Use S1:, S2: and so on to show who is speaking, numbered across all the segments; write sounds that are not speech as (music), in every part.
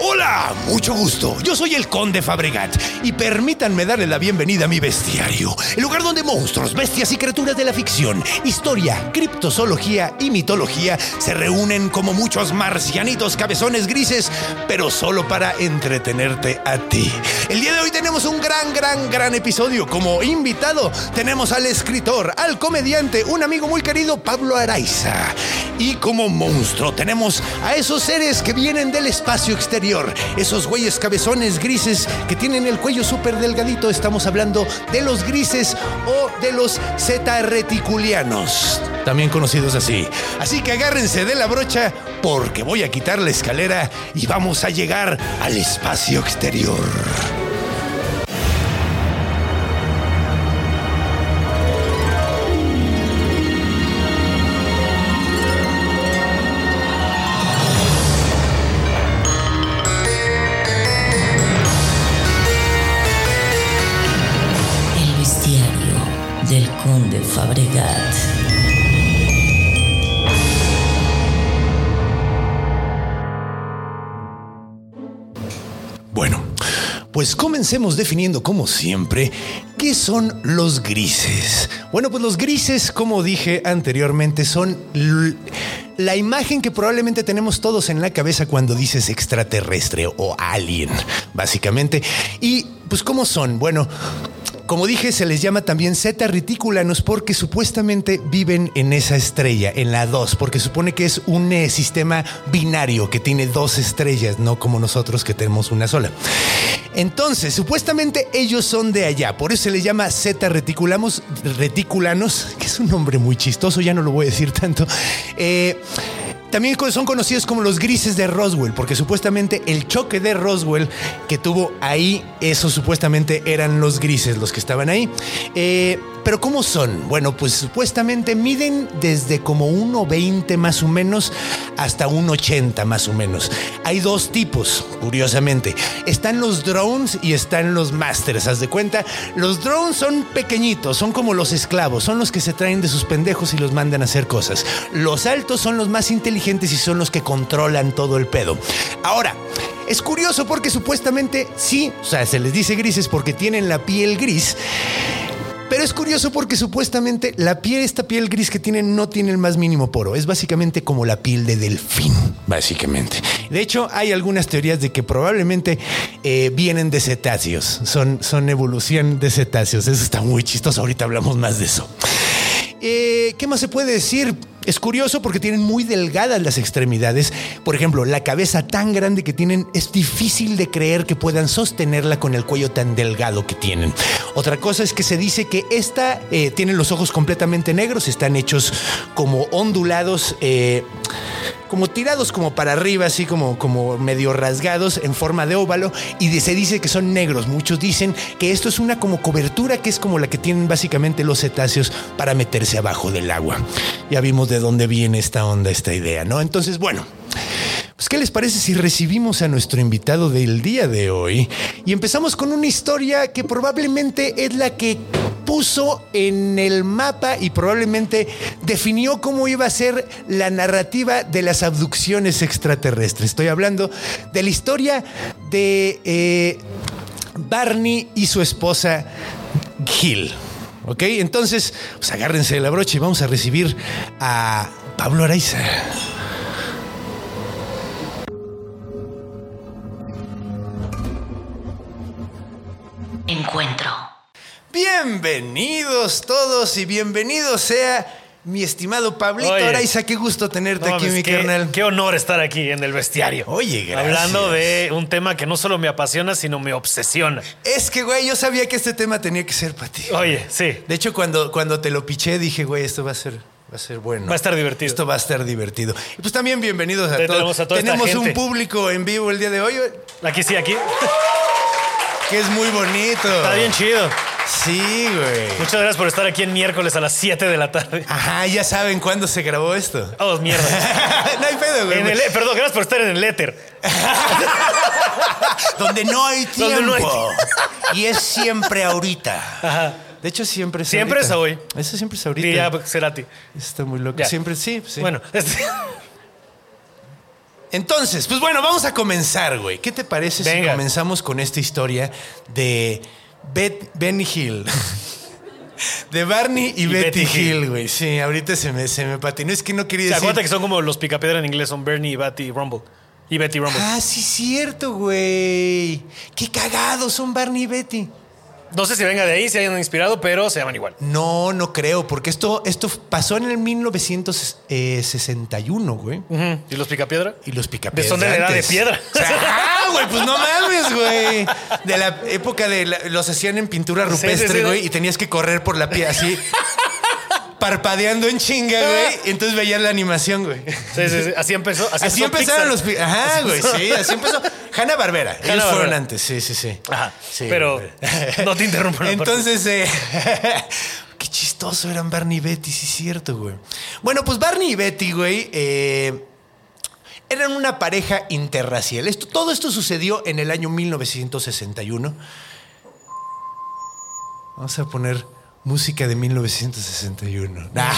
S1: Hola, mucho gusto. Yo soy el Conde Fabregat y permítanme darle la bienvenida a mi bestiario, el lugar donde monstruos, bestias y criaturas de la ficción, historia, criptozoología y mitología se reúnen como muchos marcianitos cabezones grises, pero solo para entretenerte a ti. El día de hoy tenemos un gran, gran, gran episodio. Como invitado tenemos al escritor, al comediante, un amigo muy querido, Pablo Araiza. Y como monstruo tenemos a esos seres que vienen del espacio exterior, esos güeyes cabezones grises que tienen el cuello súper delgadito. Estamos hablando de los grises o de los zeta reticulianos, también conocidos así. Así que agárrense de la brocha porque voy a quitar la escalera y vamos a llegar al espacio exterior.
S2: El bestiario del conde Fabregat.
S1: Bueno, pues comencemos definiendo como siempre qué son los grises. Bueno, pues los grises, como dije anteriormente, son l- la imagen que probablemente tenemos todos en la cabeza cuando dices extraterrestre o alien, básicamente. Y pues cómo son? Bueno, como dije, se les llama también zeta reticulanos porque supuestamente viven en esa estrella, en la 2, porque supone que es un eh, sistema binario que tiene dos estrellas, no como nosotros que tenemos una sola. Entonces, supuestamente ellos son de allá, por eso se les llama zeta reticulamus, reticulanos, que es un nombre muy chistoso, ya no lo voy a decir tanto. Eh, también co- son conocidos como los grises de Roswell, porque supuestamente el choque de Roswell que tuvo ahí, eso supuestamente eran los grises los que estaban ahí. Eh, Pero ¿cómo son? Bueno, pues supuestamente miden desde como 1,20 más o menos hasta 1,80 más o menos. Hay dos tipos, curiosamente. Están los drones y están los masters, haz de cuenta. Los drones son pequeñitos, son como los esclavos, son los que se traen de sus pendejos y los mandan a hacer cosas. Los altos son los más inteligentes y son los que controlan todo el pedo. Ahora, es curioso porque supuestamente sí, o sea, se les dice grises porque tienen la piel gris. Pero es curioso porque supuestamente la piel, esta piel gris que tienen, no tiene el más mínimo poro. Es básicamente como la piel de delfín, básicamente. De hecho, hay algunas teorías de que probablemente eh, vienen de cetáceos. Son, son evolución de cetáceos. Eso está muy chistoso. Ahorita hablamos más de eso. Eh, ¿Qué más se puede decir? Es curioso porque tienen muy delgadas las extremidades. Por ejemplo, la cabeza tan grande que tienen es difícil de creer que puedan sostenerla con el cuello tan delgado que tienen. Otra cosa es que se dice que esta eh, tiene los ojos completamente negros, están hechos como ondulados. eh, como tirados como para arriba, así como, como medio rasgados en forma de óvalo y de- se dice que son negros. Muchos dicen que esto es una como cobertura que es como la que tienen básicamente los cetáceos para meterse abajo del agua. Ya vimos de dónde viene esta onda, esta idea, ¿no? Entonces, bueno. Pues, ¿qué les parece si recibimos a nuestro invitado del día de hoy? Y empezamos con una historia que probablemente es la que puso en el mapa y probablemente definió cómo iba a ser la narrativa de las abducciones extraterrestres. Estoy hablando de la historia de eh, Barney y su esposa Gil. ¿Ok? Entonces, pues agárrense de la brocha y vamos a recibir a Pablo Araiza.
S2: Encuentro.
S1: Bienvenidos todos y bienvenido sea mi estimado Pablito
S3: Oye.
S1: Araiza. Qué gusto tenerte
S3: No
S1: aquí,
S3: mames,
S1: mi
S3: qué,
S1: carnal.
S3: qué honor estar aquí en el bestiario.
S1: Oye, gracias.
S3: Hablando de un tema que no solo me apasiona, sino me obsesiona.
S1: Es que, güey, yo sabía que este tema tenía que ser para ti.
S3: Oye, sí.
S1: De hecho, cuando, cuando te lo piché, dije, güey, esto va a ser. Va a ser bueno.
S3: Va a estar divertido.
S1: Esto va a estar divertido. Y pues también bienvenidos a
S3: Te-
S1: todos.
S3: tenemos a toda esta
S1: Tenemos un
S3: gente.
S1: público en vivo el día de hoy
S3: Aquí sí, aquí.
S1: que es muy bonito.
S3: Está bien chido.
S1: Sí, güey.
S3: Muchas gracias por estar aquí en miércoles a las 7 de la tarde.
S1: Ajá, ya saben cuándo se grabó esto.
S3: Oh, mierda.
S1: (laughs) no hay pedo, güey.
S3: En el- E- perdón, gracias por estar en el éter.
S1: (laughs) Donde no hay
S3: Donde no hay
S1: tiempo. y es siempre ahorita. De hecho, siempre es
S3: Siempre es
S1: ahorita.
S3: hoy.
S1: Eso siempre es ahorita.
S3: Diría Cerati.
S1: Está muy loco.
S3: Ya.
S1: Siempre sí, sí.
S3: pues, Bueno, (laughs) este-
S1: Entonces, pues bueno, vamos a comenzar, güey. ¿Qué te parece si
S3: Venga.
S1: comenzamos con esta historia de Bet- Benny Hill? De Barney y,
S3: Y
S1: Betty,
S3: Betty
S1: Hill,
S3: Hill.
S1: güey. Sí, ahorita se me, se me patinó. Es que no quería decir.
S3: acuérdate que son como los picapiedra en inglés, son Bernie y Betty Rumble. Y Betty Rumble.
S1: Ah, sí, cierto, güey. Qué cagados son Barney y Betty.
S3: No sé si venga de ahí, si hayan inspirado, pero se llaman igual.
S1: No, no creo, porque esto, esto pasó en el 1961, güey.
S3: Ujú. ¿Y los picapiedra?
S1: Y los picapiedras.
S3: Pues Son de la edad de
S1: antes.
S3: piedra.
S1: O sea, ah, güey, pues no mames, güey. De la época de la- los hacían en pintura
S3: Sí, sí,
S1: rupestre,
S3: sí.
S1: güey, y tenías que correr por la piedra así, (laughs) parpadeando en chinga,
S3: (laughs)
S1: güey. y Entonces veías la animación, güey.
S3: Sí, sí, sí. Así empezó. Así,
S1: Así
S3: empezó
S1: empezaron
S3: Pixar.
S1: los. pi- Ajá, güey, sí, así empezó. Hanna Barbera. Ellos
S3: Hanna-Barbera.
S1: fueron antes, sí, sí, sí.
S3: Ajá.
S1: Sí,
S3: pero
S1: güey.
S3: (laughs) no te interrumpo. la parte.
S1: Entonces, eh, (laughs) qué chistoso eran Barney y Betty, sí es cierto, güey. Bueno, pues Barney y Betty, güey, eh, eran una pareja interracial. Esto, todo esto sucedió en el año 1961. Vamos a poner música de 1961. (laughs) Nah.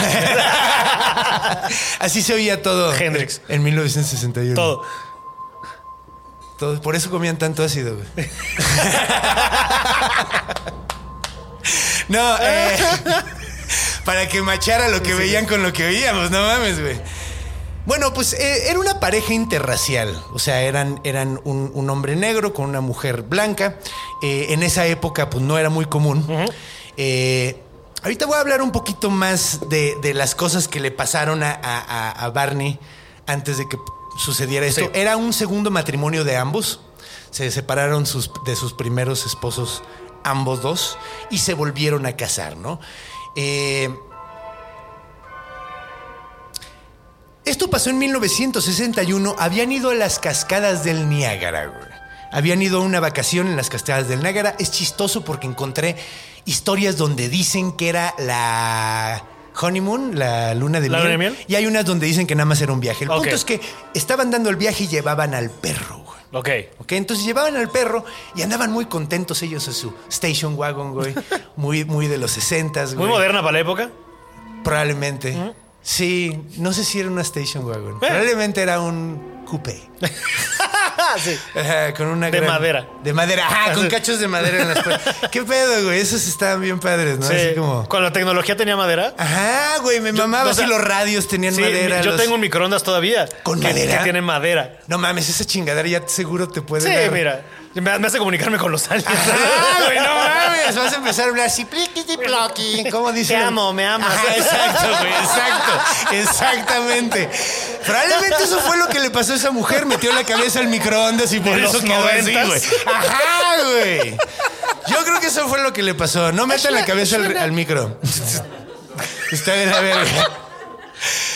S1: Así se oía todo.
S3: Hendrix.
S1: En 1961.
S3: todo.
S1: Todo- por eso comían tanto ácido, güey. no, eh, para que machara lo que veían con lo que veíamos, no mames, güey. Bueno, pues eh, era una pareja interracial. O sea, eran, eran un, un hombre negro con una mujer blanca. Eh, en esa época, pues no era muy común. Eh, ahorita voy a hablar un poquito más de, de las cosas que le pasaron a, a- a- a Barney antes de que sucediera esto.
S3: Sí.
S1: Era un segundo matrimonio de ambos. Se separaron sus- de sus primeros esposos, ambos dos, y se volvieron a casar, ¿no? Eh. Esto pasó en 1961. Habían ido a las cascadas del Niágara, güey. Habían ido a una vacación en las cascadas del Niágara. Es chistoso porque encontré historias donde dicen que era la honeymoon, la luna de
S3: ¿La
S1: miel.
S3: luna de miel?
S1: Y hay unas donde dicen que nada más era un viaje. El
S3: Ok.
S1: punto es que estaban dando el viaje y llevaban al perro, güey.
S3: Ok.
S1: ¿ok? Entonces llevaban al perro y andaban muy contentos ellos en su station wagon,
S3: (laughs)
S1: güey. Muy, muy de los 60 güey.
S3: Muy moderna para la época.
S1: Probablemente.
S3: ¿Mm?
S1: Sí, no sé si era una station wagon.
S3: Eh.
S1: Probablemente era un coupé.
S3: (laughs)
S1: Ajá, con una
S3: De
S1: gran-
S3: madera.
S1: De madera, ajá, con cachos de madera en las
S3: (laughs)
S1: puertas. ¿Qué pedo, güey? Esos estaban bien padres, ¿no?
S3: Sí.
S1: Así como.
S3: Cuando la tecnología tenía madera.
S1: Ajá, güey, me
S3: Yo-
S1: mamaba
S3: o sea,
S1: si los radios tenían
S3: Sí,
S1: madera.
S3: yo
S1: los-
S3: tengo un microondas todavía.
S1: ¿Con
S3: que-
S1: madera?
S3: Que tiene madera.
S1: No mames, esa chingadera ya seguro te puede.
S3: Sí,
S1: dar-
S3: mira. Me, me hace comunicarme con los
S1: (laughs)
S3: aliens. (laughs)
S1: Ajá, Ah, güey, no mames. Vas a empezar a hablar así, pliquiti, ploqui. ¿Cómo dice?
S3: Te amo, me amas.
S1: Ajá, exacto, güey, exacto. Exactamente. Probablemente eso fue lo que le pasó a esa mujer. Metió la cabeza al microondas y por
S3: De
S1: eso
S3: los
S1: quedó así,
S3: noventas.
S1: güey. Ajá, güey. Yo creo que eso fue lo que le pasó. No meta la cabeza al, al micro. (laughs) Está de la verga.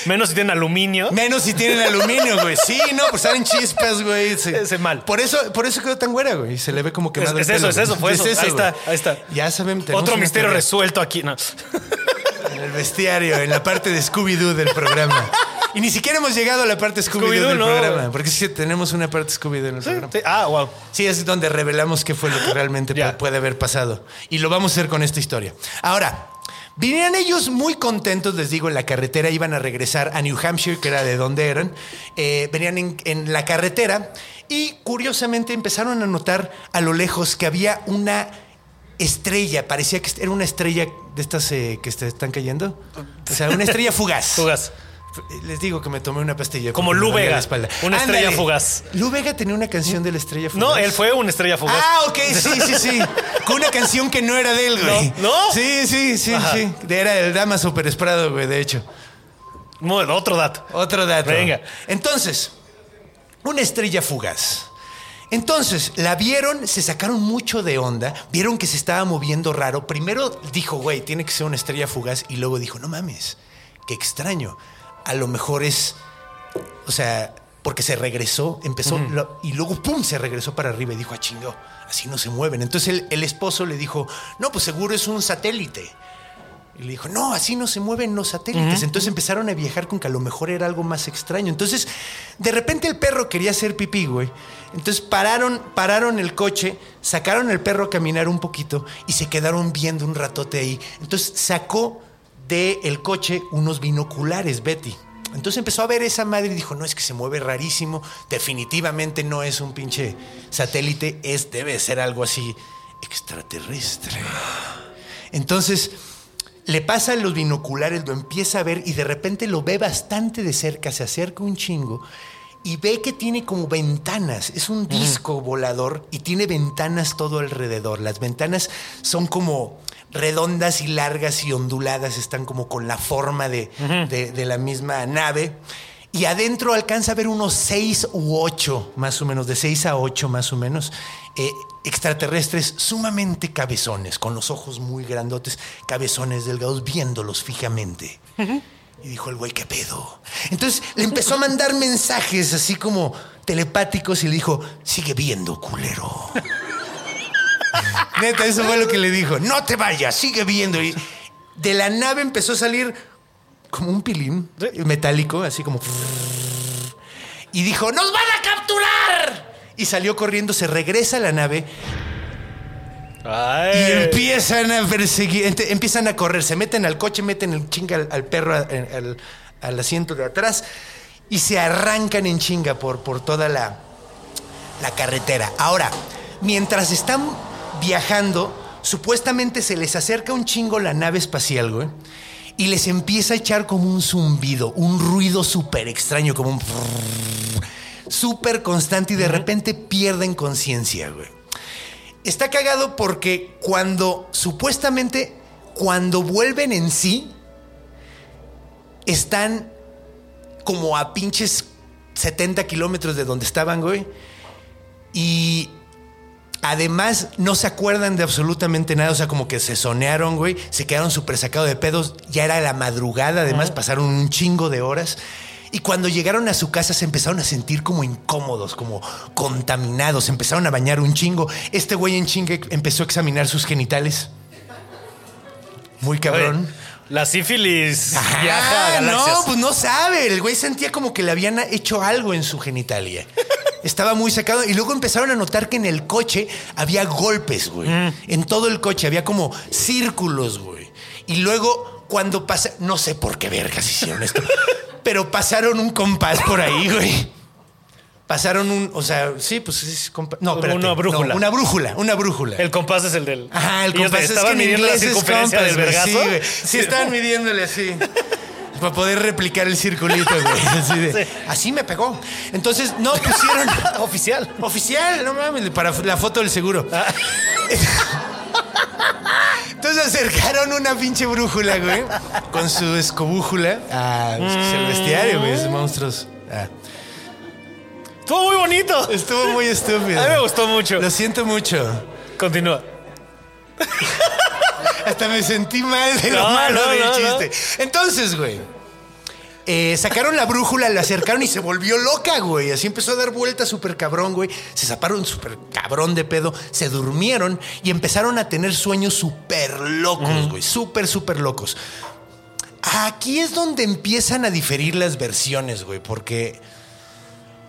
S3: Menos si tienen aluminio.
S1: Menos si tienen aluminio, güey. Sí, no, pues salen chispas, güey. Se-
S3: Ese mal.
S1: Por eso, por eso quedó tan güera, güey. Se le ve como que
S3: Es- es eso, es eso, fue eso. Ahí está, ahí está.
S1: Ya saben. tenemos
S3: Otro
S1: una
S3: misterio
S1: tarea.
S3: resuelto aquí. No.
S1: En el bestiario, en la parte de Scooby-Doo del programa. Y ni siquiera hemos llegado a la parte Scooby-Doo
S3: Scooby-Doo,
S1: del
S3: no.
S1: programa. Porque sí tenemos una parte Scooby-Doo en el programa.
S3: Sí, Ah, wow.
S1: Sí, es donde revelamos qué fue lo que realmente
S3: Ya.
S1: pu- puede haber pasado. Y lo vamos a hacer con esta historia. Ahora, vinieron ellos muy contentos, les digo, en la carretera. Iban a regresar a New Hampshire, que era de donde eran. Eh, venían en, en la carretera y curiosamente empezaron a notar a lo lejos que había una estrella. Parecía que era una estrella de estas eh, que se están cayendo. O sea, una estrella fugaz.
S3: (laughs) Fugaz.
S1: Les digo que me tomé una pastilla.
S3: Como
S1: porque me
S3: Lou
S1: dolía la
S3: Vega,
S1: espalda.
S3: una estrella
S1: Ándale.
S3: fugaz.
S1: Lou Vega tenía una canción de la estrella fugaz.
S3: No, él fue una estrella fugaz.
S1: Ah, ok, sí, sí,
S3: (laughs)
S1: sí. Con una canción que no era de él, güey.
S3: No, ¿no?
S1: Sí, sí, sí,
S3: Ajá.
S1: sí. De- Era del Dama Super Esprado, güey, de hecho.
S3: Bueno, otro dato.
S1: Otro dato.
S3: Venga.
S1: Entonces, una estrella fugaz. Entonces, la vieron, se sacaron mucho de onda, vieron que se estaba moviendo raro. Primero dijo, güey, tiene que ser una estrella fugaz, y luego dijo, no mames, qué extraño. A lo mejor es, o sea, porque se regresó, empezó lo- y luego, ¡pum!, se regresó para arriba y dijo, ah, chingo, así no se mueven. Entonces el, el esposo le dijo, no, pues seguro es un satélite. Y le dijo, no, así no se mueven los satélites. Entonces empezaron a viajar con que a lo mejor era algo más extraño. Entonces, de repente el perro quería hacer pipí, güey. Entonces pararon, pararon el coche, sacaron el perro a caminar un poquito y se quedaron viendo un ratote ahí. Entonces sacó del coche unos binoculares, Betty. Entonces empezó a ver esa madre y dijo, no, es que se mueve rarísimo, definitivamente no es un pinche satélite, es, debe ser algo así extraterrestre. Entonces, le pasan los binoculares, lo empieza a ver y de repente lo ve bastante de cerca, se acerca un chingo y ve que tiene como ventanas, es un disco volador y tiene ventanas todo alrededor. Las ventanas son como redondas y largas y onduladas, están como con la forma de, de- de la misma nave. Y adentro alcanza a ver unos seis u ocho, más o menos, de seis a ocho más o menos, eh, extraterrestres sumamente cabezones, con los ojos muy grandotes, cabezones delgados, viéndolos fijamente. Y dijo el güey, ¿qué pedo? Entonces le empezó a mandar mensajes así como telepáticos y le dijo, sigue viendo, culero. (laughs) Neta, eso fue lo que le dijo. No te vayas, sigue viendo. Y de la nave empezó a salir como un pilín metálico, así como... Y dijo, ¡nos van a capturar! Y salió corriendo, se regresa a la nave y
S3: Ay.
S1: empiezan a perseguir, ent- empiezan a correr, se meten al coche, meten el chinga al, al perro a- en- al, al asiento de atrás y se arrancan en chinga por, por toda la, la carretera. Ahora, mientras están viajando, supuestamente se les acerca un chingo la nave espacial, güey. Y les empieza a echar como un zumbido, un ruido súper extraño, como un súper constante y de repente pierden conciencia, güey. Está cagado porque cuando, supuestamente, cuando vuelven en sí, están como a pinches 70 kilómetros de donde estaban, güey. Y además no se acuerdan de absolutamente nada. O sea, como que se sonearon, güey. Se quedaron súper sacados de pedos. Ya era la madrugada, además pasaron un chingo de horas. Y cuando llegaron a su casa se empezaron a sentir como incómodos, como contaminados. Se empezaron a bañar un chingo. Este güey en chingue empezó a examinar sus genitales. Muy cabrón.
S3: La sífilis (laughs)
S1: Ajá,
S3: viaja a galaxias.
S1: Ah, no, pues no sabe. El güey sentía como que le habían hecho algo en su
S3: (laughs)
S1: genitalia. Estaba muy sacado. Y luego empezaron a notar que en el coche había golpes, güey.
S3: Mm.
S1: En todo el coche había como círculos, güey. Y luego, cuando pasa. No sé por qué vergas hicieron
S3: (laughs)
S1: esto. pero pasaron un compás por ahí, güey. Pasaron un. O sea, sí, pues es compa- No,
S3: Una
S1: espérate. No,
S3: brújula.
S1: una brújula, una brújula.
S3: El compás es el del.
S1: Ajá, el
S3: Ellos
S1: compás. Es que
S3: Estaban
S1: en
S3: midiendo la
S1: inglés es
S3: circunferencia
S1: compás,
S3: del
S1: güey.
S3: vergazo.
S1: Sí, güey. Sí, estaban midiéndole así. Para poder replicar el circulito, güey. Así, de,
S3: (laughs) Sí.
S1: así me pegó. Entonces, no pusieron.
S3: (laughs) Oficial. Ah.
S1: Oficial, no mames, para la foto del seguro. (laughs) Entonces acercaron una pinche brújula, güey, con su escobújula a Celestiario, güey, esos monstruos. Ah.
S3: Estuvo muy bonito. A mí
S1: Estuvo muy estúpido.
S3: me gustó mucho.
S1: Lo siento mucho.
S3: Continúa.
S1: Hasta me sentí mal de lo
S3: No,
S1: malo
S3: no,
S1: del
S3: no, no.
S1: chiste. Entonces, güey. eh, sacaron la brújula, la acercaron y se volvió loca, güey. Así empezó a dar vueltas súper cabrón, güey. Se zaparon súper cabrón de pedo, se durmieron y empezaron a tener sueños súper locos, güey. Súper, súper locos. Aquí es donde empiezan a diferir las versiones, güey, porque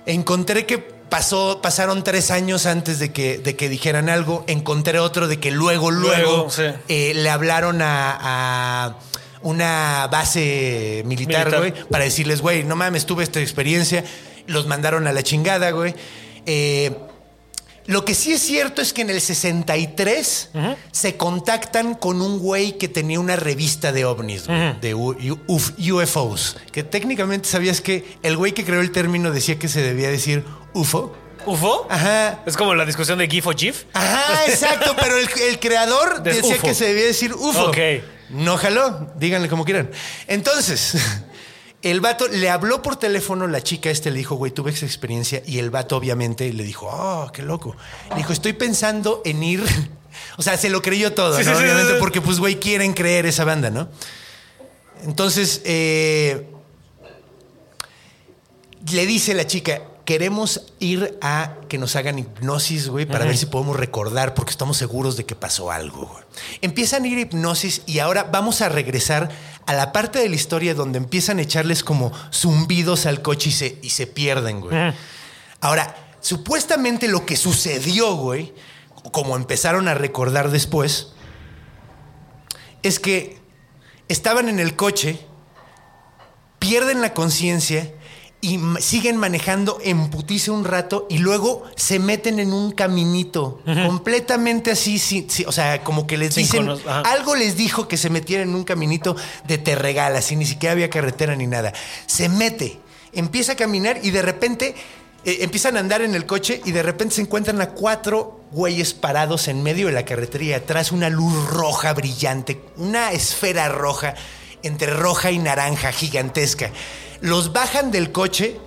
S1: encontré que pasó, pasaron tres años antes de que, de que dijeran algo. Encontré otro de que luego, luego,
S3: Luego, sí.
S1: eh, le hablaron a, a una base militar,
S3: Militar.
S1: güey, para decirles, güey, no mames, tuve esta experiencia. Los mandaron a la chingada, güey. Eh, lo que sí es cierto es que en el 63 se contactan con un güey que tenía una revista de ovnis, güey, de U- U- Uf- UFOs, que técnicamente sabías que el güey que creó el término decía que se debía decir UFO.
S3: ¿UFO?
S1: Ajá.
S3: Es como la discusión de GIF o GIF.
S1: Ajá,
S3: (laughs)
S1: exacto, pero el, el creador
S3: Des-
S1: decía
S3: UFO.
S1: que se debía decir UFO.
S3: Ok.
S1: No jaló, díganle como quieran. Entonces, (laughs) el vato le habló por teléfono, la chica este le dijo, güey, tuve esa experiencia, y el vato obviamente le dijo, oh, qué loco. Le dijo, estoy pensando en ir... (laughs) O sea, se lo creyó todo,
S3: Sí,
S1: ¿no?
S3: sí, sí,
S1: Obviamente,
S3: sí, sí.
S1: porque pues, güey, quieren creer esa banda, ¿no? Entonces, eh, le dice la chica, queremos ir a que nos hagan hipnosis, güey, para ver si podemos recordar, porque estamos seguros de que pasó algo, güey. Empiezan a ir a hipnosis y ahora vamos a regresar a la parte de la historia donde empiezan a echarles como zumbidos al coche y se, y se pierden, güey. Ahora, supuestamente lo que sucedió, güey, como empezaron a recordar después, es que estaban en el coche, pierden la conciencia y ma- siguen manejando en putiza un rato y luego se meten en un caminito completamente así, sin- sin- o sea, como que les
S3: Sin
S1: dicen,
S3: cono- ajá.
S1: algo les dijo que se metieran en un caminito de te regalas y ni siquiera había carretera ni nada. Se mete, empieza a caminar y de repente eh, empiezan a andar en el coche y de repente se encuentran a cuatro güeyes parados en medio de la carretera y atrás una luz roja brillante, una esfera roja entre roja y naranja gigantesca. Los bajan del coche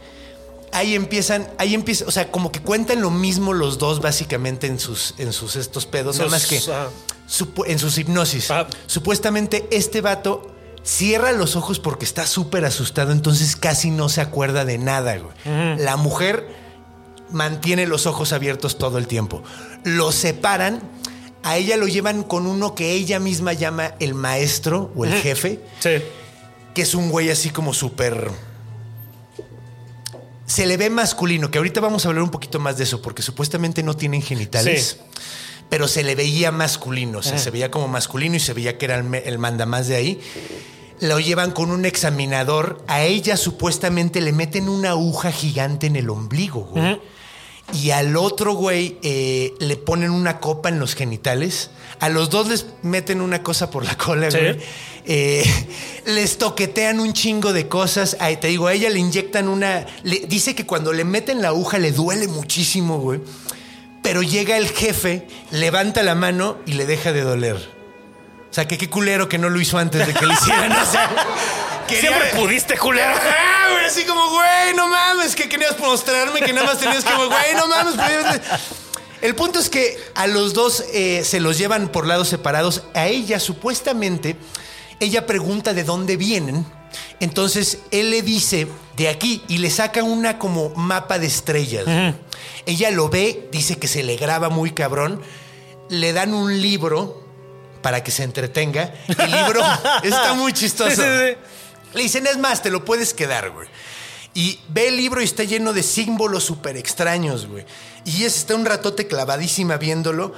S1: ahí empiezan, ahí empieza, o sea, como que cuentan lo mismo los dos básicamente en sus, en sus estos pedos, nada
S3: Los- ah.
S1: más que
S3: ajá.
S1: supu- en sus hipnosis.
S3: Ah.
S1: Supuestamente este vato cierra los ojos porque está súper asustado, entonces casi no se acuerda de nada, güey. La mujer mantiene los ojos abiertos todo el tiempo. Lo separan, a ella lo llevan con uno que ella misma llama el maestro o el jefe
S3: Sí.
S1: que es un güey así como súper... Se le ve masculino, que ahorita vamos a hablar un poquito más de eso, porque supuestamente no tienen genitales, pero se le veía masculino, o sea, se veía como masculino y se veía que era el, me- el mandamás de ahí. Lo llevan con un examinador, a ella supuestamente le meten una aguja gigante en el ombligo, güey. Y al otro güey eh, le ponen una copa en los genitales. A los dos les meten una cosa por la cola,
S3: Sí.
S1: güey. Eh, (laughs) les toquetean un chingo de cosas. Ay, te digo, a ella le inyectan una. le- dice que cuando le meten la aguja le duele muchísimo, güey. Pero llega el jefe, levanta la mano y le deja de doler. O sea, que qué culero que no lo hizo antes de que le hicieran. O sea, quería-
S3: Siempre pudiste, culero.
S1: (laughs) Ah, güey, así como, güey, no mames, que querías mostrarme que nada más tenías que, güey, no mames. pero- El punto es que a los dos eh, se los llevan por lados separados. A ella, supuestamente, ella pregunta de dónde vienen. Entonces él le dice de aquí y le saca una como mapa de estrellas. Ella lo ve, dice que se le graba muy cabrón. Le dan un libro para que se entretenga. El
S3: (laughs)
S1: libro está muy chistoso.
S3: Sí, sí, sí.
S1: Le dicen, es más, te lo puedes quedar, güey. Y ve el libro y está lleno de símbolos súper extraños, güey. Y ella se está un ratote clavadísima viéndolo.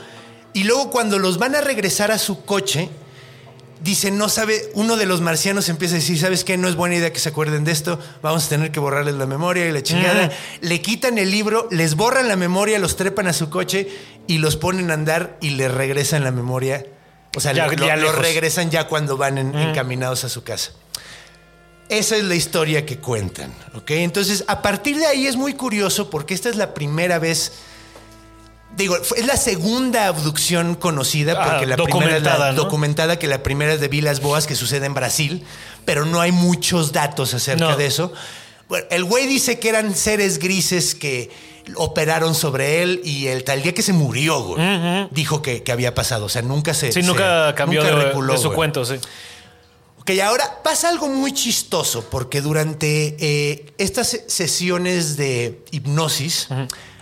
S1: Y luego cuando los van a regresar a su coche, dice, no sabe, uno de los marcianos empieza a decir, ¿sabes qué? No es buena idea que se acuerden de esto, vamos a tener que borrarles la memoria y la chingada. Le quitan el libro, les borran la memoria, los trepan a su coche y los ponen a andar y les regresan la memoria. O sea,
S3: Ya-
S1: lo,
S3: ya
S1: lo- lo
S3: lejos. Mm.
S1: regresan ya cuando van en- encaminados a su casa. Esa es la historia que cuentan, ¿ok? Entonces, a partir de ahí es muy curioso porque esta es la primera vez... Digo, fue- es la segunda abducción conocida
S3: Ah,
S1: porque la primera es la
S3: documentada, ¿no?
S1: documentada que la primera es de Vilas Boas que sucede en Brasil, pero no hay muchos datos acerca
S3: No.
S1: de eso. Bueno, el güey dice que eran seres grises que operaron sobre él y el tal día que se murió, güey, dijo que, que había pasado. O sea, nunca se.
S3: Sí,
S1: se-
S3: nunca cambió
S1: nunca
S3: de,
S1: reculó,
S3: de su
S1: güey.
S3: cuento, sí.
S1: Ok, ahora pasa algo muy chistoso, porque durante eh, estas se- sesiones de hipnosis,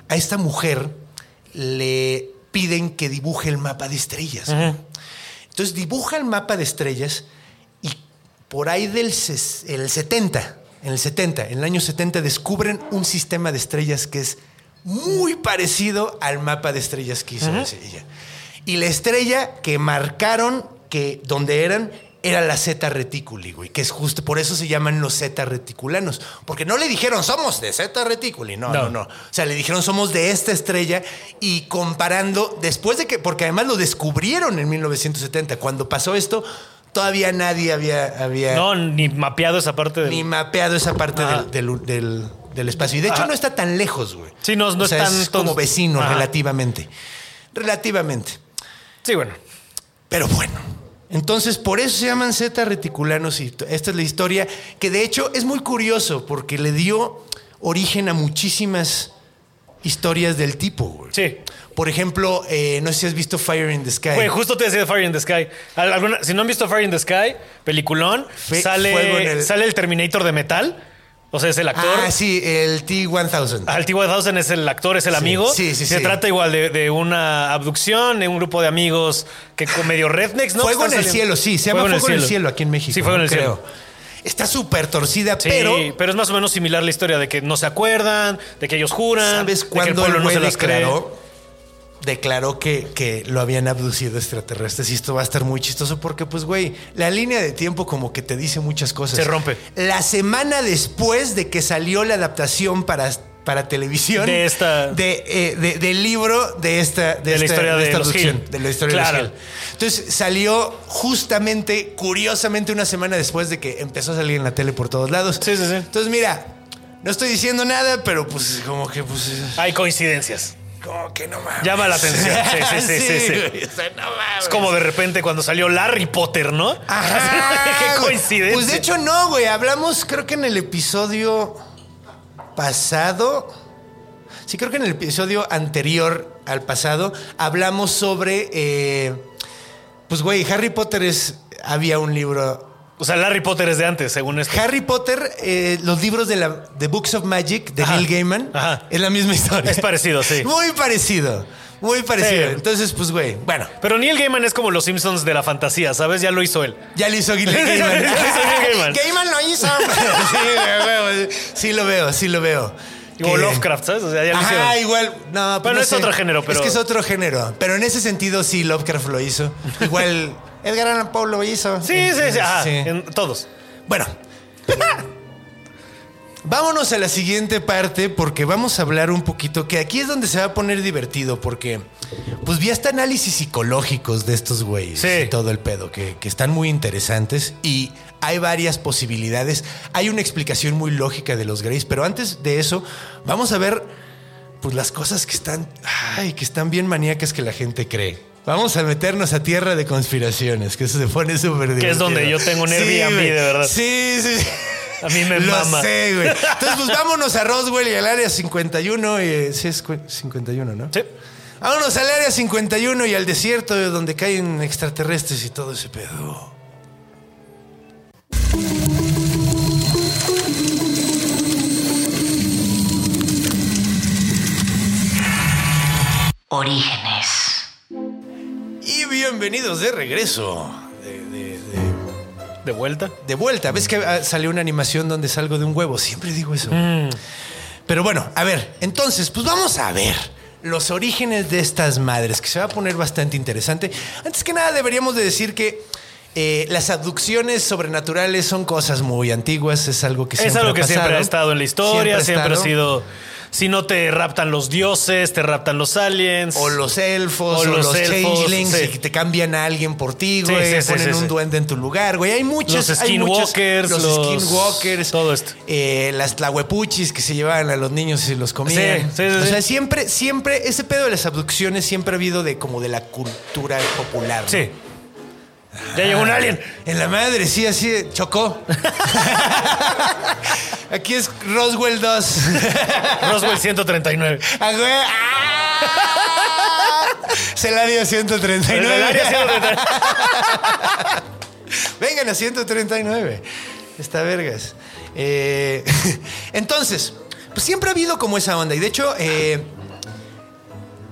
S1: a esta mujer le piden que dibuje el mapa de estrellas. Entonces dibuja el mapa de estrellas y por ahí del ses- el 70, en el 70, en el año 70 descubren un sistema de estrellas que es muy parecido al mapa de estrellas que hizo ella. Y la estrella que marcaron que donde eran era la Z reticuli, güey, que es justo por eso se llaman los Z reticulanos, porque no le dijeron somos de Z reticuli, no, no,
S3: No.
S1: no, no. O sea, le dijeron somos de esta estrella y comparando después de que, porque además lo descubrieron en 1970, cuando pasó esto, todavía nadie había, había
S3: No, Ah. ni mapeado esa parte de.
S1: Eh. ni mapeado esa parte
S3: Ajá.
S1: del, del- del- del espacio. Y de hecho no está tan lejos, güey.
S3: Sí, no- no
S1: O sea,
S3: es tan-
S1: como vecino,
S3: Ajá.
S1: relativamente. Relativamente.
S3: Sí, bueno.
S1: Pero bueno. Entonces, por eso se llaman Z reticulanos y t- esta es la historia que de hecho es muy curioso porque le dio origen a muchísimas historias del tipo, güey.
S3: Sí.
S1: Por ejemplo, eh, no sé si has visto Fire in the Sky.
S3: Güey, justo te decía Fire in the Sky. Al- alguna- si no han visto Fire in the Sky, peliculón,
S1: Fe- fuego en
S3: sale,
S1: el-
S3: sale el Terminator de metal. O sea, es el actor.
S1: Ah, sí, el T-1000.
S3: Al T-1000 es el actor, es el amigo.
S1: sí, sí,
S3: Se
S1: sí.
S3: trata igual de, de una abducción, de un grupo de amigos que con medio rednecks, ¿no?
S1: Fuego en
S3: Están
S1: el cielo,
S3: saliendo-
S1: sí. Se llama Fuego en el cielo, aquí en México.
S3: Sí, Fuego en el
S1: creo.
S3: cielo.
S1: Está súper torcida,
S3: Sí,
S1: pero.
S3: pero, es más o menos similar la historia de que no se acuerdan, de que ellos juran,
S1: ¿Sabes
S3: de que el
S1: cuándo
S3: pueblo
S1: el
S3: no
S1: güey
S3: se las cree.
S1: declaró? Declaró que, que lo habían abducido extraterrestres y esto va a estar muy chistoso porque, pues, güey, la línea de tiempo como que te dice muchas cosas.
S3: Se rompe.
S1: La semana después de que salió la adaptación para, para televisión
S3: De esta-
S1: de, eh, de- del libro de esta de,
S3: la
S1: esta-
S3: historia de
S1: esta
S3: los
S1: abducción,
S3: Hill.
S1: de la historia de los
S3: Claro.
S1: Hill. Entonces salió justamente, curiosamente, una semana después de que empezó a salir en la tele por todos lados.
S3: Sí, sí, sí.
S1: Entonces, mira, no estoy diciendo nada, pero pues como que pues. eh,
S3: Hay coincidencias.
S1: Como que no mames.
S3: Llama la atención. Sí, sí, sí, sí, sí.
S1: güey, o sea, no mames.
S3: Es como de repente cuando salió Larry Potter, ¿no?
S1: Ajá,
S3: (laughs) Qué
S1: güey.
S3: coincidencia.
S1: Pues de hecho, no, güey. Hablamos, creo que en el episodio pasado. Sí, creo que en el episodio anterior al pasado hablamos sobre. eh, pues, güey, Harry Potter es. Había un libro.
S3: O sea, Larry Potter es de antes, según esto.
S1: Harry Potter, eh, los libros de la de Books of Magic de
S3: Ajá,
S1: Neil Gaiman,
S3: ajá.
S1: es la misma historia.
S3: Es parecido, sí.
S1: (laughs) Muy parecido. Muy parecido.
S3: Sí.
S1: Entonces, pues, güey, bueno,
S3: Pero Neil Gaiman es como los Simpsons de la fantasía, ¿sabes? Ya lo hizo él.
S1: Ya lo hizo Neil
S3: (laughs) Ya lo hizo
S1: Gaiman.
S3: Neil
S1: (laughs)
S3: Gaiman.
S1: lo hizo.
S3: (laughs)
S1: (laughs) sí, güey, güey, sí lo veo, sí lo veo.
S3: Como
S1: Que-
S3: Lovecraft, ¿sabes? O sea, ya lo
S1: Ajá,
S3: hicieron.
S1: igual. No, pues
S3: Bueno,
S1: no
S3: es otro género, pero-
S1: Es que es otro género. Pero en ese sentido, sí, Lovecraft lo hizo.
S3: (laughs)
S1: Igual Edgar Allan Poe lo hizo.
S3: Sí, sí, sí. Ajá,
S1: Sí.
S3: en todos.
S1: Bueno. Vámonos a la siguiente parte porque vamos a hablar un poquito, que aquí es donde se va a poner divertido porque pues vi hasta análisis psicológicos de estos güeyes
S3: Sí.
S1: y todo el pedo, que, que están muy interesantes y hay varias posibilidades, hay una explicación muy lógica de los Greys, pero antes de eso vamos a ver pues las cosas que están, ay, que están bien maníacas que la gente cree. Vamos a meternos a tierra de conspiraciones, que eso se pone súper divertido.
S3: Que es donde yo tengo un Airbnb,
S1: güey.
S3: de verdad.
S1: Sí, sí, sí.
S3: A mí me
S1: Lo
S3: mama.
S1: sé, güey. Entonces, pues vámonos a Roswell y al área 51. Y, eh, sí, es cu- 51, ¿no?
S3: Sí.
S1: Vámonos al área 51 y al desierto donde caen extraterrestres y todo ese pedo.
S2: Orígenes.
S1: Y bienvenidos de regreso. De, de- de-
S3: De vuelta.
S1: de vuelta. ¿Ves que ah, salió una animación donde salgo de un huevo? Siempre digo eso.
S3: Mm.
S1: Pero bueno, a ver, entonces, pues vamos a ver los orígenes de estas madres, que se va a poner bastante interesante. Antes que nada, deberíamos de decir que eh, las abducciones sobrenaturales son cosas muy antiguas, es algo que siempre
S3: es algo
S1: ha
S3: que siempre ha
S1: pasado.
S3: estado en la historia, siempre,
S1: estado.
S3: ha sido. Si no te raptan los dioses, te raptan los aliens.
S1: O los elfos,
S3: O
S1: o,
S3: los
S1: los,
S3: elfos,
S1: changelings,
S3: sí.
S1: y que te cambian a alguien por ti,
S3: Sí,
S1: güey.
S3: sí, sí,
S1: ponen
S3: sí,
S1: un
S3: sí.
S1: duende en tu lugar, güey. Hay muchos.
S3: Los
S1: hay muchos-
S3: skinwalkers,
S1: los,
S3: los-
S1: skinwalkers.
S3: todo esto.
S1: eh, las tlahuepuchis que se llevaban a los niños y los comían.
S3: Sí, sí, sí,
S1: o
S3: sí.
S1: sea, siempre, siempre, ese pedo de las abducciones siempre ha habido de como de la cultura popular. ¿no?
S3: Sí. Ya llegó
S1: Ah.
S3: un alien.
S1: En la madre, sí, así de-
S3: (laughs)
S1: chocó. Aquí es Roswell
S3: (laughs)
S1: 2.
S3: Roswell 139.
S1: Ah, güey.
S3: (laughs)
S1: ¡Ah! Se la dio 139.
S3: El del área
S1: (laughs)
S3: 139.
S1: Vengan a 139. Está vergas. Eh, (laughs) entonces, pues siempre ha habido como esa onda. Y de hecho, eh,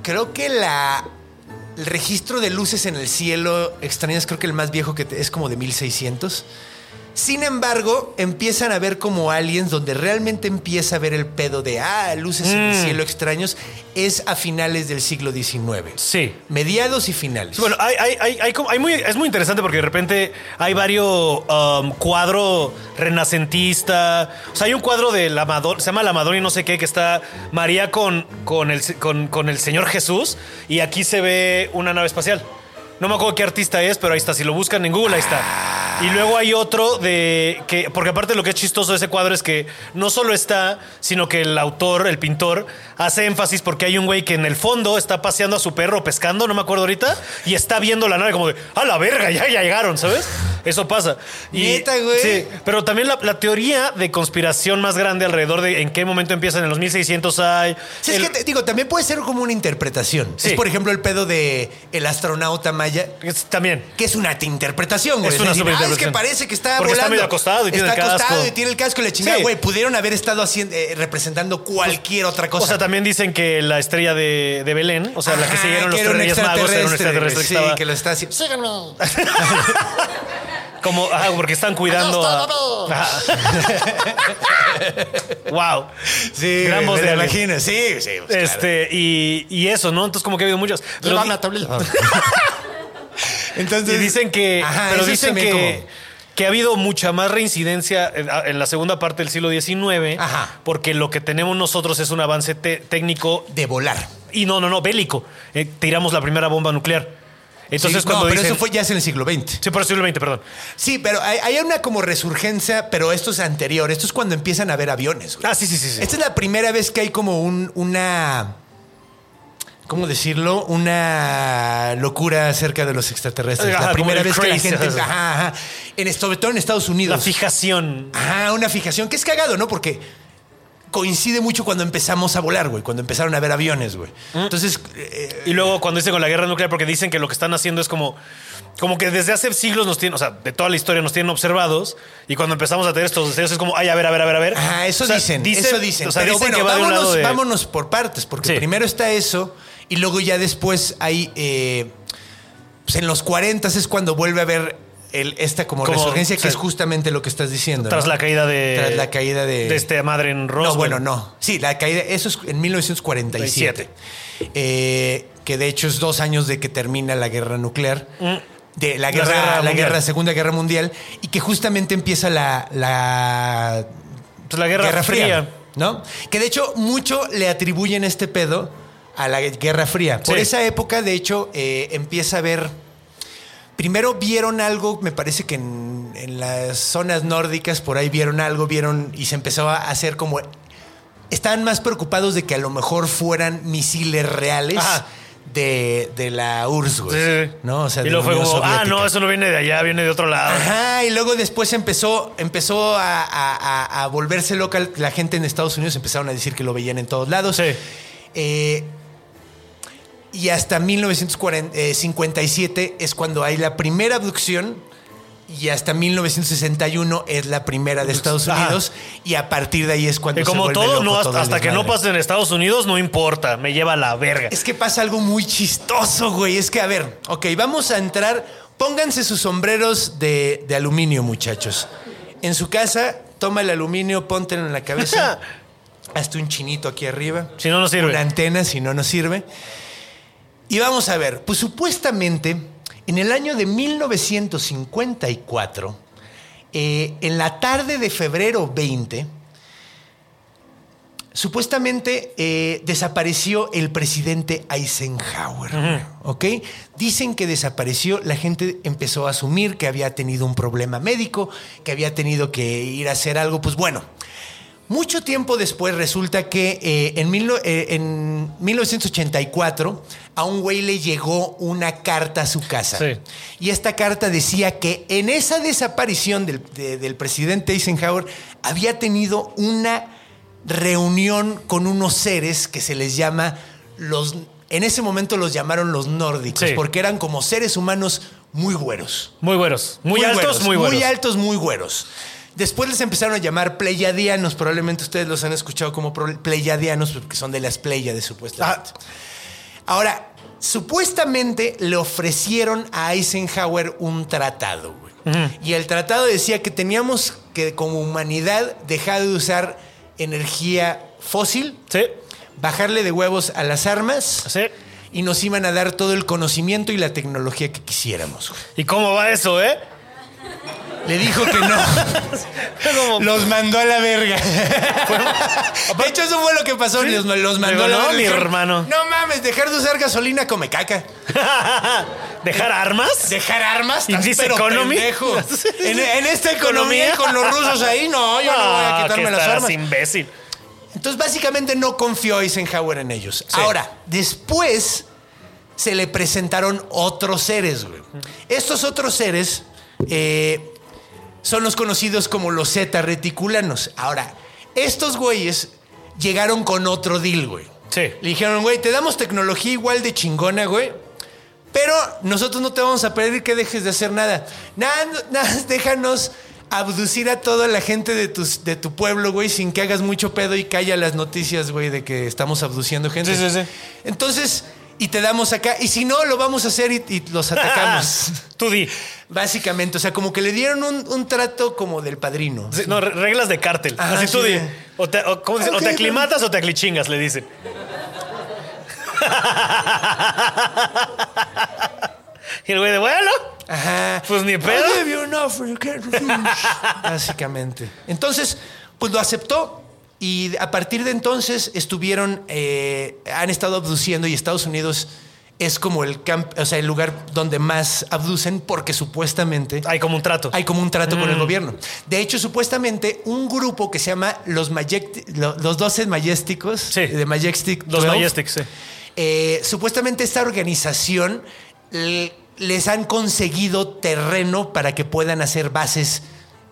S1: creo que la. El registro de luces en el cielo extrañas, creo que el más viejo que te- es como de 1600. Sin embargo, empiezan a ver como aliens, donde realmente empieza a ver el pedo de, ah, luces en
S3: Mm.
S1: el cielo extraños, es a finales del siglo XIX.
S3: Sí.
S1: Mediados y finales.
S3: Sí, Bueno, hay, hay, hay, hay como- hay muy, es muy interesante porque de repente hay varios um, cuadro renacentista. O sea, hay un cuadro de la Madonna, se llama La Madonna y no sé qué, que está María con, con, el, se- con, con el Señor Jesús y aquí se ve una nave espacial. No me acuerdo qué artista es, pero ahí está. Si lo buscan en Google, ahí está. Y luego hay otro de que, porque aparte lo que es chistoso de ese cuadro es que no solo está, sino que el autor, el pintor, hace énfasis porque hay un güey que en el fondo está paseando a su perro pescando, no me acuerdo ahorita, y está viendo la nave como de, a la verga, ya, ya llegaron, ¿sabes? Eso pasa. Y,
S1: Neta, güey.
S3: Sí, pero también la, la teoría de conspiración más grande alrededor de en qué momento empiezan, en los 1600 hay...
S1: Sí, es
S3: el-
S1: que te- digo, también puede ser como una interpretación.
S3: Sí.
S1: Es, por ejemplo, el pedo de el astronauta maya.
S3: es- también.
S1: Que es una interpretación, güey.
S3: Es
S1: decir, "Ah,
S3: una
S1: es que
S3: superinterpretación".
S1: parece que está
S3: Porque está
S1: volando.
S3: medio acostado y tiene
S1: Está
S3: el casco.
S1: acostado y tiene el casco y la chingada,
S3: Sí.
S1: güey. Pudieron haber estado haciendo, eh, representando cualquier otra cosa.
S3: O sea, también dicen que la estrella de, de Belén, o sea, la que
S1: Ajá,
S3: siguieron los
S1: que era
S3: tres
S1: un
S3: reyes magos, era un
S1: güey.
S3: extraterrestre que
S1: Sí,
S3: estaba
S1: que lo está haciendo.
S3: como, ah, porque están cuidando a... wow.
S1: Sí,
S3: Gran
S1: güey,
S3: voz
S1: me
S3: de
S1: lo
S3: alguien.
S1: imagino. Sí, sí. pues, claro.
S3: Este, y, y eso, ¿no? Entonces como que ha habido muchas. Pero di-
S1: (laughs) Entonces,
S3: y dicen que...
S1: Ajá,
S3: pero
S1: eso
S3: dicen
S1: también
S3: que...
S1: como-
S3: Que ha habido mucha más reincidencia en, en la segunda parte del siglo XIX,
S1: Ajá.
S3: porque lo que tenemos nosotros es un avance te- técnico
S1: De volar.
S3: y no, no, no, bélico. Eh, tiramos la primera bomba nuclear. Entonces,
S1: Sí,
S3: cuando
S1: no, pero
S3: dicen-
S1: eso fue ya es en el siglo XX.
S3: Sí, por el siglo XX, perdón.
S1: Sí, pero hay, hay una como resurgencia, pero esto es anterior. Esto es cuando empiezan a ver aviones, güey.
S3: Ah, sí, sí, sí. sí.
S1: Esta es la primera vez que hay como un, una. ¿Cómo decirlo? Una locura acerca de los extraterrestres.
S3: Ajá,
S1: la
S3: como
S1: primera
S3: el
S1: vez que la
S3: craze,
S1: gente.
S3: ajá.
S1: Ajá, ajá. En, esto- sobre todo en Estados Unidos.
S3: La fijación.
S1: Ajá, una fijación que es cagado, ¿no? Porque coincide mucho cuando empezamos a volar, güey. Cuando empezaron a ver aviones, güey. Entonces. eh,
S3: Y luego cuando dicen con la guerra nuclear, porque dicen que lo que están haciendo es como, como que desde hace siglos nos tienen, o sea, de toda la historia nos tienen observados. Y cuando empezamos a tener estos deseos es como, ay, a ver, a ver, a ver, a ver.
S1: Ajá, eso
S3: O sea,
S1: dicen, Eso dicen.
S3: O sea,
S1: Pero
S3: dicen
S1: bueno,
S3: que va de un
S1: vámonos,
S3: lado de-
S1: vámonos por partes, porque
S3: Sí.
S1: primero está eso y luego ya después hay. eh, pues en los 40 es cuando vuelve a haber el- esta como,
S3: Como,
S1: resurgencia, que
S3: sí.
S1: es justamente lo que estás diciendo.
S3: Tras
S1: ¿no?
S3: la caída de.
S1: Tras la caída de-
S3: De esta madre en Roswell.
S1: No, bueno, no. Sí, la caída. Eso es en 1947. Eh, que de hecho es dos años de que termina la guerra nuclear. De la guerra,
S3: Mm. Guerra
S1: la
S3: Mundial.
S1: guerra, Segunda Guerra Mundial, y que justamente empieza la- la
S3: Pues la guerra, fría.
S1: ¿no? Que de hecho mucho le atribuyen este pedo a la Guerra Fría. Por
S3: Sí.
S1: esa época, de hecho, eh, empieza a haber... Primero vieron algo, me parece que en, en las zonas nórdicas por ahí vieron algo, vieron y se empezó a hacer como... Estaban más preocupados de que a lo mejor fueran misiles reales
S3: Ajá.
S1: de, de la URSS, güey.
S3: Sí, sí, sí.
S1: ¿No? O sea,
S3: y
S1: de
S3: luego
S1: la
S3: fue como,
S1: Unión
S3: ah, no,
S1: Soviética.
S3: eso no viene de allá, viene de otro lado.
S1: Ajá, y luego después empezó, empezó a, a- a- a volverse loca la gente en Estados Unidos, empezaron a decir que lo veían en todos lados.
S3: Sí.
S1: Eh, y hasta eh, 1957 es cuando hay la primera abducción. Y hasta 1961 es la primera de Estados
S3: Ajá.
S1: Unidos. Y a partir de ahí es cuando
S3: Y
S1: pues se
S3: como
S1: vuelve
S3: todo,
S1: loco
S3: no, hasta,
S1: el
S3: hasta que no
S1: desmadre.
S3: pase en Estados Unidos, no importa. Me lleva a la verga.
S1: Es que pasa algo muy chistoso, güey. Es que, a ver, ok, vamos a entrar. Pónganse sus sombreros de, de aluminio, muchachos. En su casa, toma el aluminio, póntelo en la
S3: (laughs)
S1: cabeza. Hazte un chinito aquí arriba.
S3: Si no, no sirve.
S1: Una antena, si no, no sirve. Y vamos a ver, pues supuestamente, en el año de 1954, eh, en la tarde de febrero 20, Supuestamente eh, desapareció el presidente Eisenhower. ¿Ok? Dicen que desapareció, la gente empezó a asumir que había tenido un problema médico, que había tenido que ir a hacer algo. Pues bueno, mucho tiempo después resulta que eh, en, mil no- eh, en 1984 a un güey le llegó una carta a su casa.
S3: Sí.
S1: Y esta carta decía que en esa desaparición del, de- del presidente Eisenhower había tenido una reunión con unos seres que se les llama los... En ese momento los llamaron los nórdicos
S3: Sí.
S1: porque eran como seres humanos muy güeros.
S3: Muy buenos. Muy, altos,
S1: güeros,
S3: muy buenos.
S1: Muy altos, muy güeros. Después les empezaron a llamar pleiadianos. Probablemente ustedes los han escuchado como pro- pleiadianos porque son de las pleiades, supuestamente.
S3: Ah.
S1: Ahora, supuestamente le ofrecieron a Eisenhower un tratado. güey. Y el tratado decía que teníamos que, como humanidad, dejar de usar energía fósil,
S3: Sí,
S1: bajarle de huevos a las armas
S3: sí.
S1: y nos iban a dar todo el conocimiento y la tecnología que quisiéramos. güey.
S3: ¿Y cómo va eso, eh? (laughs)
S1: Le dijo que no.
S3: Como-
S1: Los mandó a la verga. de hecho, eso fue lo que pasó. Los, los mandó a la
S3: No,
S1: verga.
S3: mi hermano.
S1: No mames, dejar de usar gasolina come caca.
S3: ¿Dejar armas?
S1: Dejar armas,
S3: ¿Y
S1: estás
S3: this
S1: pero
S3: economy? (laughs)
S1: pendejo. En, en esta economía, con los rusos ahí, no, yo no voy a
S3: (laughs) Ah,
S1: quitarme
S3: que
S1: las
S3: estarás
S1: armas. (laughs)
S3: imbécil.
S1: Entonces, básicamente no confió Eisenhower en ellos. Ahora, después se le presentaron otros seres, güey. Estos otros seres eh, son los conocidos como los Z reticulanos. Ahora, estos güeyes llegaron con otro deal, güey.
S3: Sí.
S1: Le dijeron, güey, te damos tecnología igual de chingona, güey. Pero nosotros no te vamos a pedir que dejes de hacer nada. Nada, nada, déjanos abducir a toda la gente de, tus, de tu pueblo, güey, sin que hagas mucho pedo y calla las noticias, güey, de que estamos abduciendo gente.
S3: Sí, sí, sí.
S1: Entonces, y te damos acá. Y si no, lo vamos a hacer y, y los atacamos.
S3: (laughs) Tú di.
S1: Básicamente, o sea, como que le dieron un, un trato como del padrino.
S3: Sí, No, re- reglas de cártel.
S1: Ah,
S3: Así tú
S1: sí,
S3: di.
S1: de-
S3: O te, o- ¿cómo dicen? O
S1: Ok,
S3: te aclimatas o te aclichingas, le dicen. (laughs) y el güey de bueno.
S1: Ajá.
S3: Pues ni pedo.
S1: I'll give you an offer you can't refuse. (laughs) Básicamente. Entonces, pues lo aceptó. Y a partir de entonces estuvieron, eh, han estado abduciendo y Estados Unidos es como el camp, o sea, el lugar donde más abducen porque supuestamente
S3: Hay como un trato.
S1: hay Mm. como un trato con el gobierno. De hecho, supuestamente un grupo que se llama los, Maject- lo- los 12 Majesticos,
S3: Sí.
S1: de Majestic
S3: Los
S1: 12,
S3: Majestics, sí.
S1: eh, supuestamente esta organización le- les han conseguido terreno para que puedan hacer bases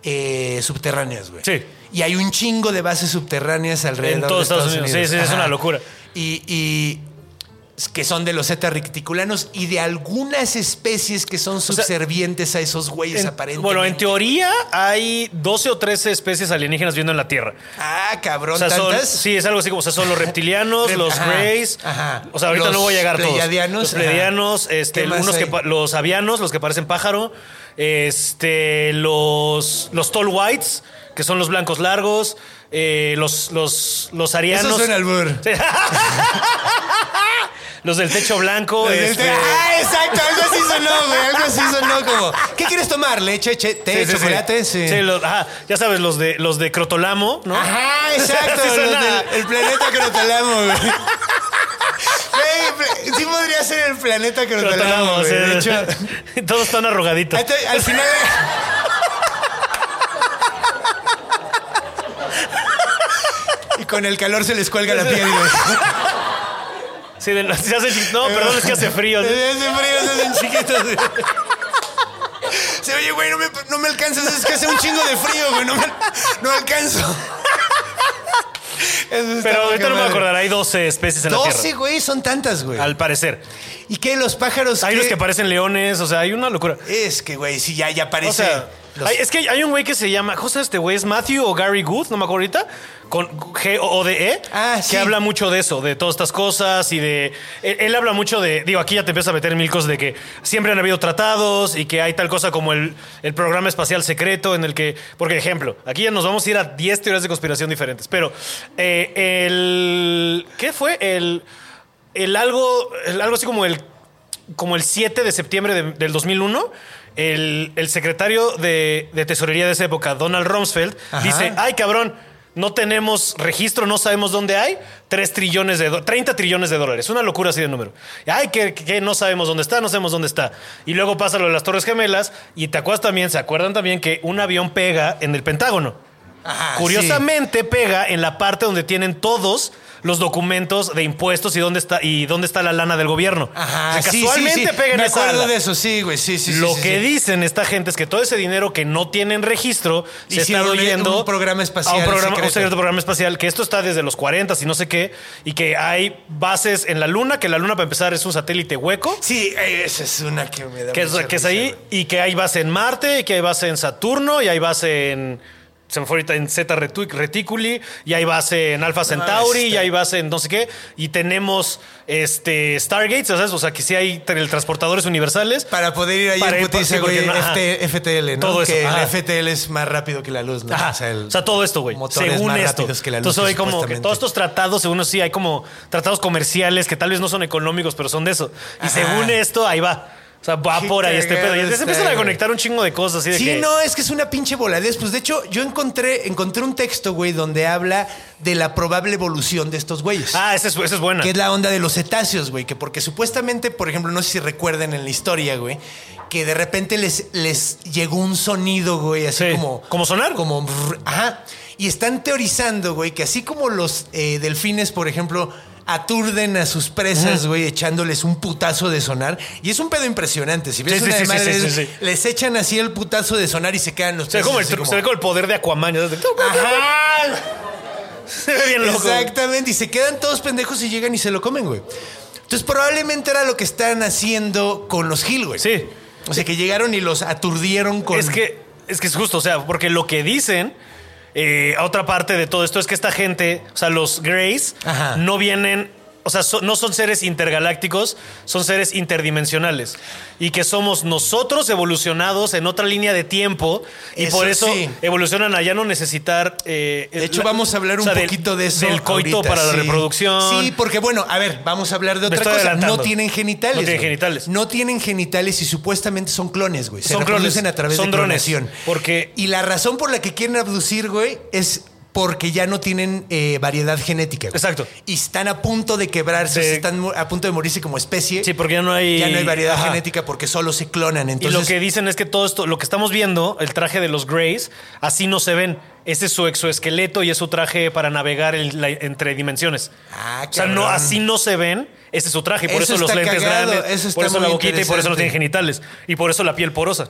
S1: eh, subterráneas, güey.
S3: Sí.
S1: Y hay un chingo de bases subterráneas alrededor
S3: todos
S1: de
S3: Estados
S1: Estados
S3: Unidos.
S1: Unidos.
S3: Sí, sí, es una
S1: Ajá.
S3: locura.
S1: Y, y es que son de los Z reticulanos y de algunas especies que son
S3: sea,
S1: subservientes a esos güeyes
S3: En-
S1: aparentemente.
S3: bueno, en teoría hay 12 o 13 especies alienígenas viendo en la Tierra.
S1: Ah, cabrón,
S3: O sea, son,
S1: ¿tantas?
S3: sí, es algo así como, o sea, son los reptilianos,
S1: Rep-
S3: los
S1: ajá,
S3: greys,
S1: ajá.
S3: o sea, ahorita
S1: Los
S3: no voy a llegar a todos.
S1: pleiadianos,
S3: los pleiadianos,
S1: ajá.
S3: este,
S1: ¿Qué más
S3: unos que
S1: hay?
S3: pa- los avianos, los que parecen pájaro, este, los, los tall whites, que son los blancos largos, eh, los, los, los arianos.
S1: Eso suena albur.
S3: Sí. los del techo
S1: (laughs)
S3: blanco,
S1: Desde
S3: este,
S1: este- Ah, exacto, algo así sonó, güey. Algo así sonó como. ¿Qué quieres tomar? ¿Leche, che-
S3: sí,
S1: té,
S3: sí, sí.
S1: chocolate? Sí. Ah,
S3: Sí, los- ajá, ya sabes, los de los de Crotolamo, ¿no?
S1: Ajá, exacto.
S3: (laughs) Sí
S1: los
S3: suena-
S1: del- el planeta crotalamo, güey.
S3: (laughs)
S1: Güey, pl- Sí podría ser el planeta crotalamo,
S3: Crotolamo,
S1: güey.
S3: sí.
S1: De hecho,
S3: (laughs) todos están arrugaditos.
S1: hasta- al final.
S3: (laughs)
S1: Y con el calor se les cuelga la piel, güey. (laughs)
S3: Sí, de (laughs) los- se hace chi- no, perdón, es que hace frío.
S1: (laughs) Se hace frío, se hacen chiquitos. Se oye, güey, no me, no me alcanzas, es que hace un chingo de frío, güey, no, me, no alcanzo. Eso está
S3: Pero
S1: poca
S3: ahorita no me
S1: madre.
S3: acordar, hay 12 especies en la
S1: 12,
S3: Tierra.
S1: güey, son tantas, güey.
S3: Al parecer.
S1: ¿Y qué los pájaros?
S3: Hay los
S1: qué?
S3: que parecen leones, o sea, hay una locura.
S1: Es que, güey, sí, ya, ya parece.
S3: O sea,
S1: los-
S3: hay- es que hay un güey que se llama, ¿cómo se llama este güey? ¿Es Matthew o Gary Good? No me acuerdo ahorita. Con G-O-D-E.
S1: Ah, sí.
S3: E, Que habla mucho de eso, de todas estas cosas y de. Él, él habla mucho de. Digo, aquí ya te empiezas a meter en mil cosas de que siempre han habido tratados y que hay tal cosa como el, el programa espacial secreto en el que. Porque, ejemplo, aquí ya nos vamos a ir a 10 teorías de conspiración diferentes, pero. eh, el. ¿Qué fue? El. El algo. El algo así como el como el 7 de septiembre de- del 2001, el, el secretario de, de tesorería de esa época, Donald Rumsfeld,
S1: Ajá.
S3: dice, ay cabrón, no tenemos registro, no sabemos dónde hay, 3 trillones de do- 30 trillones de dólares, una locura así de número. Ay, que, que no sabemos dónde está, no sabemos dónde está. Y luego pasa lo de las Torres Gemelas, y te acuerdas también, se acuerdan también que un avión pega en el Pentágono.
S1: Ajá,
S3: Curiosamente pega en la parte donde tienen todos los documentos de impuestos y dónde está y dónde está la lana del gobierno.
S1: sí. Ajá,
S3: O sea,
S1: sí,
S3: casualmente
S1: sí, sí.
S3: pega en
S1: Me
S3: esa
S1: acuerdo
S3: ala.
S1: de eso, sí, güey, sí, sí. sí,
S3: Lo
S1: sí,
S3: que
S1: sí.
S3: dicen esta gente es que todo ese dinero que no tienen registro se está
S1: Hicieron un-
S3: yendo
S1: un programa espacial
S3: a un, programa,
S1: secreto.
S3: un secreto programa espacial que esto está desde los 40 y no sé qué y que hay bases en la luna que la luna para empezar es un satélite hueco
S1: Sí, eh, esa es una que me da.
S3: que, es,
S1: mucha
S3: que es
S1: risa,
S3: ahí
S1: güey.
S3: y que hay base en Marte y que hay base en Saturno y hay base en se me fue ahorita en Z retu- Reticuli y hay base en Alpha Centauri
S1: está-
S3: y hay base en no sé qué y tenemos este Stargates ¿sabes? o sea que sí hay tra- transportadores universales
S1: Para poder ir ahí
S3: Para
S1: en
S3: ir-
S1: putiza,
S3: sí, porque
S1: güey,
S3: no- ajá.
S1: FT FTL, ¿no?
S3: Todo eso,
S1: Que el
S3: ajá.
S1: FTL es más rápido que la luz, ¿no?
S3: Ajá.
S1: el-
S3: o sea, todo esto, güey.
S1: motores
S3: Según
S1: más
S3: esto.
S1: rápidos que la luz,
S3: Entonces, hay como que
S1: supuestamente.
S3: todos estos tratados, según sí, hay como tratados comerciales que tal vez no son económicos, pero son de eso. Y
S1: Ajá.
S3: según esto, ahí va. O sea, va
S1: Qué
S3: por ahí este
S1: cagado
S3: pedo. Y se
S1: está,
S3: empiezan a
S1: güey.
S3: conectar un chingo de cosas. Así de
S1: Sí,
S3: que,
S1: no, es que es una pinche voladez. Pues de hecho, yo encontré, encontré un texto, güey, donde habla de la probable evolución de estos güeyes.
S3: Ah, esa es, esa es buena.
S1: Que es la onda de los cetáceos, güey. Que porque supuestamente, por ejemplo, no sé si recuerden en la historia, güey, que de repente les, les llegó un sonido, güey, así
S3: Sí.
S1: como.
S3: ¿Como sonar?
S1: Como. brr, Ajá. Y están teorizando, güey, que así como los eh, delfines, por ejemplo. Aturden a sus presas, güey, echándoles un putazo de sonar. Y es un pedo impresionante. Si ves
S3: Sí, sí,
S1: una
S3: sí, sí,
S1: madre
S3: sí,
S1: de-
S3: sí, sí.
S1: les echan así el putazo de sonar y se quedan los
S3: se, ve como el,
S1: así
S3: tru- se ve como el poder de Aquaman. ya sabes, de-
S1: Ajá.
S3: Se ve bien loco.
S1: Exactamente, y se quedan todos pendejos y llegan y se lo comen, güey. Entonces probablemente era lo que están haciendo con los Gil, güey.
S3: Sí.
S1: O sea, que llegaron y los aturdieron con...
S3: Es que, es que es justo, o sea, porque lo que dicen, eh, otra parte de todo esto es que esta gente, o sea, los Greys,
S1: Ajá.
S3: no vienen, o sea, so- no son seres intergalácticos, son seres interdimensionales. Y que somos nosotros evolucionados en otra línea de tiempo y
S1: Eso
S3: por eso
S1: sí.
S3: evolucionan a ya no necesitar... eh,
S1: De hecho,
S3: la-
S1: vamos a hablar
S3: o
S1: un
S3: sea, del-
S1: poquito de eso.
S3: Del coito
S1: ahorita,
S3: para la
S1: sí.
S3: reproducción.
S1: Sí, porque bueno, a ver, vamos a hablar de otra
S3: estoy
S1: cosa. No
S3: adelantando.
S1: tienen genitales.
S3: No tienen
S1: güey.
S3: genitales.
S1: No tienen genitales y supuestamente son clones, güey. Se
S3: Son clones.
S1: reproducen a través
S3: Son
S1: de
S3: drones.
S1: clonación.
S3: Porque-
S1: Y la razón por la que quieren abducir, güey, es porque ya no tienen eh, variedad genética. güey.
S3: Exacto.
S1: Y están a punto de quebrarse,
S3: De-
S1: se están mu- a punto de morirse como especie.
S3: Sí, porque ya no hay-
S1: Ya no hay variedad
S3: Ajá.
S1: genética porque solo se clonan. Entonces,
S3: y lo que dicen es que todo esto, lo que estamos viendo, el traje de los Greys, así no se ven. Ese es su exoesqueleto y es su traje para navegar el- la- entre dimensiones.
S1: Ah,
S3: o sea, no,
S1: cabrón.
S3: así no se ven. Ese es su traje. Y por
S1: Eso
S3: eso, los
S1: está
S3: lentes
S1: cagado,
S3: grandes.
S1: eso está
S3: por eso
S1: muy
S3: la boquita y por eso no
S1: interesante.
S3: tienen genitales. Y por eso la piel porosa.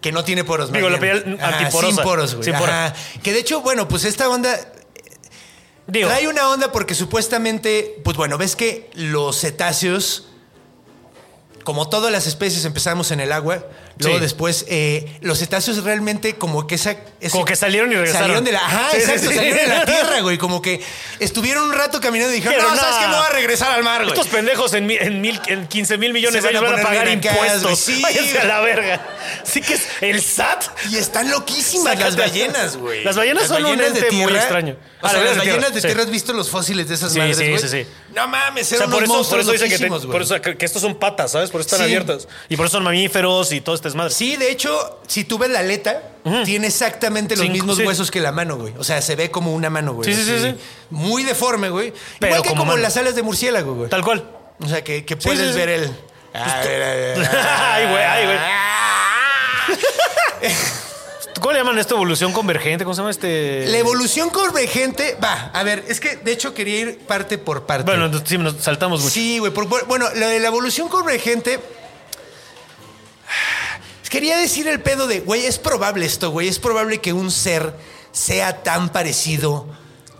S1: Que no tiene poros, más
S3: Digo, la
S1: bien.
S3: piel
S1: Ajá,
S3: antiporosa.
S1: Sin poros, güey.
S3: Sin poros.
S1: Ajá. Que de hecho, bueno, pues esta onda
S3: Digo,
S1: Trae una onda porque supuestamente, pues bueno, ves que los cetáceos, como todas las especies, empezamos en el agua. Luego
S3: Sí.
S1: después, eh, los cetáceos realmente como que esa... ese-
S3: Como que salieron y regresaron.
S1: Salieron de la... Ajá,
S3: Sí, sí,
S1: exacto,
S3: sí.
S1: salieron de la tierra, güey. Como
S3: (laughs)
S1: que estuvieron un rato caminando y dijeron,
S3: Pero
S1: no, ¿sabes
S3: no.
S1: qué? Me voy a regresar al mar, güey.
S3: estos pendejos en, mi- en mil, en 15 mil millones
S1: Se van
S3: de
S1: a
S3: años van a
S1: poner
S3: pagar
S1: bien acá, güey.
S3: impuestos.
S1: Sí,
S3: (laughs) Váyanse a
S1: güey.
S3: la verga. Así que es el SAT.
S1: Y están loquísimas
S3: Sácate
S1: las
S3: a-
S1: ballenas, güey.
S3: Las ballenas son un
S1: ballenas de
S3: ente muy
S1: tierra-
S3: extraño.
S1: O
S3: Ah,
S1: sea, las ballenas de
S3: sí.
S1: tierra, ¿has visto los fósiles de esas
S3: Sí,
S1: madres,
S3: sí,
S1: güey?
S3: sí, sí.
S1: No mames,
S3: O
S1: eran
S3: sea,
S1: unos
S3: por eso, por
S1: monstruos
S3: eso dicen que, te-
S1: loquísimos, güey.
S3: por eso que- que estos son patas, ¿sabes? Por eso están
S1: Sí.
S3: abiertas. Y por eso son mamíferos y todo este es madre.
S1: Sí, de hecho, si tú ves la aleta, tiene exactamente los
S3: Cinco,
S1: mismos
S3: sí.
S1: huesos que la mano, güey. O sea, se ve como una mano, güey.
S3: Sí, sí, sí,
S1: Así,
S3: sí.
S1: Muy deforme, güey.
S3: Pero
S1: Igual que
S3: como
S1: como
S3: mano.
S1: las alas de murciélago, güey.
S3: Tal cual.
S1: O sea, que, que puedes
S3: sí, sí.
S1: ver el... A ver, a ver, a ver.
S3: (laughs) ay, güey, ay, güey. ¿Cómo le llaman esto evolución convergente? ¿Cómo se llama este?
S1: La evolución convergente... Va, a ver, es que de hecho quería ir parte por parte.
S3: Bueno, entonces sí, nos saltamos mucho.
S1: Sí, güey. por- por- Bueno, lo de la evolución convergente. (sighs) Quería decir el pedo de, güey, es probable esto, güey. Es probable que un ser sea tan parecido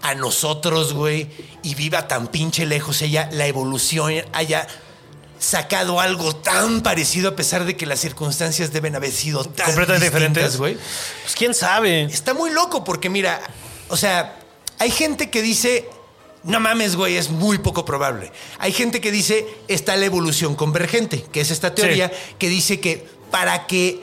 S1: a nosotros, güey, y viva tan pinche lejos. Ella, la evolución haya sacado algo tan parecido a pesar de que las circunstancias deben haber sido tan
S3: Completamente
S1: distintas,
S3: diferentes.
S1: güey.
S3: Pues quién sabe.
S1: Está muy loco porque, mira, o sea, hay gente que dice, no mames, güey, es muy poco probable. Hay gente que dice, está la evolución convergente, que es esta teoría que dice que para que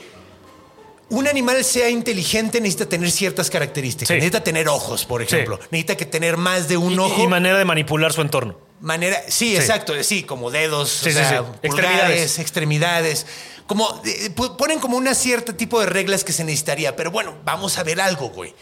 S1: un animal sea inteligente necesita tener ciertas características.
S3: Sí.
S1: Necesita tener ojos, por ejemplo. Necesita que tener más de un
S3: Y-
S1: ojo.
S3: Y, manera de manipular su entorno.
S1: Manera, sí, exacto, sí, como dedos, o
S3: sí,
S1: sea,
S3: sí.
S1: pulgares, extremidades.
S3: Extremidades.
S1: como eh, pu- ponen como una cierta tipo de reglas que se necesitaría, pero bueno, vamos a ver algo, güey.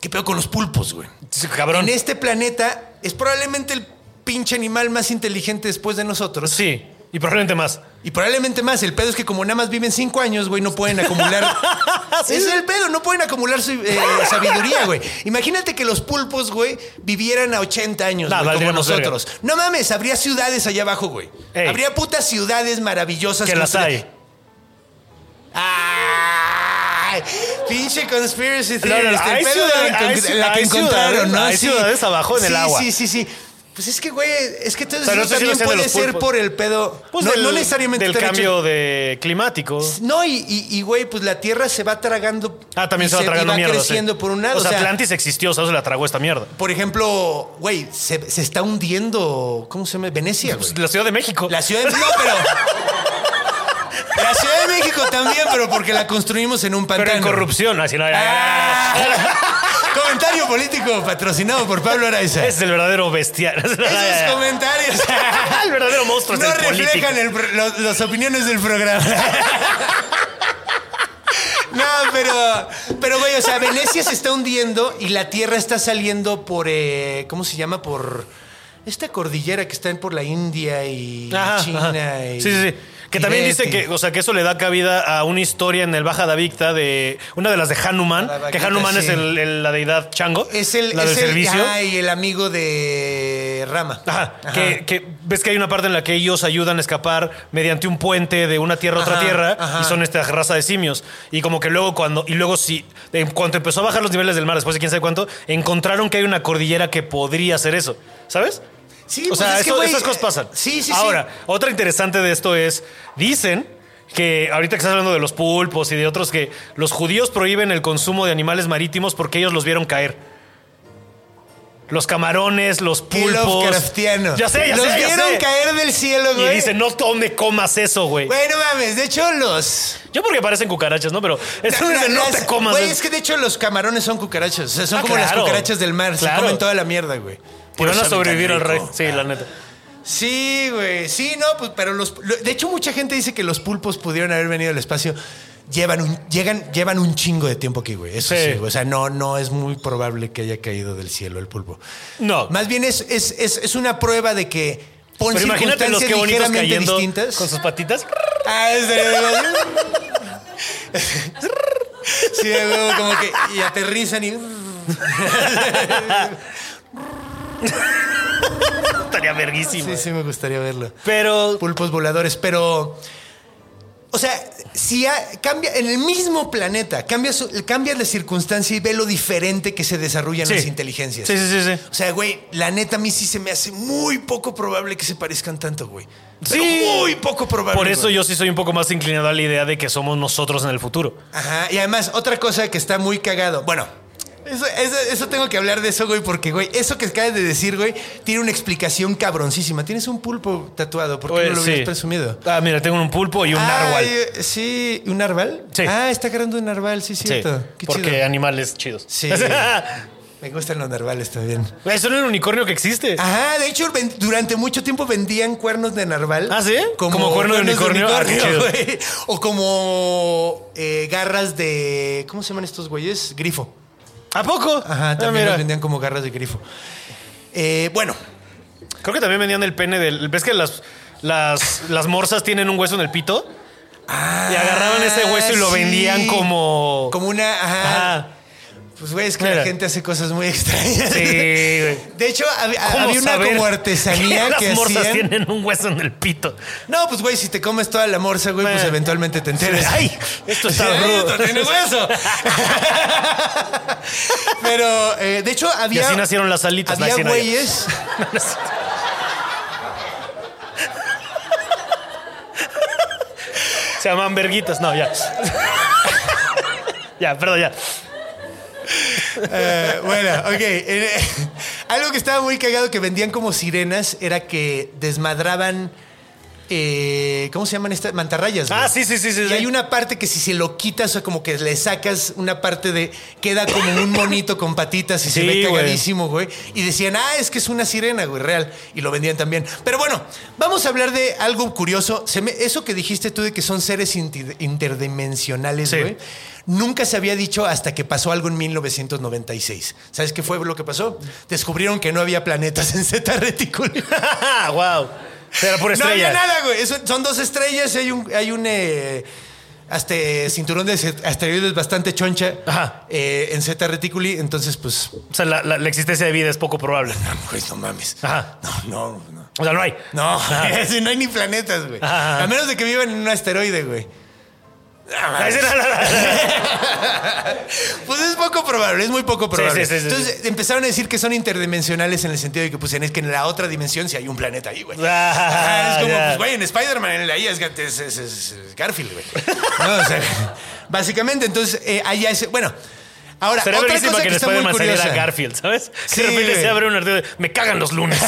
S1: ¿Qué peor con los pulpos, güey?
S3: Sí, Cabrón.
S1: En este planeta es probablemente el pinche animal más inteligente después de nosotros.
S3: este- Sí. Y probablemente más.
S1: Y probablemente más. El pedo es que como nada más viven cinco años, güey, no pueden acumular.
S3: (laughs)
S1: Ese es el pedo, no pueden acumular su, eh, sabiduría, güey. Imagínate que los pulpos, güey, vivieran a 80 años,
S3: Nah,
S1: güey, como
S3: valdríamos verga.
S1: nosotros. No mames, habría ciudades allá abajo, güey.
S3: Ey.
S1: Habría putas ciudades maravillosas.
S3: Que las
S1: construidas-
S3: hay.
S1: ¡Ay! Pinche conspiracy theory.
S3: no, hay ciudades- hay ciu-
S1: la que
S3: hay
S1: encontraron,
S3: ciudades-
S1: ¿no?
S3: hay
S1: Sí.
S3: ciudades abajo en el
S1: Sí,
S3: agua.
S1: Sí, sí, sí. Pues es que, güey, es que todo
S3: sea, no
S1: eso
S3: sé si lo
S1: también
S3: hacían de
S1: puede
S3: los
S1: ser
S3: pulpos.
S1: por el pedo.
S3: Pues
S1: no,
S3: del,
S1: no necesariamente
S3: Del
S1: te lo he
S3: cambio de climático.
S1: hecho- No, y, y, y, güey, pues la Tierra se va tragando.
S3: Ah, también
S1: y
S3: se va tragando
S1: y
S3: mierda. sí.
S1: creciendo por un lado.
S3: O sea, Atlantis existió, o sea, se la tragó esta mierda.
S1: por ejemplo, güey, se, se está hundiendo. ¿Cómo se llama? Venecia, güey.
S3: Pues, la Ciudad de México.
S1: La Ciudad de México, pero. (laughs) La Ciudad de México también, pero porque la construimos en un pantano.
S3: Pero en corrupción. Así no,
S1: Ah. Comentario político patrocinado por Pablo Araiza.
S3: Es el verdadero bestial. (laughs)
S1: Esos comentarios
S3: el verdadero monstruo es
S1: no
S3: el político.
S1: reflejan el pro- lo- las opiniones del programa. (laughs) No, pero, pero güey, o sea, Venecia se está hundiendo y la Tierra está saliendo por, eh, ¿cómo se llama? Por esta cordillera que está por la India y
S3: Ajá,
S1: China.
S3: ajá.
S1: y este,
S3: sí, sí, sí. Que también
S1: Tibet
S3: dice
S1: y-
S3: que, uh, o sea, que eso le da cabida a una historia en el Baja Davicta de una de las de Hanuman,
S1: La
S3: que
S1: vaquita,
S3: Hanuman
S1: sí.
S3: es el- el- la deidad chango,
S1: es el,
S3: la
S1: es
S3: del
S1: el-
S3: servicio.
S1: ajá, y el amigo de Rama.
S3: Ajá,
S1: Ajá.
S3: Que, que ves que hay una parte en la que ellos ayudan a escapar mediante un puente de una tierra a otra
S1: Ajá,
S3: tierra
S1: ajá.
S3: y son esta raza de simios. Y como que luego cuando, y luego sí, en cuanto empezó a bajar los niveles del mar, después de quién sabe cuánto, encontraron que hay una cordillera que podría hacer eso, ¿sabes?
S1: Sí,
S3: o
S1: pues
S3: sea,
S1: es que,
S3: eso-
S1: güey, eh,
S3: esas cosas pasan.
S1: sí, sí, sí.
S3: Ahora, otra interesante de esto es, dicen que ahorita que estás hablando de los pulpos y de otros que los judíos prohíben el consumo de animales marítimos porque ellos los vieron caer. Los camarones, los
S1: Qué
S3: pulpos.
S1: Lovecraftiano.
S3: Ya sé, ya
S1: Los
S3: sé, ya
S1: vieron
S3: sé.
S1: caer del cielo,
S3: Y
S1: güey.
S3: dicen, no tome comas eso, güey.
S1: Bueno, mames, de hecho los...
S3: Yo porque parecen cucarachas, ¿no? Pero es
S1: La-
S3: una
S1: la-
S3: no
S1: las-
S3: te comas.
S1: Güey,
S3: eso.
S1: es que de hecho los camarones son cucarachas. O sea, son
S3: Ah,
S1: como las
S3: claro.
S1: cucarachas del mar.
S3: Claro.
S1: Se comen toda la mierda, güey.
S3: Y van a
S1: saben
S3: sobrevivir
S1: tan
S3: al rey.
S1: rico.
S3: Sí, la neta.
S1: Sí, güey. Sí, no, pues, pero los. lo- De hecho, mucha gente dice que los pulpos pudieron haber venido del espacio. Llevan un, llegan, llevan un chingo de tiempo aquí, güey. Eso
S3: Sí.
S1: sí. güey. O sea, no, no es muy probable que haya caído del cielo el pulpo.
S3: No.
S1: Más bien es, es, es, es una prueba de que pon
S3: Pero imagínate los
S1: circunstancias
S3: que bonitos
S1: ligeramente
S3: cayendo
S1: distintas.
S3: con sus patitas. (laughs)
S1: Ah, es Sí, de huevo, como que. Y aterrizan y.
S3: Estaría verguísimo. eh.
S1: Sí, sí, me gustaría verlo.
S3: Pero
S1: Pulpos voladores, pero. O sea, si ha- cambia en el mismo planeta, cambia, su- cambia la circunstancia y ve lo diferente que se desarrollan
S3: Sí.
S1: las inteligencias.
S3: Sí, sí, sí, sí.
S1: O sea, güey, la neta a mí sí se me hace muy poco probable que se parezcan tanto, güey. Pero
S3: Sí.
S1: muy poco probable.
S3: Por eso
S1: güey.
S3: yo sí soy un poco más inclinado a la idea de que somos nosotros en el futuro.
S1: Ajá, y además, otra cosa que está muy cagado. Bueno, eso, eso, eso tengo que hablar de eso, güey, porque, güey, eso que acabas de decir, güey, tiene una explicación cabroncísima. Tienes un pulpo tatuado, ¿por qué no
S3: Oye,
S1: lo
S3: Pues sí.
S1: hubieras presumido?
S3: Ah, mira, tengo un pulpo y un narwhal.
S1: Ay, sí, ¿un narval?
S3: Sí.
S1: Ah, está agarrando un narval, sí,
S3: Sí,
S1: cierto. Qué
S3: porque
S1: chido.
S3: animales chidos. (laughs)
S1: Sí. Me gustan los narvales también.
S3: Eso no es un unicornio que existe.
S1: Ajá, de hecho, ven- durante mucho tiempo vendían cuernos de narval.
S3: ¿Ah, sí? ¿Como cuerno de unicornio? Ah, qué
S1: (laughs)
S3: chido.
S1: güey. O como eh, garras de. ¿Cómo se llaman estos güeyes? Grifo.
S3: ¿A poco?
S1: Ajá,
S3: Ah,
S1: también
S3: mira.
S1: los vendían como garras de grifo. Eh, bueno,
S3: Creo que también vendían el pene del. ¿Ves que las, las, las morsas tienen un hueso en el pito? y agarraban ese hueso y lo
S1: Ah, sí.
S3: vendían como.
S1: como una. Ajá.
S3: Ah,
S1: Pues, güey, es que la
S3: Mira.
S1: gente hace cosas muy extrañas.
S3: sí, güey.
S1: De hecho, hab-
S3: ¿Cómo
S1: había una
S3: saber
S1: como
S3: (laughs)
S1: artesanía
S3: las
S1: que
S3: morsas
S1: hacían.
S3: tienen un hueso en el pito.
S1: No, pues güey, si te comes toda la morsa, güey, pues
S3: Bueno.
S1: eventualmente te enteras.
S3: Sí. Ay, esto está
S1: Sí,
S3: rudo.
S1: esto tiene
S3: (laughs)
S1: hueso. Pero, eh, de hecho,
S3: Y
S1: había.
S3: así nacieron las alitas.
S1: Había
S3: Así no-
S1: güeyes.
S3: Se llaman verguitas.
S1: (laughs)
S3: No, ya. ya, perdón, ya.
S1: Eh, bueno, ok. eh, (laughs) algo que estaba muy cagado que vendían como sirenas era que desmadraban. eh, ¿Cómo se llaman estas? Mantarrayas. güey.
S3: Ah, sí, sí, sí, sí,
S1: Y
S3: sí.
S1: hay
S3: (laughs)
S1: una parte que si se lo quitas o como que le sacas una parte de. queda como un monito con patitas y se
S3: Sí,
S1: ve
S3: güey.
S1: cagadísimo, güey. Y decían, ah, es que es una sirena, güey, real. Y lo vendían también. Pero bueno, vamos a hablar de algo curioso. Se me- eso que dijiste tú de que son seres inti- interdimensionales,
S3: Sí.
S1: güey. Nunca se había dicho hasta que pasó algo en 1996. ¿Sabes qué fue lo que pasó? Descubrieron que no había planetas (laughs) en Z Reticuli.
S3: wow. Pero por
S1: No
S3: estrella.
S1: había nada, güey. Eso- son dos estrellas y hay un, hay un eh, hasta, cinturón de ce- asteroides bastante choncha
S3: Ajá.
S1: eh, en Z Reticuli. Entonces, pues,
S3: O sea, la, la- la existencia de vida es poco probable.
S1: pues no mames.
S3: Ajá.
S1: No, no, no.
S3: O sea, no hay. (laughs)
S1: No, (laughs) si no hay ni planetas, güey.
S3: Ajá, ajá.
S1: A menos de que vivan en un asteroide, güey. Ah,
S3: Ahí
S1: mames.
S3: sí, no, no, no.
S1: Pues es poco probable, es muy poco probable.
S3: sí, sí, sí,
S1: Entonces empezaron a decir que son interdimensionales en el sentido de que, pues, en- es que en la otra dimensión si hay un planeta ahí, güey.
S3: Ah,
S1: Ajá, es como,
S3: ya.
S1: pues, güey, en Spider-Man, en la IA es, es- es- es- es Garfield, güey. No, o sea, básicamente, entonces, eh, allá es. Bueno, ahora,
S3: Sería
S1: otra
S3: verguísima
S1: cosa que
S3: que en
S1: está muy
S3: Spider-Man saliera
S1: curiosa.
S3: Garfield, ¿sabes?
S1: Sí,
S3: de repente
S1: güey.
S3: se abre
S1: (laughs)
S3: un (laughs) artículo de, Me cagan los lunes.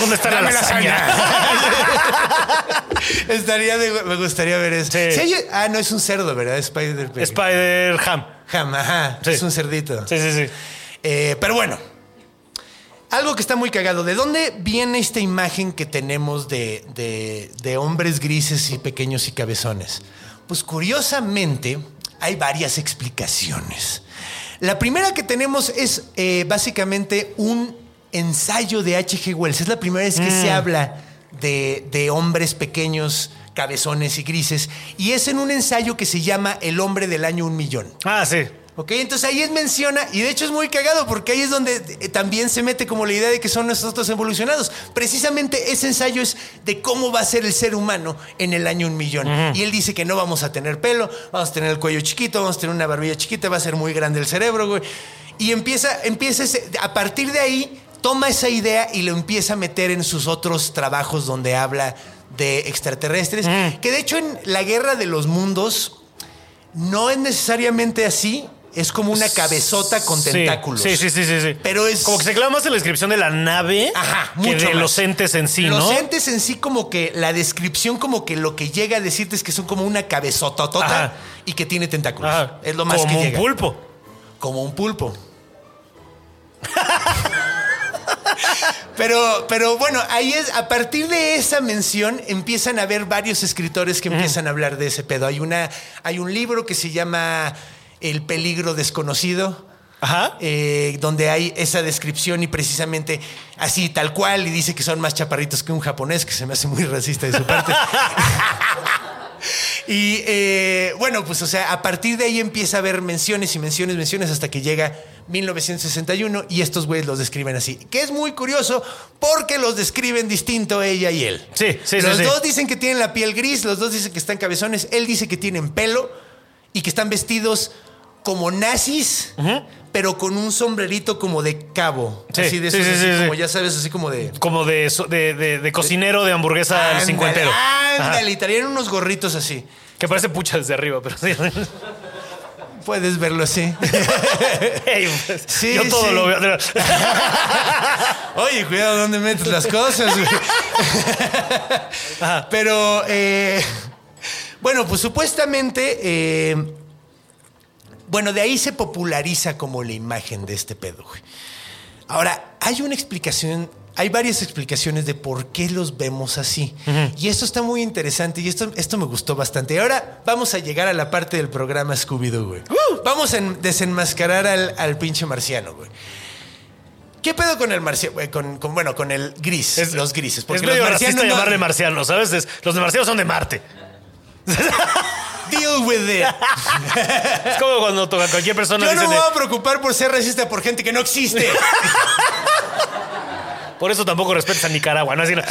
S3: ¿Dónde está la
S1: Dame
S3: lasaña?
S1: lasaña. (laughs) Estaría de- me gustaría ver eso.
S3: Sí.
S1: Si hay- ah, no, es un cerdo, ¿verdad? Spider.
S3: Spider Ham.
S1: Ham, ajá.
S3: Sí.
S1: Es un cerdito.
S3: Sí, sí, sí.
S1: Eh, pero bueno, algo que está muy cagado. ¿De dónde viene esta imagen que tenemos de, de- de hombres grises y pequeños y cabezones? Pues curiosamente, hay varias explicaciones. La primera que tenemos es eh, básicamente un ensayo de H.G. Wells. Es la primera vez que se habla de, de hombres pequeños, cabezones y grises. Y es en un ensayo que se llama El hombre del año un millón.
S3: Ah, sí.
S1: Ok, entonces ahí es menciona, y de hecho es muy cagado porque ahí es donde eh, también se mete como la idea de que son nosotros evolucionados. Precisamente ese ensayo es de cómo va a ser el ser humano en el año un millón. Y él dice que no vamos a tener pelo, vamos a tener el cuello chiquito, vamos a tener una barbilla chiquita, va a ser muy grande el cerebro, güey. Y empieza, empieza ese- a partir de ahí, toma esa idea y lo empieza a meter en sus otros trabajos donde habla de extraterrestres. Que de hecho en la guerra de los mundos, no es necesariamente así. Es como una cabezota con
S3: Sí.
S1: tentáculos.
S3: Sí, sí, sí, sí, sí.
S1: Pero es-
S3: Como que se clava más en la descripción de la nave
S1: Ajá,
S3: que
S1: mucho
S3: de
S1: más.
S3: los entes en sí,
S1: Los
S3: ¿no?
S1: entes en sí, como que la descripción, como que lo que llega a decirte es que son como una cabezototota
S3: Ajá.
S1: y que tiene tentáculos.
S3: Ajá.
S1: Pues, Es lo más
S3: Como
S1: que
S3: un
S1: llega.
S3: pulpo.
S1: Como un pulpo. (laughs) Pero, pero bueno, ahí es, a partir de esa mención empiezan a haber varios escritores que empiezan a hablar de ese pedo. Hay, una, hay un libro que se llama El peligro desconocido.
S3: Ajá.
S1: eh, donde hay esa descripción y precisamente así tal cual y dice que son más chaparritos que un japonés, que se me hace muy racista de su parte. y eh, bueno, pues o sea, a partir de ahí empieza a haber menciones y menciones, menciones hasta que llega 1961 y estos güeyes los describen así, que es muy curioso porque los describen distinto ella y él.
S3: Sí, sí, sí,
S1: Los
S3: sí.
S1: dos dicen que tienen la piel gris, los dos dicen que están cabezones, él dice que tienen pelo y que están vestidos como nazis, pero con un sombrerito como de cabo.
S3: Sí,
S1: así de
S3: sí,
S1: esos,
S3: sí,
S1: así
S3: sí,
S1: como
S3: sí.
S1: ya sabes, así como de.
S3: Como de, so- de, de- de cocinero de hamburguesa al
S1: Ándale,
S3: cincuentero. Ajá.
S1: Ándale, y traían unos gorritos así.
S3: Que parece pucha desde arriba,
S1: (laughs)
S3: pero sí.
S1: Puedes verlo así.
S3: Ey, pues,
S1: Sí,
S3: yo todo
S1: sí. (laughs)
S3: lo veo.
S1: Oye, cuidado dónde metes las cosas, güey. (laughs) Pero, eh, (laughs) bueno, pues supuestamente, eh, bueno, de ahí se populariza como la imagen de este pedo, güey. Ahora, hay una explicación, hay varias explicaciones de por qué los vemos así. Y esto está muy interesante y esto, esto me gustó bastante. Y ahora vamos a llegar a la parte del programa Scooby-Doo, güey.
S3: ¡Uh!
S1: Vamos a en- desenmascarar al, al pinche marciano, güey. ¿Qué pedo con el marciano? Con, con- bueno, con el gris,
S3: Es-
S1: los grises.
S3: es
S1: Porque
S3: medio
S1: los
S3: racista
S1: marcianos no-
S3: llamarle marciano, ¿sabes? Es- los de marcianos son de Marte.
S1: Deal with it.
S3: Es como cuando to- cualquier persona
S1: Yo (laughs)
S3: dice...
S1: no me voy a preocupar por ser racista por gente que no existe.
S3: Por eso tampoco respetas a Nicaragua, ¿no? Así,
S1: (laughs)
S3: no.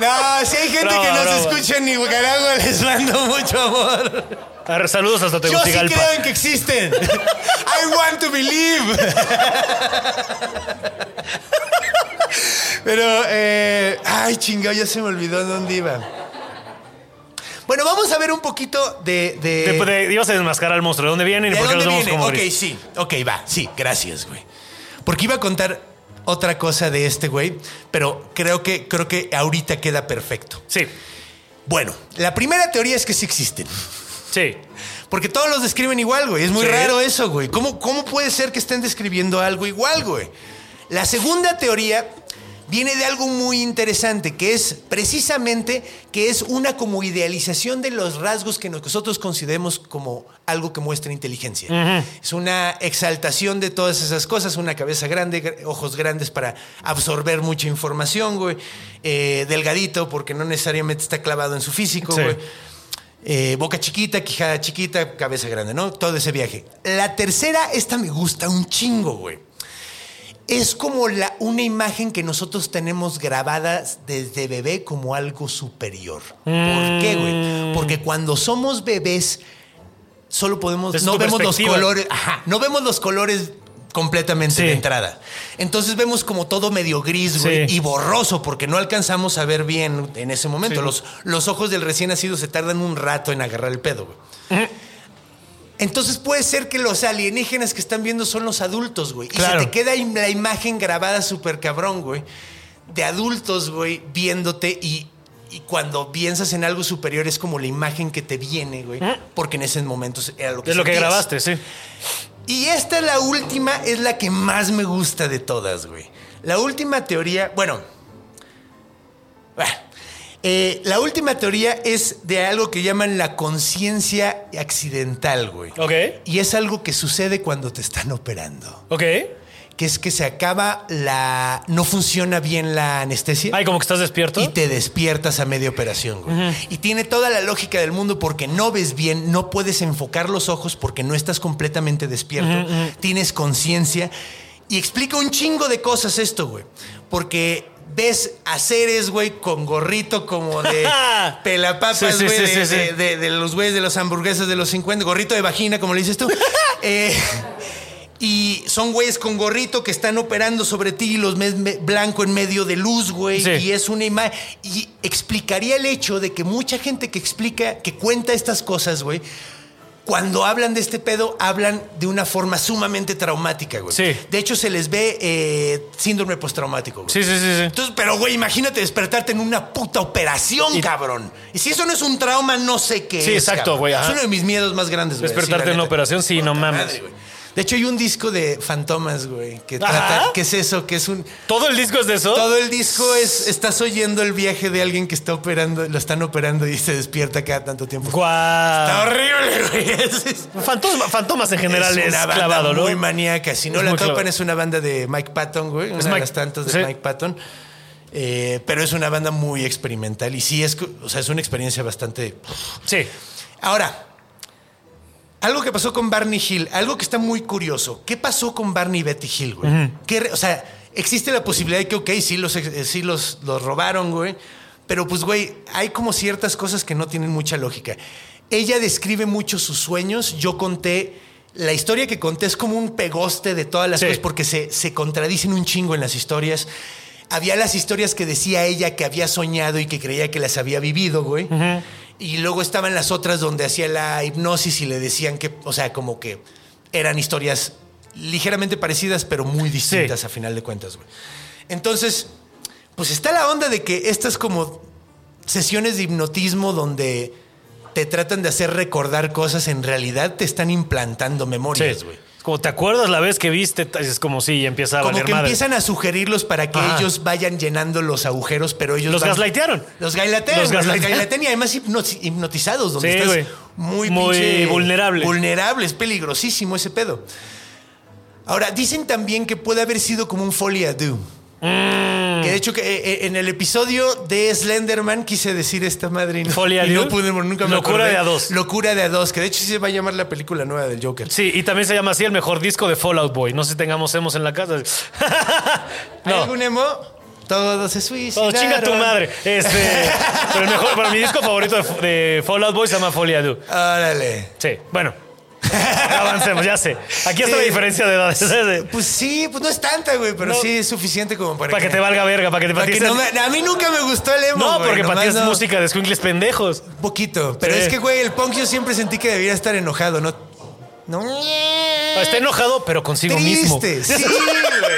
S1: No, si hay gente
S3: Broma,
S1: que nos
S3: broma.
S1: escucha en Nicaragua, les mando mucho amor.
S3: Arre, Saludos hasta
S1: Yo sí
S3: Tegucigalpa.
S1: creo en que existen. I want to believe. Pero, eh, ay, chingado, ya se me olvidó dónde iba. Bueno, vamos a ver un poquito de. de-
S3: Te- te- ibas a desmascarar al monstruo. ¿De dónde vienen y
S1: ¿De
S3: por qué los
S1: dónde
S3: vemos
S1: viene?
S3: como
S1: Ok,
S3: gris?
S1: sí. Ok, va. Sí, gracias, güey. Porque iba a contar otra cosa de este güey, pero creo que, creo que ahorita queda perfecto.
S3: Sí,
S1: Bueno, la primera teoría es que sí existen.
S3: sí.
S1: Porque todos los describen igual, güey. Es muy
S3: Sí.
S1: raro eso, güey. ¿Cómo, ¿Cómo puede ser que estén describiendo algo igual, güey? La segunda teoría viene de algo muy interesante, que es precisamente que es una como idealización de los rasgos que nosotros consideremos como algo que muestra inteligencia. Es una exaltación de todas esas cosas, una cabeza grande, gr- ojos grandes para absorber mucha información, güey. Eh, delgadito, porque no necesariamente está clavado en su físico,
S3: Sí.
S1: güey. Eh, boca chiquita, quijada chiquita, cabeza grande, ¿no? Todo ese viaje. La tercera, esta me gusta un chingo, güey. Es como la, una imagen que nosotros tenemos grabada desde bebé como algo superior. ¿Por qué,
S3: Mm.
S1: güey? Porque cuando somos bebés, solo podemos.
S3: Es
S1: no
S3: tu
S1: vemos los
S3: perspectiva.
S1: colores. Ajá. No vemos los colores completamente
S3: Sí.
S1: de entrada. Entonces vemos como todo medio gris, güey,
S3: Sí.
S1: y borroso, porque no alcanzamos a ver bien en ese momento.
S3: Sí.
S1: Los, los ojos del recién nacido se tardan un rato en agarrar el pedo, güey. Entonces puede ser que los alienígenas que están viendo son los adultos, güey.
S3: Claro.
S1: Y se te queda im- la imagen grabada súper cabrón, güey. de adultos, güey, viéndote y, y cuando piensas en algo superior es como la imagen que te viene, güey. Porque en esos momentos era lo que
S3: Es lo que
S1: sentías.
S3: grabaste, sí.
S1: Y esta es la última, es la que más me gusta de todas, güey. La última teoría, bueno. bueno, eh, la última teoría es de algo que llaman la conciencia accidental, güey.
S3: Ok.
S1: Y es algo que sucede cuando te están operando.
S3: Ok.
S1: Que es que se acaba la. No funciona bien la anestesia.
S3: Ay, como que estás despierto.
S1: Y te despiertas a media operación, güey. Y tiene toda la lógica del mundo porque no ves bien, no puedes enfocar los ojos porque no estás completamente despierto, tienes conciencia. Y explica un chingo de cosas esto, güey. Porque ves a seres, güey, con gorrito como
S3: (laughs)
S1: de pelapapas,
S3: Sí,
S1: güey,
S3: sí, sí,
S1: de,
S3: sí, sí.
S1: de- de- de los güeyes de los hamburguesas de los 50, gorrito de vagina, como le dices
S3: (laughs)
S1: tú. Eh, y son güeyes con gorrito que están operando sobre ti y los ves me- blanco en medio de luz, güey.
S3: Sí.
S1: Y es una imagen. Y explicaría el hecho de que mucha gente que explica, que cuenta estas cosas, güey, cuando hablan de este pedo, hablan de una forma sumamente traumática, güey.
S3: Sí.
S1: De hecho, se les ve eh, síndrome postraumático, güey.
S3: Sí, sí, sí, sí.
S1: Entonces, pero güey, imagínate despertarte en una puta operación, cabrón. Y si eso no es un trauma, no sé qué
S3: Sí,
S1: es.
S3: exacto,
S1: cabrón.
S3: güey, ajá.
S1: Es uno de mis miedos más grandes, güey.
S3: Despertarte
S1: sí, la
S3: en una
S1: neta.
S3: operación, sí, no
S1: Puta
S3: mames.
S1: madre, güey. de hecho, hay un disco de Fantomas, güey, que
S3: Ajá. Oh.
S1: trata. ¿Qué es eso? Que es un.
S3: ¿Todo el disco es de eso?
S1: Todo el disco es. Estás oyendo el viaje de alguien que está operando, lo están operando y se despierta cada tanto tiempo. Está
S3: Guau.
S1: horrible, güey. (laughs) Es- es-
S3: Fantasma- fantomas en general es,
S1: una banda
S3: clavado, ¿no?
S1: Muy maníaca. Si no
S3: Es
S1: la
S3: muy
S1: topan,
S3: clavado.
S1: es una banda de Mike Patton, güey. Una de
S3: Mike-
S1: las tantas de
S3: sí.
S1: Mike Patton. Eh, pero es una banda muy experimental. Y sí, es, o sea, es una experiencia bastante.
S3: Sí.
S1: Ahora, algo que pasó con Barney Hill, algo que está muy curioso. ¿Qué pasó con Barney y Betty Hill, güey? ¿Qué re- o sea, existe la posibilidad de que, ok, sí los, eh, sí los, los robaron, güey. Pero pues, güey, hay como ciertas cosas que no tienen mucha lógica. Ella describe mucho sus sueños. Yo conté. La historia que conté es como un pegoste de todas las
S3: Sí.
S1: cosas porque se, se contradicen un chingo en las historias. Había las historias que decía ella que había soñado y que creía que las había vivido, güey. Y luego estaban las otras donde hacía la hipnosis y le decían que, o sea, como que eran historias ligeramente parecidas, pero muy distintas a final de cuentas, güey. Entonces, pues está la onda de que estas como sesiones de hipnotismo donde te tratan de hacer recordar cosas, en realidad te están implantando
S3: Sí.
S1: memorias, güey.
S3: Es Como te acuerdas la vez que viste, es como si ya empieza a
S1: Como
S3: valer
S1: que
S3: madre.
S1: empiezan a sugerirlos para que
S3: Ajá.
S1: ellos vayan llenando los agujeros, pero ellos.
S3: Los
S1: van-
S3: gaslightearon.
S1: Los gailatean.
S3: Los
S1: Los
S3: gaslightean.
S1: gailatean y además hipno- hipnotizados, donde
S3: Sí,
S1: estás
S3: güey.
S1: muy,
S3: Muy
S1: pinche-
S3: vulnerable.
S1: Vulnerable, es peligrosísimo ese pedo. Ahora, dicen también que puede haber sido como un folia do.
S3: Mm.
S1: Que de hecho, que, eh, eh, en el episodio de Slenderman quise decir esta madre y no,
S3: Folie à
S1: y no
S3: deux.
S1: pude, nunca me
S3: Locura
S1: acordé.
S3: de a dos.
S1: Locura de a dos, que de hecho sí se va a llamar la película nueva del Joker.
S3: Sí, y también se llama así el mejor disco de Fallout Boy. No sé si tengamos hemos en la casa. (laughs)
S1: ¿Hay
S3: no.
S1: algún emo? Todos se suicidaron.
S3: Todo chinga tu madre. Este, pero el mejor, pero mi disco favorito de, de Fallout Boy se llama Folia Do.
S1: Órale.
S3: Sí, bueno. Avancemos, ya sé. Aquí está la
S1: Sí.
S3: diferencia de edades.
S1: Pues sí, pues no es tanta, güey, pero
S3: No.
S1: sí es suficiente como para,
S3: (laughs) Para que te valga verga, para que te
S1: para que
S3: patices.
S1: no me- a mí nunca me gustó el emo.
S3: No,
S1: güey,
S3: porque
S1: nomás
S3: pateas
S1: no-
S3: música de squinkles pendejos.
S1: Un poquito. Pero
S3: Sí.
S1: es que, güey, el punk yo siempre sentí que debería estar enojado, ¿no? No. Eh,
S3: Está enojado, pero consigo mismo.
S1: Triste,
S3: (laughs)
S1: sí, güey.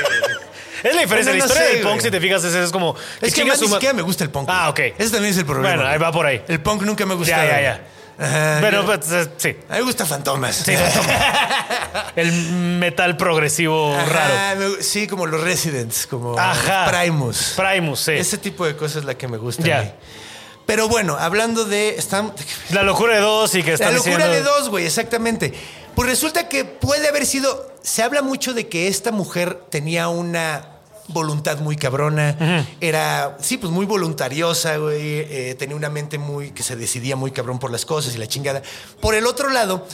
S3: Es la
S1: Bueno,
S3: diferencia. la
S1: no
S3: historia
S1: sé,
S3: del punk,
S1: güey.
S3: si te fijas, es, es como.
S1: Es que
S3: chinga
S1: además
S3: su
S1: ni
S3: ma-
S1: siquiera me gusta el punk.
S3: Ah,
S1: güey.
S3: ok.
S1: Ese también es el problema.
S3: Bueno, ahí
S1: güey.
S3: va por ahí.
S1: El punk nunca me ha gustado.
S3: Ya, ya,
S1: güey.
S3: ya.
S1: Ajá,
S3: Bueno,
S1: yo-
S3: pues, eh, sí.
S1: A mí me gusta Fantomas.
S3: Sí, El metal progresivo raro.
S1: Ajá, me- sí, como los Residents, como
S3: Ajá.
S1: Primus.
S3: Primus, sí.
S1: Ese tipo de cosas es la que me gusta. a
S3: Ya.
S1: mí. Pero bueno, hablando de. están-
S3: (laughs) La locura de dos y que
S1: la
S3: están
S1: locura
S3: diciendo-
S1: de dos, güey, exactamente. Pues resulta que puede haber sido. Se habla mucho de que esta mujer tenía una voluntad muy cabrona. Era, sí, pues muy voluntariosa, güey. eh, tenía una mente muy. que se decidía muy cabrón por las cosas y la chingada. Por el otro lado.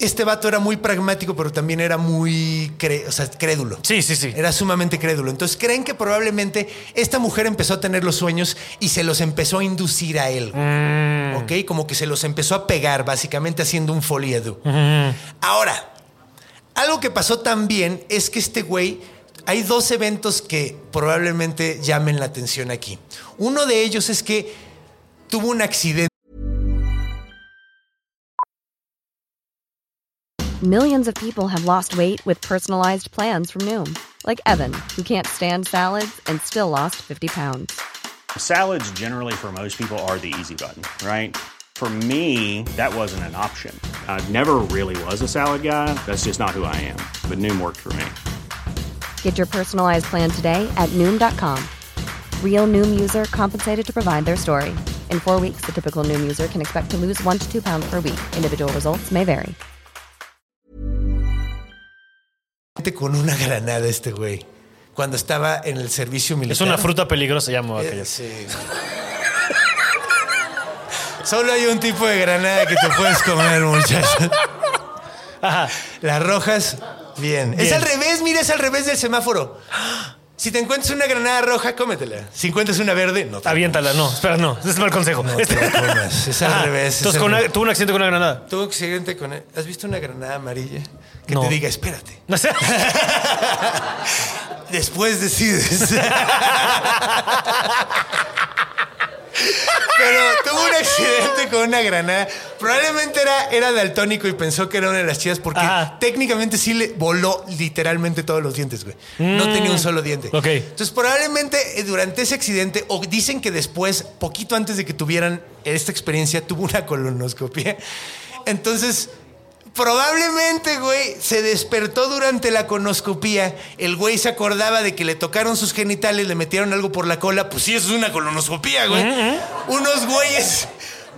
S1: Este vato era muy pragmático, pero también era muy cre- o sea, crédulo.
S3: Sí, sí, sí.
S1: Era sumamente crédulo. Entonces creen que probablemente esta mujer empezó a tener los sueños y se los empezó a inducir a él.
S3: Mm.
S1: ¿Ok? Como que se los empezó a pegar, básicamente haciendo un folie du.
S3: Mm.
S1: Ahora, algo que pasó también es que este güey. Hay dos eventos que probablemente llamen la atención aquí. Uno de ellos es que tuvo un accidente.
S4: Millions of people have lost weight with personalized plans from Noom, like Evan, who can't stand salads and still lost 50 pounds.
S5: Salads, generally, for most people, are the easy button, right? For me, that wasn't an option. I never really was a salad guy. That's just not who I am. But Noom worked for me.
S4: Get your personalized plan today at Noom.com. Real Noom user compensated to provide their story. In four weeks, the typical Noom user can expect to lose one to two pounds per week. Individual results may vary.
S1: con una granada este güey. Cuando estaba en el servicio militar.
S3: Es una fruta peligrosa, ya me voy a
S1: Eh,
S3: callar.
S1: sí. Solo hay un tipo de granada que te puedes comer, muchacho. Las rojas, bien. Es
S3: Bien.
S1: al revés, mira, es al revés del semáforo. Si te encuentras una granada roja, cómetela. Si encuentras una verde, no te la
S3: Aviéntala, no, espera, no. Ese es mal consejo.
S1: pues,
S3: Este-
S1: No te la comas, es al
S3: Ajá.
S1: revés, es
S3: Entonces,
S1: al
S3: con una-
S1: revés.
S3: tuvo un accidente con una granada. (laughs)
S1: Tuvo que seguirte con él. ¿Has visto una granada amarilla? Que
S3: No.
S1: te diga, espérate.
S3: No sé.
S1: Después decides. Pero tuvo un accidente con una granada. Probablemente era, era daltónico y pensó que era una de las chidas porque
S3: Ajá.
S1: técnicamente sí le voló literalmente todos los dientes, güey. No tenía un solo diente.
S3: Ok.
S1: Entonces probablemente eh, durante ese accidente, o dicen que después, poquito antes de que tuvieran esta experiencia, tuvo una colonoscopia. Entonces... Probablemente, güey, se despertó durante la colonoscopía. El güey se acordaba de que le tocaron sus genitales, le metieron algo por la cola. Pues sí, eso es una colonoscopía, güey. Unos güeyes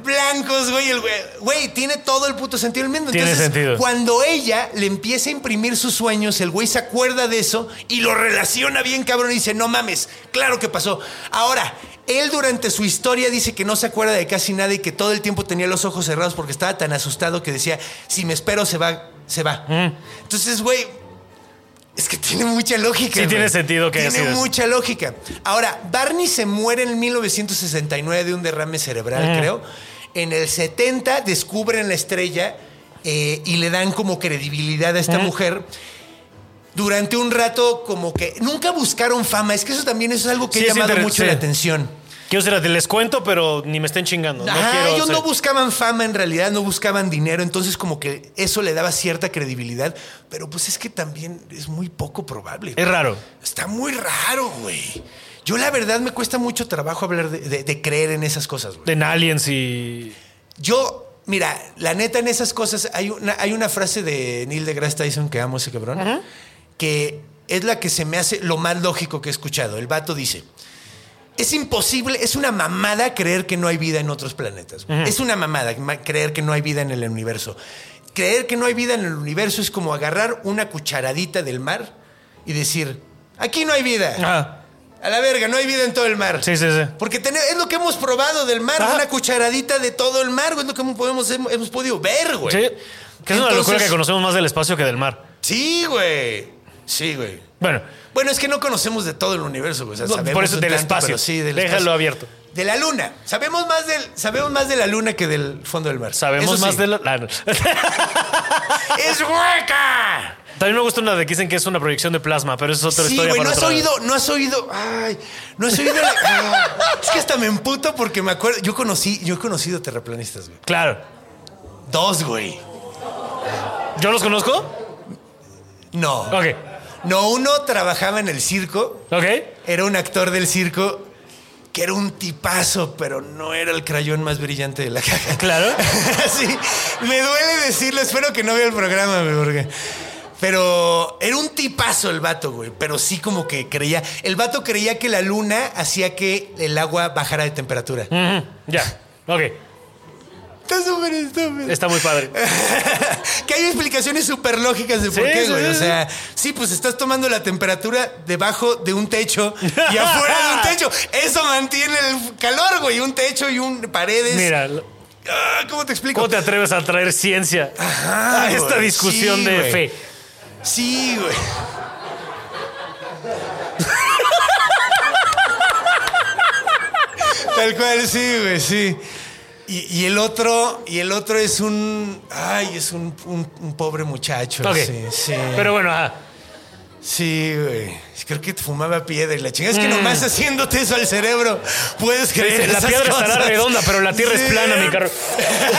S1: blancos, güey. El güey, güey, tiene todo el puto sentido del mundo.
S3: Tiene sentido.
S1: Cuando ella le empieza a imprimir sus sueños, el güey se acuerda de eso y lo relaciona bien, cabrón, y dice, no mames, claro que pasó. Ahora, él durante su historia dice que no se acuerda de casi nada y que todo el tiempo tenía los ojos cerrados porque estaba tan asustado que decía, si me espero se va, se va. Entonces, güey, es que tiene mucha lógica.
S3: Sí,
S1: güey.
S3: tiene sentido que así
S1: Tiene
S3: es.
S1: mucha lógica. Ahora, Barney se muere en 1969 de un derrame cerebral,
S3: Eh.
S1: creo. En el 70 descubren la estrella eh, y le dan como credibilidad a esta
S3: Eh.
S1: mujer. Durante un rato, como que nunca buscaron fama. Es que eso también eso es algo que
S3: Sí,
S1: ha
S3: es
S1: llamado
S3: inter-
S1: mucho
S3: sí.
S1: la atención.
S3: Quiero ser, les cuento, pero ni me estén chingando. No
S1: Ajá,
S3: quiero
S1: ellos
S3: ser-
S1: no buscaban fama en realidad, no buscaban dinero, entonces como que eso le daba cierta credibilidad, pero pues es que también es muy poco probable.
S3: Es raro.
S1: Está muy raro, güey. Yo la verdad me cuesta mucho trabajo hablar de, de- de creer en esas cosas, güey.
S3: En aliens y.
S1: Yo, mira, la neta en esas cosas hay una, hay una frase de Neil deGrasse Tyson que amo ese cabrón, que es la que se me hace lo más lógico que he escuchado. El vato dice, es imposible, es una mamada creer que no hay vida en otros planetas. güey. Es una mamada ma- creer que no hay vida en el universo. Creer que no hay vida en el universo es como agarrar una cucharadita del mar y decir, aquí no hay vida.
S3: Ajá.
S1: A la verga, no hay vida en todo el mar.
S3: Sí, sí, sí.
S1: Porque tene- es lo que hemos probado del mar,
S3: Ajá.
S1: una cucharadita de todo el mar, güey, es lo que hemos, podemos- hemos, hemos podido ver, güey.
S3: Sí. Que es una locura
S1: Entonces-
S3: que conocemos más del espacio que del mar.
S1: Sí, güey. Sí, güey.
S3: Bueno,
S1: Bueno, es que no conocemos de todo el universo, güey. O sea,
S3: No,
S1: sabemos
S3: por eso
S1: un
S3: del
S1: tanto,
S3: espacio.
S1: pero Sí, del
S3: Déjalo
S1: espacio.
S3: abierto.
S1: De la luna. Sabemos más, del, sabemos más de la luna que del fondo del mar.
S3: sabemos
S1: Eso
S3: más
S1: sí.
S3: de la. (laughs) ah, no.
S1: (laughs) ¡Es hueca!
S3: También me gusta una de que dicen que es una proyección de plasma, pero eso es otra
S1: Sí,
S3: historia.
S1: güey, no
S3: para
S1: has
S3: otra vez.
S1: oído, no has oído. Ay, no has oído. la- (laughs) ah, es que hasta me emputo porque me acuerdo. Yo conocí, yo he conocido terraplanistas, güey.
S3: Claro.
S1: Dos, güey.
S3: ¿Yo los conozco?
S1: No.
S3: Ok.
S1: No, uno trabajaba en el circo.
S3: Ok.
S1: Era un actor del circo que era un tipazo, pero no era el crayón más brillante de la caja.
S3: Claro.
S1: (laughs) sí. Me duele decirlo, espero que no vea el programa, güey, porque... Pero era un tipazo el vato, güey. Pero sí como que creía... El vato creía que la luna hacía que el agua bajara de temperatura.
S3: Ujú, Ya. Ok.
S1: Está súper estúpido.
S3: Está
S1: (laughs)
S3: muy padre.
S1: que hay explicaciones súper lógicas de por
S3: Sí,
S1: qué,
S3: sí,
S1: güey.
S3: sí,
S1: O
S3: sí.
S1: sea, sí, pues estás tomando la temperatura debajo de un techo
S3: (laughs)
S1: y afuera de un techo. Eso mantiene el calor, güey. Un techo y un paredes.
S3: Mira,
S1: Ah, ¿Cómo te explico?
S3: ¿cómo te atreves a traer ciencia
S1: Ajá,
S3: a esta
S1: güey,
S3: discusión
S1: sí,
S3: de
S1: güey.
S3: fe?
S1: Sí,
S3: (laughs)
S1: güey. Tal cual, sí, güey, sí. Y, y el otro, y el otro es un. Ay, es un, un- un pobre muchacho.
S3: Ok.
S1: Sí, sí.
S3: Pero bueno, ajá.
S1: Sí, güey. Creo que fumaba piedra y la chingada. Es que nomás haciéndote eso al cerebro puedes creer.
S3: Mm. la
S1: esas
S3: piedra estará
S1: cosas.
S3: redonda, pero la tierra
S1: Sí.
S3: es plana, mi carro.
S1: Sí,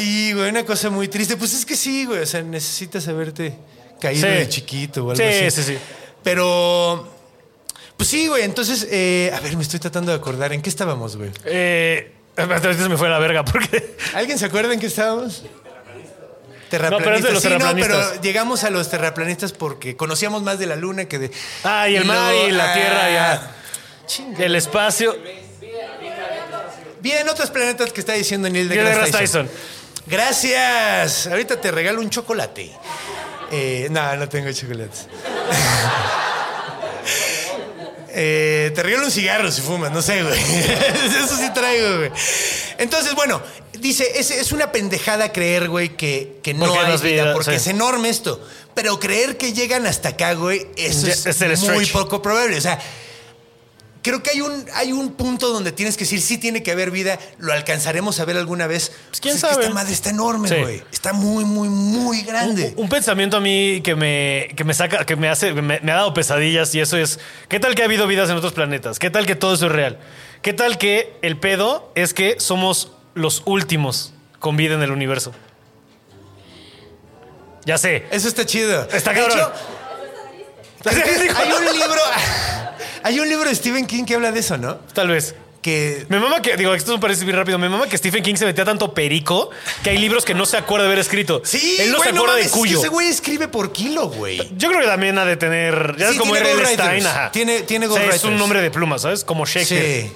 S1: Sí, güey, una cosa muy triste. Pues es que sí, güey. O sea, necesitas haberte caído
S3: Sí.
S1: de chiquito o algo
S3: Sí,
S1: así.
S3: sí, sí.
S1: Pero. Pues sí, güey. Entonces, eh, a ver, me estoy tratando de acordar. ¿En qué estábamos, güey?
S3: Eh, ahorita se me fue la verga porque. (laughs)
S1: ¿Alguien se acuerda en qué estábamos? Terraplanistas.
S3: No, pero es de los
S1: sí,
S3: terraplanistas.
S1: No, pero llegamos a los terraplanistas porque conocíamos más de la luna que de.
S3: Ah, y el mar
S1: lo-
S3: y la
S1: ah,
S3: tierra ya.
S1: chinga.
S3: El espacio.
S1: Bien, otros planetas que está diciendo Neil
S3: Neil
S1: deGrasse
S3: deGrasse
S1: Tyson.
S3: Tyson.
S1: Gracias. Ahorita te regalo un chocolate. Eh, no, no tengo chocolates. (laughs) Eh, te regalo un cigarro si fumas, no sé, güey. (laughs) Eso sí traigo, güey. Entonces, bueno, dice, es, es una pendejada creer, güey, que, que no
S3: Porque
S1: hay
S3: nos
S1: vida,
S3: vida,
S1: porque
S3: sí.
S1: es enorme esto. Pero creer que llegan hasta acá, güey, eso
S3: Ya,
S1: es,
S3: es el
S1: muy
S3: stretch.
S1: poco probable. O sea, creo que hay un, hay un punto donde tienes que decir, sí tiene que haber vida, lo alcanzaremos a ver alguna vez.
S3: Pues, ¿quién
S1: es que
S3: sabe?
S1: esta madre está enorme,
S3: Sí.
S1: güey. Está muy, muy, muy grande.
S3: Un pensamiento a mí que me, que me saca, que me hace, me, me ha dado pesadillas y eso es, ¿qué tal que ha habido vidas en otros planetas? ¿Qué tal que todo eso es real? ¿Qué tal que el pedo es que somos los últimos con vida en el universo? Ya sé.
S1: Eso está chido.
S3: Está
S1: De
S3: cabrón. (laughs)
S1: hecho, hay un libro. (laughs) Hay un libro de Stephen King que habla de eso, ¿no?
S3: Tal vez.
S1: Que.
S3: Me mama que, digo, esto me parece bien rápido. Me mama que Stephen King se metía tanto perico que hay libros que no se acuerda de haber escrito.
S1: Sí,
S3: Él no
S1: güey,
S3: se acuerda
S1: mames,
S3: de
S1: es que
S3: Cuyo.
S1: Ese güey escribe por kilo, güey.
S3: Yo creo que también ha de tener. Ya
S1: Sí,
S3: es como
S1: tiene
S3: R.L.
S1: ghostwriters.
S3: Stein, ajá.
S1: Tiene- tiene
S3: O sea, Es un
S1: ghostwriters.
S3: nombre de pluma, ¿sabes? Como Shakespeare.
S1: Sí.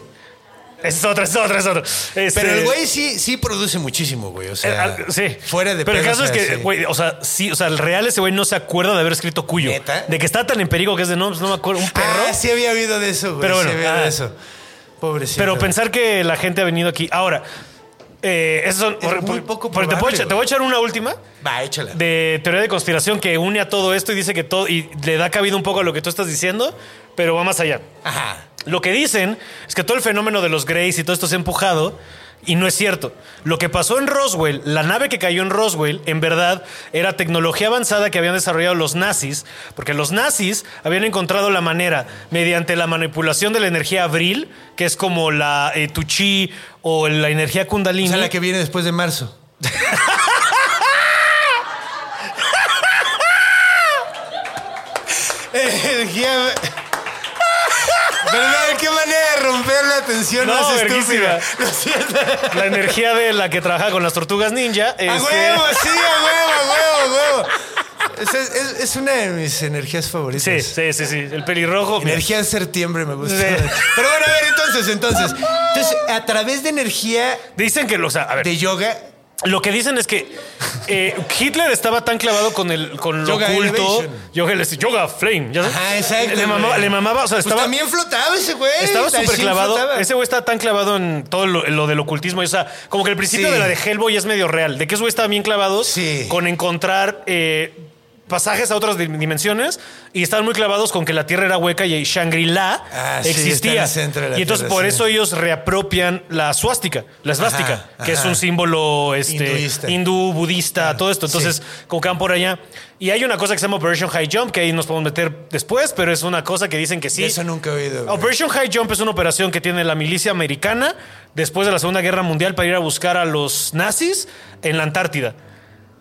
S3: Es otro, es otro, es otro. Este,
S1: Pero el güey sí, sí produce muchísimo, güey. O
S3: eh,
S1: sea,
S3: ah, sí.
S1: fuera de
S3: Pero el
S1: pedo,
S3: caso
S1: o
S3: es
S1: sea,
S3: que,
S1: sí.
S3: güey, o sea, sí, o sea, el real ese güey no se acuerda de haber escrito Cuyo.
S1: ¿Neta?
S3: De que está tan en peligro que es de no, pues no me acuerdo. Un perro.
S1: Ah, sí había oído de eso, güey. Pero
S3: Pero bueno,
S1: sí había oído
S3: ah.
S1: de eso. Pobrecito.
S3: Pero pensar que la gente ha venido aquí. Ahora, eh, eso son-
S1: Es muy poco
S3: pero te, puedo
S1: probable,
S3: echar, te voy a echar una última
S1: Va, échala.
S3: de teoría de conspiración que une a todo esto y dice que todo. y le da cabida un poco a lo que tú estás diciendo, pero va más allá.
S1: Ajá.
S3: Lo que dicen es que todo el fenómeno de los Greys y todo esto se ha empujado. Y no es cierto. Lo que pasó en Roswell, la nave que cayó en Roswell, en verdad era tecnología avanzada que habían desarrollado los nazis, porque los nazis habían encontrado la manera, mediante la manipulación de la energía abril, que es como la eh, tu chi o la energía kundalini.
S1: O sea, la que viene después de marzo. Energía. Perdón, qué manera de romper la tensión
S3: No,
S1: más
S3: verguísima.
S1: estúpida. Lo siento.
S3: La energía de la que trabaja con las tortugas
S1: (laughs)
S3: ninja.
S1: A
S3: este,
S1: huevo, sí, a huevo, a huevo, a huevo. Es, es- es una de mis energías favoritas.
S3: Sí, sí, sí, sí. El pelirrojo. mira.
S1: Energía en septiembre me gusta.
S3: Sí.
S1: Pero bueno, a ver, entonces, entonces. Entonces, a través de energía
S3: Dicen que, o sea, a ver.
S1: de yoga,
S3: Lo que dicen es que eh, Hitler estaba tan clavado con el con lo
S1: Yoga
S3: oculto.
S1: Elevation.
S3: Yoga, Ele- yoga Flame, ¿ya sabes?
S1: Ajá, Ah, exacto,
S3: Le mamaba,
S1: güey.
S3: le mamaba, o sea,
S1: Pues
S3: estaba.
S1: también flotaba ese güey.
S3: Estaba
S1: Así
S3: súper clavado.
S1: flotaba.
S3: Ese güey estaba tan clavado en todo lo, lo del ocultismo. O sea, como que el principio
S1: Sí.
S3: de la de Hellboy es medio real. De que esos güeyes estaban bien clavados
S1: Sí.
S3: con encontrar eh, pasajes a otras dim- dimensiones y estaban muy clavados con que la Tierra era hueca y Shangri-La
S1: Ah, sí, está en
S3: existía.
S1: el centro de la
S3: y entonces
S1: Tierra,
S3: por
S1: sí.
S3: eso ellos reapropian la suástica, la esvástica,
S1: Ajá,
S3: que es
S1: ajá.
S3: un símbolo este,
S1: Hinduista. Ah,
S3: hindú, budista, todo esto. Entonces, como que van por allá. Y hay una cosa que se llama Operation High Jump, que ahí nos podemos meter después, pero es una cosa que dicen que sí.
S1: De eso nunca he oído. güey.
S3: Operation High Jump es una operación que tiene la milicia americana después de la Segunda Guerra Mundial para ir a buscar a los nazis en la Antártida.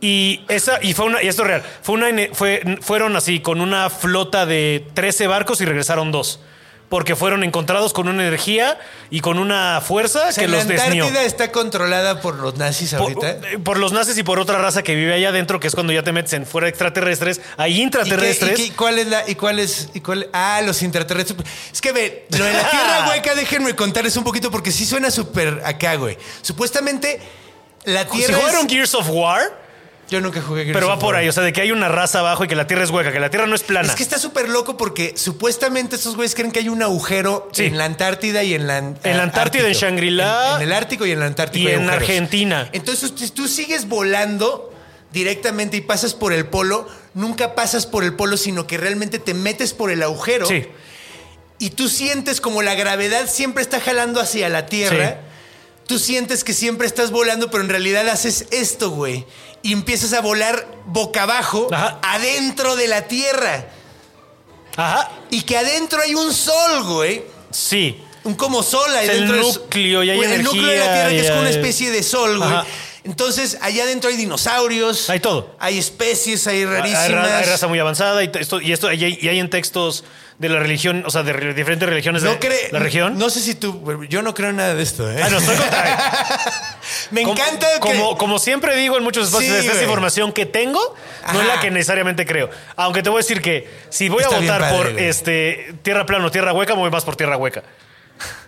S3: Y esa y fue una y esto es real, fue una ene- fue- fueron así con una flota de 13 barcos y regresaron dos. Porque fueron encontrados con una energía y con una fuerza
S1: O sea,
S3: que
S1: la
S3: los desnió.
S1: Antártida está controlada por los nazis
S3: Por,
S1: ahorita.
S3: eh, por los nazis y por otra raza que vive allá adentro, que es cuando ya te metes en fuera extraterrestres, hay intraterrestres.
S1: ¿Y, qué- y qué- cuál es la y cuál es y cuál ah los intraterrestres es que ve lo de
S3: (laughs)
S1: la tierra hueca déjenme contarles un poquito porque sí suena súper acá güey supuestamente la
S3: si
S1: tierra es-
S3: jugaron Gears of War,
S1: yo nunca jugué Gears
S3: pero
S1: of
S3: va por
S1: War.
S3: ahí, o sea, de que hay una raza abajo y que la Tierra es hueca, que la Tierra no es plana.
S1: Es que está súper loco porque supuestamente estos güeyes creen que hay un agujero
S3: Sí.
S1: en la Antártida y en la...
S3: En la Antártida, en Shangri-La.
S1: En, en el Ártico y en la Antártida.
S3: Y en Argentina.
S1: Entonces, si tú sigues volando directamente y pasas por el polo, nunca pasas por el polo, sino que realmente te metes por el agujero
S3: Sí.
S1: y tú sientes como la gravedad siempre está jalando hacia la Tierra.
S3: Sí.
S1: Tú sientes que siempre estás volando, pero en realidad haces esto, güey. Y empiezas a volar boca abajo,
S3: Ajá.
S1: adentro de la Tierra.
S3: Ajá.
S1: Y que adentro hay un sol, güey.
S3: Sí.
S1: Un como sol ahí
S3: Es el
S1: dentro. del so-
S3: núcleo y hay
S1: Güey, El núcleo de la
S3: energía
S1: Tierra que
S3: y
S1: es como una
S3: hay-
S1: especie de sol, güey.
S3: Ajá.
S1: Entonces, allá adentro hay dinosaurios.
S3: Hay todo.
S1: Hay especies, hay
S3: Hay ra-
S1: rarísimas.
S3: Hay raza muy avanzada y t- esto, y esto y hay, y hay en textos de la religión, o sea, de re- diferentes religiones
S1: no
S3: de
S1: cree-
S3: la región.
S1: No sé si tú. Yo no creo en nada de esto, ¿eh?
S3: Ah, no,
S1: (laughs)
S3: estoy contra-
S1: Me
S3: Como-
S1: encanta que-
S3: Como, como siempre digo en muchos espacios,
S1: Sí,
S3: esta es
S1: güey.
S3: información que tengo no es
S1: Ajá.
S3: la que necesariamente creo. Aunque te voy a decir que si voy
S1: Está
S3: a
S1: bien
S3: votar
S1: padre,
S3: por
S1: güey.
S3: este tierra plana o tierra hueca, me voy más por tierra hueca.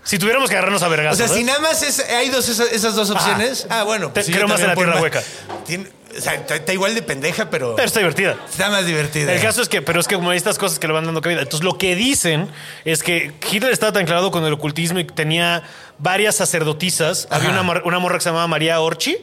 S3: Si tuviéramos que agarrarnos a ¿eh? vergas.
S1: O sea, si nada más es- hay dos, esas, esas dos opciones. Ah, bueno.
S3: Te-
S1: yo
S3: creo más en la
S1: también voy
S3: tierra
S1: más- Tiene- o sea, está, está igual de pendeja, pero,
S3: Pero está divertida.
S1: está más divertida.
S3: El caso es que, pero es que como hay estas cosas que le van dando cabida. Entonces, lo que dicen es que Hitler estaba tan clavado con el ocultismo y que tenía varias sacerdotisas. Había una, mor- una morra que se llamaba María Orchi,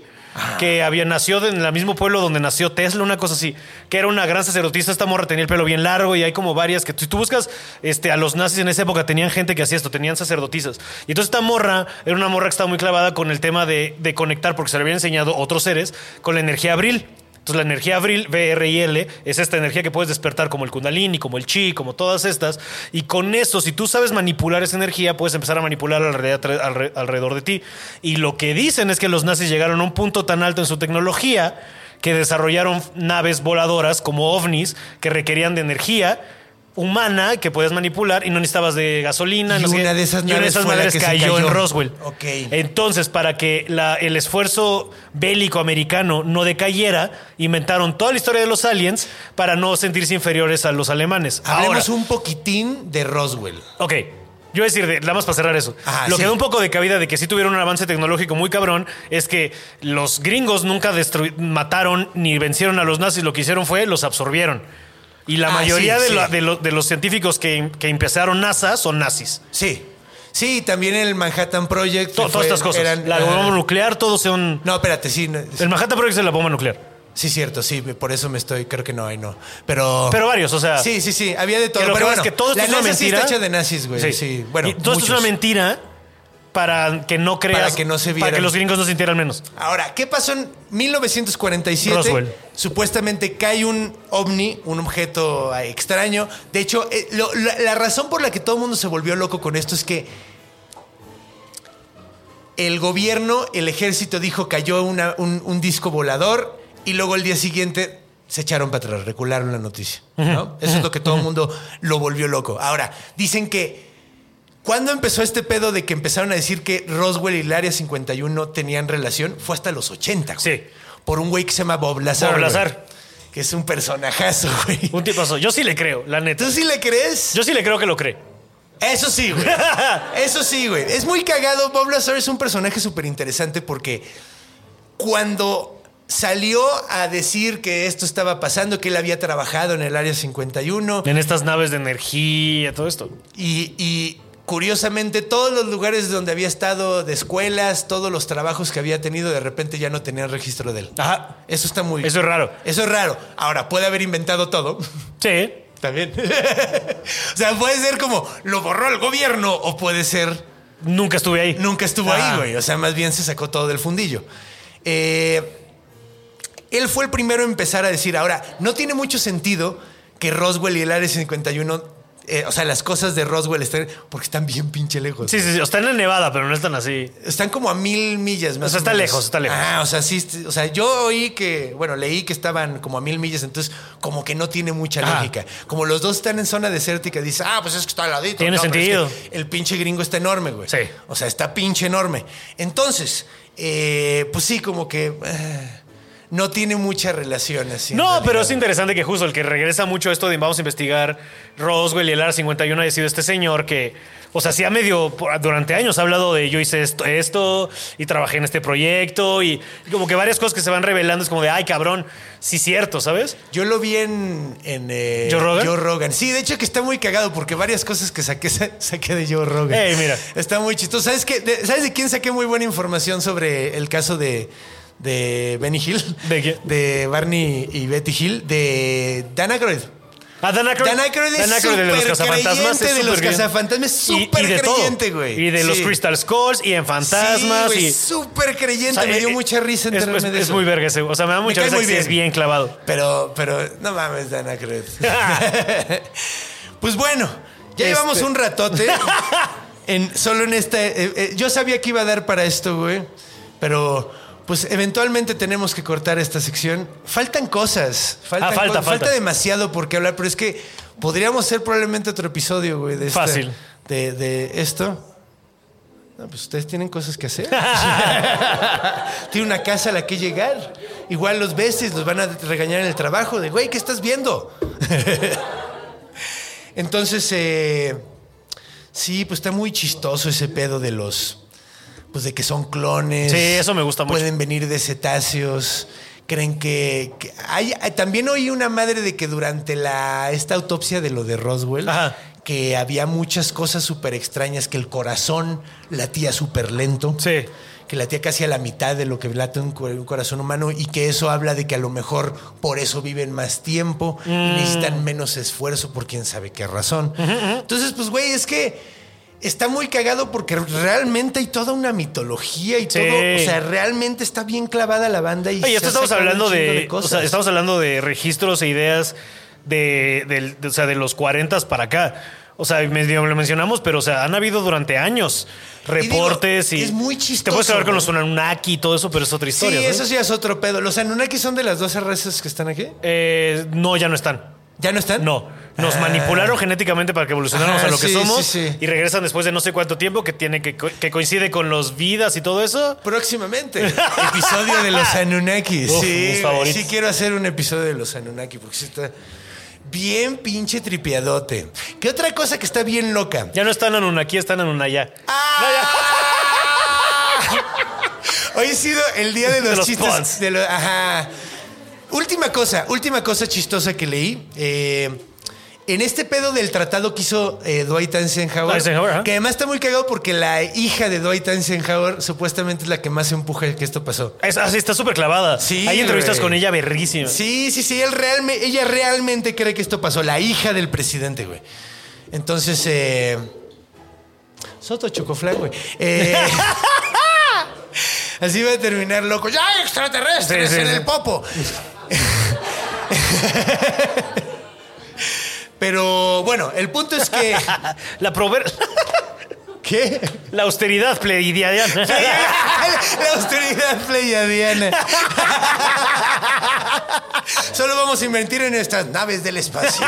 S3: que había nació en el mismo pueblo donde nació Tesla, una cosa así, que era una gran sacerdotisa. Esta morra tenía el pelo bien largo y hay como varias que, si tú buscas este, a los nazis en esa época, tenían gente que hacía esto, tenían sacerdotisas. Y entonces, esta morra era una morra que estaba muy clavada con el tema de, de conectar, porque se le habían enseñado otros seres, con la energía abril. Entonces la energía abril, V, R y L, es esta energía que puedes despertar como el kundalini, como el chi, como todas estas. Y con eso, si tú sabes manipular esa energía, puedes empezar a manipular la realidad tra- alre- alrededor de ti. Y lo que dicen es que los nazis llegaron a un punto tan alto en su tecnología que desarrollaron naves voladoras como ovnis que requerían de energía humana que podías manipular y no necesitabas de gasolina.
S1: Y
S3: no sé qué.
S1: una de esas
S3: Y una
S1: naves fue la
S3: madres
S1: que se
S3: cayó, en
S1: cayó.
S3: Roswell.
S1: Ok.
S3: Entonces, para que la- el esfuerzo bélico americano no decayera, inventaron toda la historia de los aliens para no sentirse inferiores a los alemanes. Ahora,
S1: Hablemos un poquitín de Roswell.
S3: ok. Yo voy a decir, de- nada más para cerrar eso.
S1: Ajá,
S3: Lo
S1: sí.
S3: que da un poco de cabida de que sí tuvieron un avance tecnológico muy cabrón es que los gringos nunca destrui- mataron ni vencieron a los nazis. Lo que hicieron fue los absorbieron. Y la
S1: Ah,
S3: mayoría
S1: sí,
S3: de,
S1: sí.
S3: la- de lo- de los científicos que, que empezaron NASA son nazis.
S1: Sí. Sí, también el Manhattan Project. que
S3: To-
S1: fue-
S3: todas estas cosas.
S1: eran-
S3: la
S1: ah,
S3: bomba nuclear, todos son...
S1: No, espérate, sí. no,
S3: El Manhattan Project es la bomba nuclear.
S1: Sí, cierto, sí. Por eso me estoy. Creo que no, ahí no. Pero.
S3: Pero varios, o sea.
S1: Oh. Sí, sí, sí. Había de todo.
S3: que lo
S1: Pero
S3: que pasa
S1: bueno,
S3: es que todo esto
S1: la
S3: es una
S1: NASA sí
S3: mentira.
S1: está hecha de nazis, güey. Sí. Bueno,
S3: Y todo esto es una
S1: muchos.
S3: mentira para que no creas.
S1: Para que no se vieran.
S3: Para que los gringos no sintieran menos.
S1: Ahora, ¿qué pasó en 1947?
S3: Roswell.
S1: Supuestamente cae un ovni, un objeto eh, extraño. De hecho, eh, lo- la, la razón por la que todo el mundo se volvió loco con esto es que el gobierno, el ejército dijo cayó una- un, un disco volador y luego el día siguiente se echaron para atrás, recularon la noticia. ¿no? Eso es lo que todo el mundo lo volvió loco. Ahora, dicen que ¿Cuándo empezó este pedo de que empezaron a decir que Roswell y el Área 51 tenían relación? Fue hasta los 80. güey.
S3: Sí.
S1: Por un güey que se llama Bob Lazar.
S3: Bob
S1: güey,
S3: Lazar.
S1: que es un personajazo, güey.
S3: Un tipazo. Yo sí le creo, la neta.
S1: ¿Tú sí le crees?
S3: Yo sí le creo que lo cree.
S1: Eso sí,
S3: (laughs)
S1: güey. Eso sí, güey. Es muy cagado. Bob Lazar es un personaje súper interesante porque cuando salió a decir que esto estaba pasando, que él había trabajado en el Área 51,
S3: En estas naves de energía, todo esto.
S1: Y, y curiosamente, todos los lugares donde había estado de escuelas, todos los trabajos que había tenido, de repente ya no tenían registro de él.
S3: Ajá.
S1: Eso está muy.
S3: Eso es raro.
S1: Eso es raro. Ahora, puede haber inventado todo. (laughs)
S3: Sí.
S1: También. (laughs) o sea, puede ser como lo borró el gobierno o puede ser
S3: Nunca estuve ahí.
S1: nunca estuvo
S3: Ah.
S1: ahí, güey. O sea, más bien se sacó todo del fundillo. Eh, él fue el primero en empezar a decir, ahora, no tiene mucho sentido que Roswell y el Área 51, eh, o sea, las cosas de Roswell estén, porque están bien pinche lejos.
S3: Sí, sí, sí. Están en Nevada, pero no están así.
S1: Están como a mil millas más.
S3: O sea, está lejos, está lejos.
S1: Ah, o sea, sí. O sea, yo oí que, bueno, leí que estaban como a mil millas, entonces como que no tiene mucha
S3: Ajá.
S1: lógica. Como los dos están en zona desértica, dices, ah, pues es que está al ladito.
S3: Tiene
S1: No, pero es que
S3: sentido.
S1: el pinche gringo está enorme, güey.
S3: Sí.
S1: O sea, está pinche enorme. Entonces, eh, pues sí, como que eh, no tiene mucha relación así. en
S3: No,
S1: realidad.
S3: pero es interesante que justo el que regresa mucho a esto de vamos a investigar Roswell y el AR 51 haya sido este señor que, o sea, sí ha medio por- durante años ha hablado de yo hice esto, esto y trabajé en este proyecto y, y como que varias cosas que se van revelando es como de ay cabrón, sí cierto, ¿sabes?
S1: Yo lo vi en, en eh,
S3: ¿Joe Rogan?
S1: Sí, de hecho que está muy cagado porque varias cosas que saqué (laughs) sa- saqué de Joe Rogan.
S3: Ey, mira.
S1: Está muy chistoso. ¿Sabes qué? De, ¿Sabes de quién saqué muy buena información sobre el caso de de Benny Hill?
S3: ¿De quién?
S1: De Barney y Betty Hill, de Dan Aykroyd.
S3: Ah, Dan Aykroyd,
S1: Dan Aykroyd es
S3: Dan Aykroyd
S1: súper
S3: es
S1: creyente de los
S3: súper creyente.
S1: cazafantasmas, es
S3: Y-
S1: súper
S3: y de todo.
S1: creyente, güey.
S3: Y de los
S1: Sí.
S3: Crystal Skulls y en fantasmas
S1: sí,
S3: y
S1: güey, súper
S3: o
S1: creyente.
S3: sea,
S1: me dio
S3: eh,
S1: mucha risa
S3: es-
S1: enterarme
S3: es,
S1: de
S3: es
S1: eso.
S3: muy verga ese, o sea, me da
S1: Me
S3: mucha
S1: cae
S3: risa
S1: muy
S3: que sí es
S1: bien.
S3: bien clavado.
S1: Pero, pero, no mames, Dan Aykroyd.
S3: (laughs)
S1: pues bueno,
S3: Este
S1: ya llevamos un
S3: (laughs)
S1: ratote. en, solo en esta. eh, eh, yo sabía que iba a dar para esto, güey. Pero pues eventualmente tenemos que cortar esta sección. Faltan cosas. Faltan
S3: Ah, falta,
S1: cosas.
S3: falta.
S1: demasiado por qué hablar, pero es que podríamos hacer probablemente otro episodio, güey, de esta-
S3: Fácil.
S1: De, de esto. No, pues ustedes tienen cosas que
S3: (laughs)
S1: hacer. Tiene una casa a la que llegar. Igual los veces los van a regañar en el trabajo de, güey, ¿qué estás viendo? (laughs) Entonces, eh, sí, pues está muy chistoso ese pedo de los. Pues de que son clones.
S3: Sí, eso me gusta mucho.
S1: Pueden venir de cetáceos. Creen que. que hay, eh, también oí una madre de que durante la, esta autopsia de lo de Roswell.
S3: Ajá.
S1: Que había muchas cosas súper extrañas, que el corazón latía súper lento
S3: Sí.
S1: que latía casi a la mitad de lo que late un, cu- un corazón humano y que eso habla de que a lo mejor por eso viven más tiempo, y
S3: Mm.
S1: necesitan menos esfuerzo por quién sabe qué razón. Entonces, pues, güey, es que está muy cagado porque realmente hay toda una mitología y todo. O sea, realmente está bien clavada la banda. Y
S3: Oye, esto
S1: se
S3: estamos
S1: sacan un
S3: hablando
S1: chingo
S3: de. o
S1: cosas.
S3: sea, estamos hablando de registros e ideas de, del- de- o sea, de los 40 para acá. O sea, medio lo mencionamos, pero o sea, han habido durante años
S1: digo,
S3: reportes y.
S1: es muy
S3: Te puedes
S1: chistoso,
S3: hablar con
S1: ¿no?
S3: los Anunnaki y todo eso, pero es otra
S1: Sí,
S3: historia. ¿no?
S1: eso sí es otro pedo. ¿Los Anunnaki son de las 12 razas que están aquí?
S3: Eh, no, ya no están.
S1: ¿Ya no están?
S3: No. Nos
S1: Ah.
S3: manipularon genéticamente para que evolucionáramos
S1: Ajá,
S3: a lo que
S1: sí,
S3: somos
S1: sí, sí.
S3: y regresan después de no sé cuánto tiempo que tiene que, co- que coincide con los vidas y todo eso. (laughs)
S1: Próximamente, episodio de los Anunnaki.
S3: Uf, mis
S1: sí, güey,
S3: favoritos.
S1: sí quiero hacer un episodio de los Anunnaki porque sí está bien pinche tripiadote. ¿Qué otra cosa que está bien loca?
S3: Ya no están en aquí, están en allá.
S1: Ah. Hoy ha sido el día de los,
S3: (laughs) De los
S1: chistes.
S3: puns.
S1: De lo- ajá. Última cosa, última cosa chistosa que leí. Eh, en este pedo del tratado que hizo eh, Dwight Eisenhower,
S3: Eisenhower, ajá.
S1: que además está muy cagado porque la hija de Dwight Eisenhower supuestamente es la que más empuja que esto pasó.
S3: Es, así está súper clavada.
S1: Sí,
S3: Hay entrevistas
S1: güey.
S3: con ella berrísimas.
S1: Sí, sí, sí. él realme- ella realmente cree que esto pasó. La hija del presidente, güey. Entonces, eh, Soto Chocoflan, güey. Eh, (laughs) así va a terminar loco. ¡Ya, extraterrestres
S3: Sí, sí,
S1: en
S3: sí.
S1: el popo! (laughs) Pero bueno, el punto es
S3: (laughs)
S1: que.
S3: La prover (laughs)
S1: ¿Qué?
S3: la austeridad pleidiana.
S1: (laughs) La austeridad pleiadiana. (laughs) Solo vamos a invertir en nuestras naves del espacio.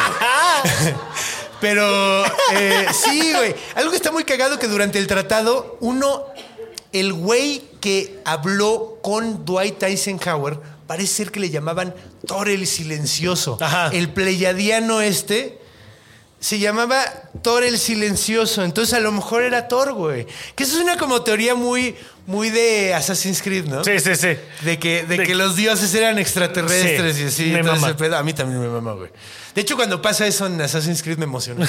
S1: (laughs) Pero eh, sí, güey. Algo que está muy cagado que durante el tratado, uno, el güey que habló con Dwight Eisenhower, parece ser que le llamaban Thor el Silencioso.
S3: Ajá.
S1: El pleiadiano este se llamaba Thor el Silencioso. Entonces a lo mejor era Thor, güey. Que eso es una como teoría muy, muy de Assassin's Creed, ¿no?
S3: (laughs) sí, sí, sí.
S1: De que, de
S3: De-
S1: que los dioses eran extraterrestres
S3: Sí,
S1: y así.
S3: me
S1: todo ese
S3: mama.
S1: pedo. A mí también me mama, güey. De hecho, cuando pasa eso en Assassin's Creed me emociona.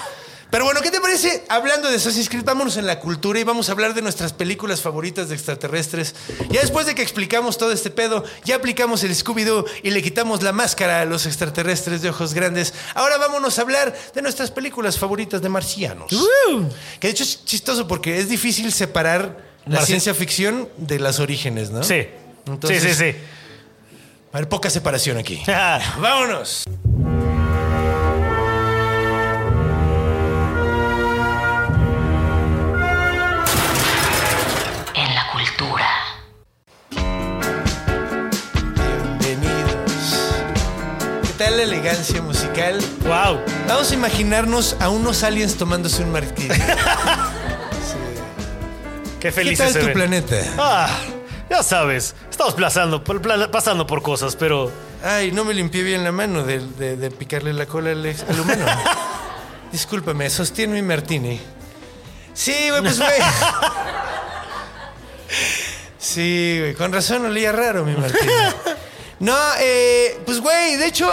S3: (laughs)
S1: Pero bueno, ¿qué te parece? Hablando de Assassin's Creed, vámonos en la cultura y vamos a hablar de nuestras películas favoritas de extraterrestres. Ya después de que explicamos todo este pedo, ya aplicamos el Scooby-Doo y le quitamos la máscara a los extraterrestres de ojos grandes. Ahora vámonos a hablar de nuestras películas favoritas de marcianos. Que de hecho es chistoso porque es difícil separar la
S3: Marci-
S1: ciencia ficción de las orígenes, ¿no?
S3: Sí.
S1: Entonces-
S3: sí, sí, (laughs) sí.
S1: A ver, poca separación aquí.
S3: Ah,
S1: Vámonos.
S2: En la cultura.
S1: Bienvenidos. ¿Qué tal la elegancia musical?
S3: wow.
S1: Vamos a imaginarnos a unos aliens tomándose un
S3: (laughs)
S1: martini.
S3: Qué
S1: ¿Qué
S3: feliz
S1: tal
S3: se
S1: tu
S3: ven.
S1: planeta?
S3: Ah, ya sabes. Estamos plazando, por- pla- pasando por cosas, pero.
S1: Ay, no me limpié bien la mano de, de- de picarle la cola al, ex- al humano. Discúlpame, sostiene mi martini. Sí, güey, pues güey. Sí, güey, con razón olía raro mi martini. No, eh, pues güey, de hecho,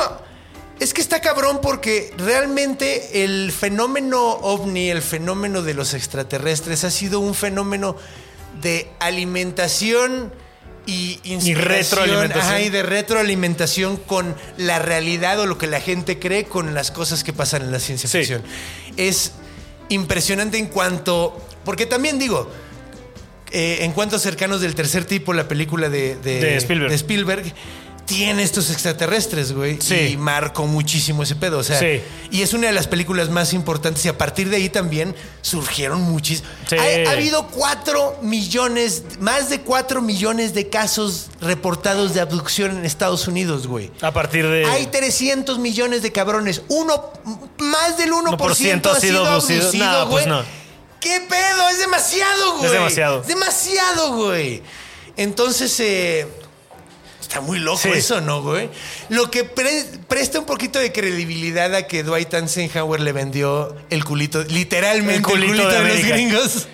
S1: es que está cabrón porque realmente el fenómeno ovni, el fenómeno de los extraterrestres, ha sido un fenómeno de alimentación y inspiración,
S3: retroalimentación.
S1: ajá, y de retroalimentación con la realidad o lo que la gente cree con las cosas que pasan en la ciencia
S3: Sí.
S1: ficción. Es impresionante en cuanto. Porque también digo, eh, en cuantos cercanos del tercer tipo, la película de, de-
S3: De Spielberg.
S1: Spielberg, tiene estos extraterrestres, güey.
S3: Sí.
S1: Y marcó muchísimo ese pedo. O sea,
S3: Sí.
S1: y es una de las películas más importantes. Y a partir de ahí también surgieron muchísimos.
S3: Sí.
S1: Ha, ha habido 4 millones, más de 4 millones de casos reportados de abducción en Estados Unidos, güey.
S3: A partir de.
S1: Hay 300 millones de cabrones. Uno, más del 1%, ha sido
S3: abducido.
S1: abducido,
S3: No,
S1: güey.
S3: pues no.
S1: ¿Qué pedo? Es demasiado, güey.
S3: Es demasiado.
S1: Es demasiado, güey. Entonces, eh, está muy loco
S3: Sí.
S1: eso, ¿no, güey? Lo que pre- presta un poquito de credibilidad a que Dwight Eisenhower le vendió el culito, literalmente el
S3: El
S1: culito,
S3: culito de
S1: de, los
S3: América.
S1: gringos.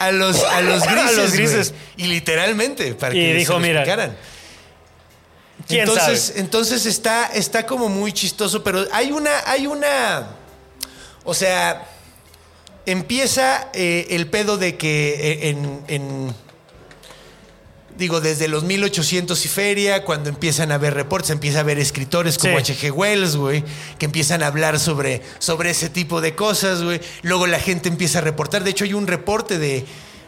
S1: A los, a los grises.
S3: (laughs) A los grises.
S1: güey. Y literalmente, para
S3: Y
S1: que
S3: dijo,
S1: se lo
S3: "Mira,
S1: explicaran".
S3: ¿Quién
S1: entonces,
S3: sabe?
S1: entonces está, está como muy chistoso, pero hay una, hay una. O sea, empieza eh, el pedo de que eh, en, en- Digo, desde los 1800 y feria, cuando empiezan a ver reportes, empieza a haber escritores como
S3: Sí.
S1: H.G. Wells, güey, que empiezan a hablar sobre, sobre ese tipo de cosas, güey. Luego la gente empieza a reportar. De hecho, hay un reporte de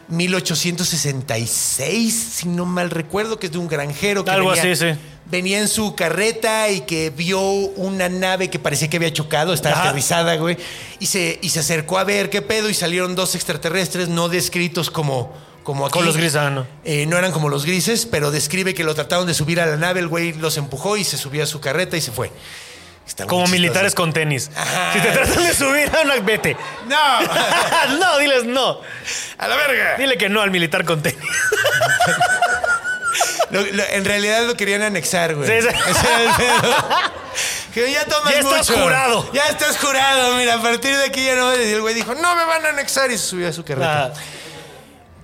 S1: 1866, si no mal recuerdo, que es de un granjero que
S3: Algo
S1: venía-
S3: así, sí.
S1: venía en su carreta y que vio una nave que parecía que había chocado, estaba
S3: Ajá.
S1: aterrizada, güey. Y se, y se acercó a ver qué pedo y salieron dos extraterrestres no descritos como, como aquí.
S3: Con los grises, ah, no.
S1: Eh, no eran como los grises, pero describe que lo trataron de subir a la nave, el güey los empujó y se subió a su carreta y se fue. Está muy
S3: Como
S1: chistoso. (laughs)
S3: militares con tenis.
S1: Ajá.
S3: Si te tratan de subir a una,
S1: (laughs)
S3: vete. (laughs)
S1: ¡No!
S3: no, diles no.
S1: ¡A la verga!
S3: Dile que no al militar con tenis.
S1: Lo- lo- en realidad lo querían anexar, güey. (laughs)
S3: Sí, sí.
S1: Ese era el pedo. Que ya tomas
S3: Ya estás
S1: mucho.
S3: jurado.
S1: Ya estás jurado. Mira, a partir de aquí ya no. Y el güey dijo, no me van a anexar. Y se subió a su carreta.
S3: Ah,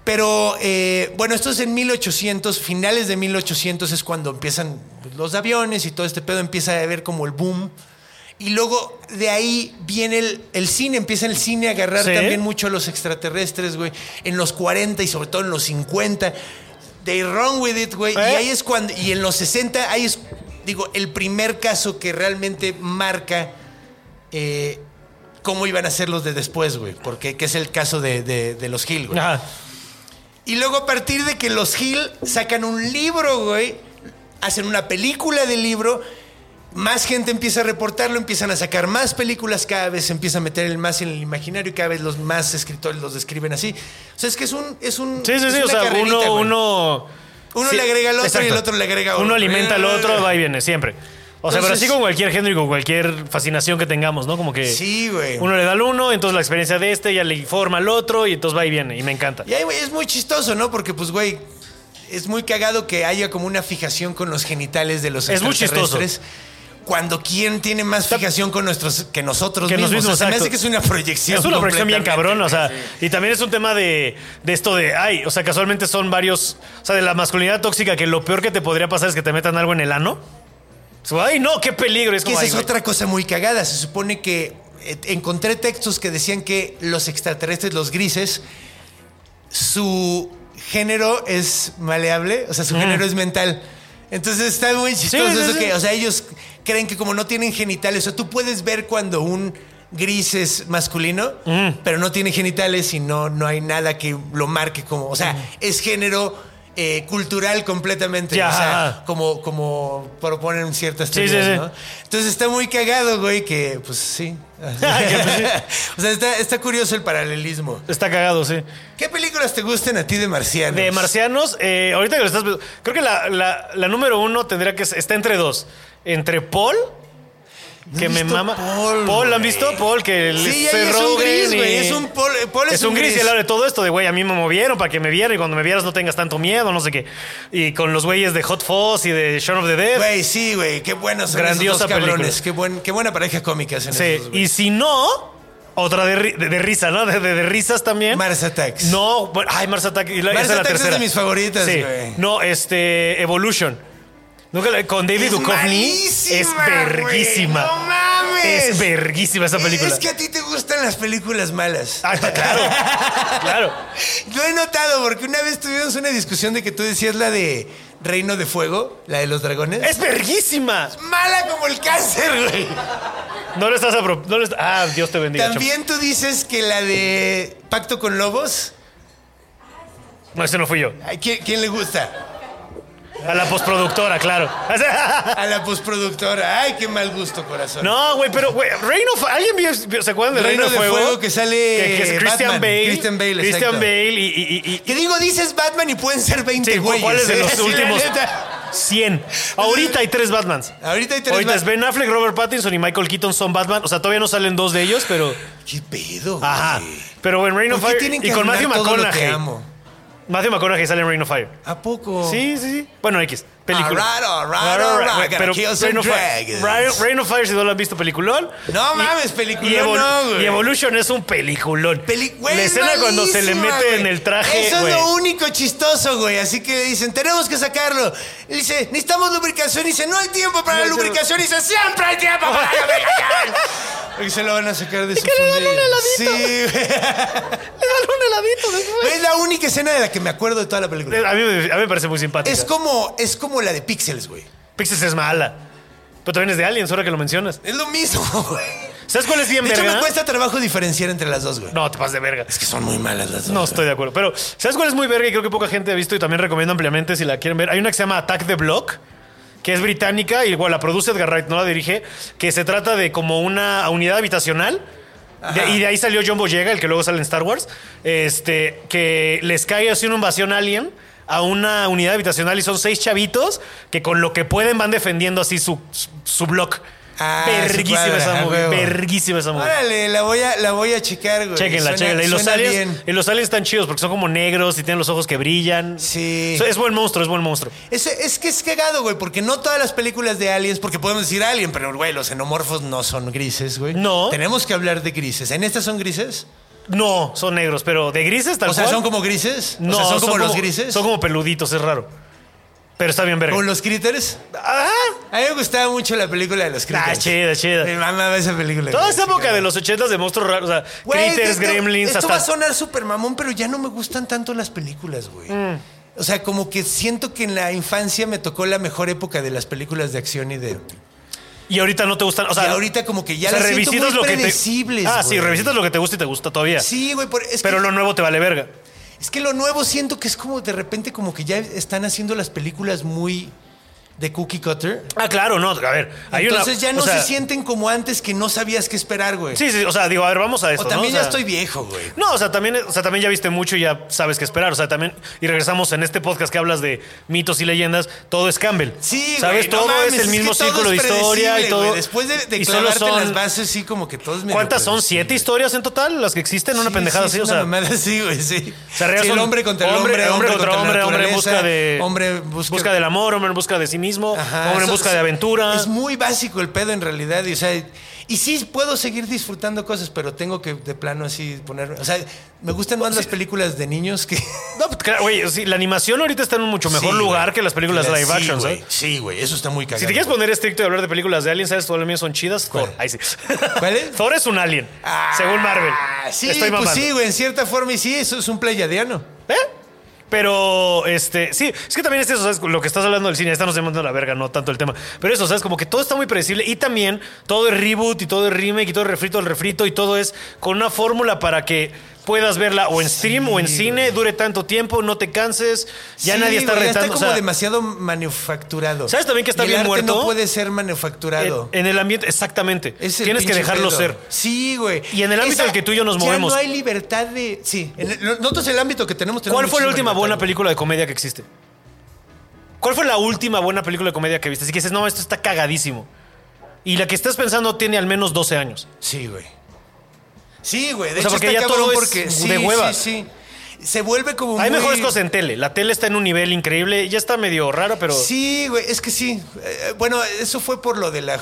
S1: Pero eh, bueno, esto es en 1800, finales de 1800 es cuando empiezan pues, los aviones y todo este pedo empieza a haber como el boom. Y luego de ahí viene el, el cine, empieza el cine a agarrar
S3: Sí.
S1: también mucho a los extraterrestres, güey. En los 40 y sobre todo en los 50. They run with it, güey.
S3: ¿Eh?
S1: Y ahí es cuando. Y en los 60, ahí es, digo, el primer caso que realmente marca eh, cómo iban a ser los de después, güey. Porque que es el caso de, de- de los Hill, güey.
S3: ajá.
S1: Y luego a partir de que los Hill sacan un libro, güey, hacen una película del libro, más gente empieza a reportarlo, empiezan a sacar más películas cada vez, se empieza a meter el más en el imaginario y cada vez los más escritores los describen así. O sea, es que es un... Es un
S3: Sí, sí,
S1: es
S3: sí. O
S1: una
S3: sea,
S1: carrerita,
S3: uno,
S1: güey.
S3: uno.
S1: Uno
S3: Sí,
S1: le agrega al otro y el
S3: exacto.
S1: otro le agrega a otro. Eh.
S3: Uno alimenta al otro, va y viene, siempre. O sea, pero
S1: Entonces-
S3: así con cualquier género y con cualquier fascinación que tengamos, ¿no? Como que.
S1: Sí, güey.
S3: Uno le da al uno, entonces la experiencia de este ya le informa al otro y entonces va y viene. Y me encanta.
S1: Y ahí, güey, es muy chistoso, ¿no? Porque, pues, güey, es muy cagado que haya como una fijación con los genitales de los
S3: Es muy
S1: extraterrestres. Cuando quién tiene más fijación con nuestros que nosotros
S3: Que
S1: mismos.
S3: nos mismos,
S1: O sea, se me
S3: exacto.
S1: hace que es una proyección.
S3: es una proyección bien
S1: completamente.
S3: cabrón, o sea, y también es un tema de, de esto de, ay, o sea, casualmente son varios, o sea, de la masculinidad tóxica, que lo peor que te podría pasar es que te metan algo en el ano. Es como, Ay, no, qué peligro. Es
S1: Que
S3: como,
S1: esa
S3: ay,
S1: es
S3: güey.
S1: otra cosa muy cagada. Se supone que eh, encontré textos que decían que los extraterrestres, los grises, su género es maleable, o sea, su género es mental. Entonces está muy chistoso
S3: Ah. sí,
S1: eso
S3: sí.
S1: que, o sea, ellos creen que como no tienen genitales, o sea, tú puedes ver cuando un gris es masculino,
S3: Mm.
S1: pero no tiene genitales y no, no hay nada que lo marque como, o
S3: Mm.
S1: sea, es género eh, cultural completamente,
S3: Ya.
S1: o sea, como, como proponen ciertas
S3: Sí, sí,
S1: teorías,
S3: sí.
S1: ¿no? Entonces está muy cagado, güey, que pues
S3: (laughs)
S1: sí.
S3: Ah, pues,
S1: (laughs) o sea, está, está curioso el paralelismo.
S3: Está cagado, sí.
S1: ¿Qué películas te gustan a ti de marcianos?
S3: De marcianos, eh, ahorita que lo estás... Creo que la, la- la número uno tendría que... ser- Está entre dos. Entre Paul...
S1: No he
S3: Que me
S1: visto
S3: mama.
S1: Paul,
S3: ¿lo
S1: güey.
S3: han visto? Paul, que
S1: Sí,
S3: le-
S1: ahí
S3: se
S1: es un gris,
S3: Rogen y-
S1: güey. Es un Paul, Paul es,
S3: es un gris, y
S1: gris.
S3: al lado de todo esto de, güey, a mí me movieron para que me viera y cuando me vieras no tengas tanto miedo, no sé qué. Y con los güeyes de Hot Fuzz y de Shaun of the Dead.
S1: Güey, sí, güey. Qué buenos son
S3: Grandiosa
S1: esos dos cabrones.
S3: película.
S1: Qué, buen, qué buena pareja cómica hacen
S3: Sí,
S1: esos, güey.
S3: y si no, otra de, ri- de- de risa, ¿no? De, de- de risas también.
S1: Mars Attacks.
S3: No, bueno, ay, Mars Attack. y la-
S1: Mars
S3: esa es la
S1: Attacks es de
S3: tercera.
S1: mis favoritas,
S3: Sí.
S1: güey.
S3: No, este, Evolution. Nunca la- con David
S1: Es
S3: Duchovny
S1: malísima,
S3: es
S1: güey.
S3: verguísima.
S1: No mames.
S3: Es verguísima esa película.
S1: Es que a ti te gustan las películas malas. (laughs)
S3: Ah, claro. claro.
S1: Lo he notado porque una vez tuvimos una discusión de que tú decías la de Reino de Fuego, la de los dragones.
S3: Es verguísima.
S1: mala como el cáncer, güey.
S3: No lo estás apro- no lo est- Ah, Dios te bendiga.
S1: También tú dices que la de Pacto con Lobos.
S3: Chapo. No, ese no fui yo.
S1: ¿A quién, quién le gusta?
S3: A la postproductora, claro. (laughs) O sea,
S1: A la postproductora. Ay, qué mal gusto, corazón.
S3: No, güey, pero, güey, Reino Fuego. ¿Alguien vio, se acuerdan de Reino,
S1: Reino de Fuego que sale
S3: Que, que es Christian
S1: Batman.
S3: Bale.
S1: Christian Bale,
S3: Christian
S1: exacto.
S3: Bale y. y- y- y-
S1: Que digo, dices Batman y pueden ser 20
S3: sí,
S1: güeyes.
S3: ¿Cuáles
S1: ¿eh? (laughs)
S3: de los
S1: Sí, la
S3: últimos?
S1: neta.
S3: 100. Ahorita hay tres Batmans.
S1: Ahorita hay tres
S3: Ahorita
S1: Bat-
S3: es Ben Affleck, Robert Pattinson y Michael Keaton son Batman. O sea, todavía no salen dos de ellos, pero.
S1: ¿Qué pedo? güey?
S3: Ajá. Pero en Reino
S1: ¿Por qué
S3: Fire.
S1: tienen que
S3: Y con
S1: arruinar
S3: Matthew
S1: todo lo que
S3: McConaughey.
S1: amo?
S3: Matthew McConaughey sale en Reino Fire.
S1: ¿A poco?
S3: Sí, sí, sí. Bueno, X. Película.
S1: Alright, alright,
S3: Alright, alright.
S1: alright.
S3: Güey,
S1: Gotta kill some
S3: Reign of Fire-
S1: dragons.
S3: Ryan- Reign of Fire, si no lo han visto, peliculón.
S1: No
S3: Y-
S1: mames, peliculón
S3: y
S1: no, güey.
S3: Y Evolution es un peliculón.
S1: Peli- güey,
S3: La
S1: es
S3: escena cuando se le
S1: malísima,
S3: mete
S1: güey.
S3: en el traje.
S1: Eso
S3: güey.
S1: es lo único chistoso, güey. Así que le dicen, tenemos que sacarlo. Y dice, necesitamos lubricación. Y dice, no hay tiempo para
S3: No
S1: la
S3: hay tiempo.
S1: lubricación. Y dice, siempre hay tiempo para la
S3: (laughs)
S1: lubricación. Porque se lo van a sacar de su
S3: que le dan
S1: fundillo.
S3: un heladito.
S1: Sí, güey.
S3: Le dan un heladito después.
S1: Es la única escena de la que me acuerdo de toda la película.
S3: A mí, me- a mí me parece muy simpático.
S1: Es como, es como la de Pixels, güey.
S3: Pixels es mala. Pero también es de Aliens, ahora que lo mencionas.
S1: Es lo mismo, (laughs) güey.
S3: ¿Sabes cuál es bien
S1: De hecho,
S3: verga?
S1: me cuesta trabajo diferenciar entre las dos, güey.
S3: No, te pasas de verga.
S1: Es que son muy malas las dos.
S3: No
S1: güey.
S3: estoy de acuerdo. Pero, ¿sabes cuál es muy verga y creo que poca gente ha visto y también recomiendo ampliamente si la quieren ver? Hay una que se llama Attack the Block, que es británica y bueno, la produce Edgar Wright, no la dirige, que se trata de como una unidad habitacional. De- y de ahí salió John Boyega, el que luego sale en Star Wars, este, que les cae así una invasión alien a una unidad habitacional y son seis chavitos que con lo que pueden van defendiendo así su, su, su block.
S1: Ah,
S3: verguísima
S1: su cuadra,
S3: esa
S1: a
S3: movie,
S1: huevo.
S3: verguísima esa movie.
S1: Órale, la voy a, la voy a checar, güey.
S3: Chequenla,
S1: Suena-
S3: chequenla. Y los,
S1: suena
S3: aliens,
S1: bien.
S3: y los aliens están chidos porque son como negros y tienen los ojos que brillan.
S1: Sí.
S3: O sea, Es buen monstruo, es buen monstruo.
S1: Es, es que es cagado, güey, porque no todas las películas de aliens, porque podemos decir alien, pero, güey, los xenomorfos no son grises, güey.
S3: No.
S1: Tenemos que hablar de grises. ¿En estas son grises?
S3: No, son negros, pero de grises tal
S1: o sea,
S3: cual.
S1: ¿son como grises?
S3: No,
S1: o sea, ¿son, como los grises?
S3: Son como peluditos, es raro. Pero está bien verga.
S1: ¿Como los critters?
S3: Ah,
S1: A mí me gustaba mucho la película de los critters.
S3: ah, chida,
S1: Mi
S3: chida.
S1: mamá ve esa película.
S3: Toda
S1: güey,
S3: esa
S1: sí,
S3: época
S1: cabrón.
S3: de los ochentas de monstruos raros, o sea,
S1: Güey,
S3: critters,
S1: esto-
S3: gremlins,
S1: Esto
S3: hasta...
S1: va a sonar súper mamón, pero ya no me gustan tanto las películas, güey.
S3: Mm.
S1: O sea, como que siento que en la infancia me tocó la mejor época de las películas de acción y de...
S3: Y ahorita no te gustan, o sea...
S1: y ahorita como que ya
S3: o sea,
S1: las siento
S3: revisitas
S1: muy
S3: lo que te...
S1: predecibles,
S3: Ah, sí,
S1: güey.
S3: revisitas lo que te gusta y te gusta todavía.
S1: Sí, güey, por- es,
S3: pero
S1: que,
S3: lo nuevo te vale verga.
S1: es que lo nuevo siento que es como de repente como que ya están haciendo las películas muy de cookie cutter.
S3: Ah, claro, no, a ver. Hay una-
S1: Entonces ya
S3: o
S1: no
S3: sea,
S1: se sienten como antes que no sabías qué esperar, güey.
S3: Sí, sí, o sea, digo, a ver, vamos a
S1: o
S3: eso.
S1: también
S3: ¿no? O sea,
S1: ya estoy viejo, güey.
S3: No, o sea, también, o sea, también ya viste mucho y ya sabes qué esperar. O sea, también. Y regresamos en este podcast que hablas de mitos y leyendas. Todo es Campbell.
S1: Sí, güey,
S3: ¿Sabes?
S1: no
S3: todo
S1: mames,
S3: es el
S1: que
S3: mismo
S1: todo
S3: círculo de
S1: es
S3: historia y
S1: predecible,
S3: todo.
S1: güey. Después de, de
S3: y solo
S1: clavarte
S3: son-
S1: las bases, sí, como que todos me.
S3: ¿Cuántas son? ¿Siete historias en total? Las que existen, una pendejada así. O sea,
S1: sí, güey, sí.
S3: o sea, real
S1: Sí,
S3: son
S1: el hombre contra el hombre,
S3: hombre
S1: contra
S3: contra
S1: la
S3: hombre, hombre
S1: naturaleza,
S3: en busca de.
S1: hombre busca,
S3: del amor, hombre en busca de sí mismo,
S1: Ajá,
S3: hombre en
S1: eso-
S3: busca de aventura.
S1: Es muy básico el pedo en realidad. Y, o sea, y sí puedo seguir disfrutando cosas, pero tengo que de plano así poner. O sea, me gustan más las películas de niños que.
S3: No, pues, claro, güey, sí, la animación ahorita está en un mucho mejor
S1: Sí,
S3: lugar
S1: güey.
S3: que las películas
S1: Sí,
S3: live action,
S1: güey.
S3: ¿sabes?
S1: Sí, güey, eso está muy cagado.
S3: Si te quieres poner estricto y hablar de películas de aliens, ¿sabes? Todas las mías son chidas. Thor. Ahí sí.
S1: (laughs) ¿Cuál es?
S3: Thor es un alien.
S1: Ah,
S3: según Marvel.
S1: Sí,
S3: Estoy
S1: pues
S3: mamando.
S1: sí, güey, en cierta forma y sí, eso es un playadiano.
S3: ¿Eh? Pero, este, sí, es que también es eso, ¿sabes? Lo que estás hablando del cine, esta nos demanda la verga, no tanto el tema. Pero eso, ¿sabes? Como que todo está muy predecible y también todo es reboot y todo es remake y todo es refrito el refrito y todo es con una fórmula para que puedas verla o en stream o en cine, dure tanto tiempo, no te canses, ya nadie está
S1: güey,
S3: rentando.
S1: Está
S3: o
S1: como
S3: sea,
S1: demasiado manufacturado.
S3: ¿Sabes también que está
S1: Y el
S3: bien
S1: arte
S3: muerto?
S1: no puede ser
S3: en,
S1: manufacturado.
S3: en el ambiente, exactamente.
S1: Es el
S3: Tienes que
S1: pinche
S3: dejarlo
S1: pedo.
S3: ser.
S1: Sí, güey.
S3: Y en el ámbito
S1: Esa-
S3: al que tú y yo nos
S1: ya
S3: movemos.
S1: no hay libertad de. Sí. en el- nosotros el ámbito que tenemos. tenemos
S3: ¿Cuál fue la
S1: muchísima
S3: última
S1: libertad,
S3: buena
S1: güey.
S3: película de comedia que existe? ¿Cuál fue la última buena película de comedia que viste? Así que dices, no, esto está cagadísimo. Y la que estás pensando tiene al menos 12 años.
S1: Sí, güey. Sí, güey. De
S3: O sea,
S1: hecho,
S3: porque
S1: está
S3: ya
S1: cabrón
S3: todo es
S1: porque.
S3: de
S1: sí,
S3: hueva.
S1: Sí, sí. Se vuelve como.
S3: Hay
S1: muy-
S3: mejores cosas en tele. La tele está en un nivel increíble. Ya está medio raro, pero.
S1: Sí, güey. Es que sí. Eh, bueno, eso fue por lo de la.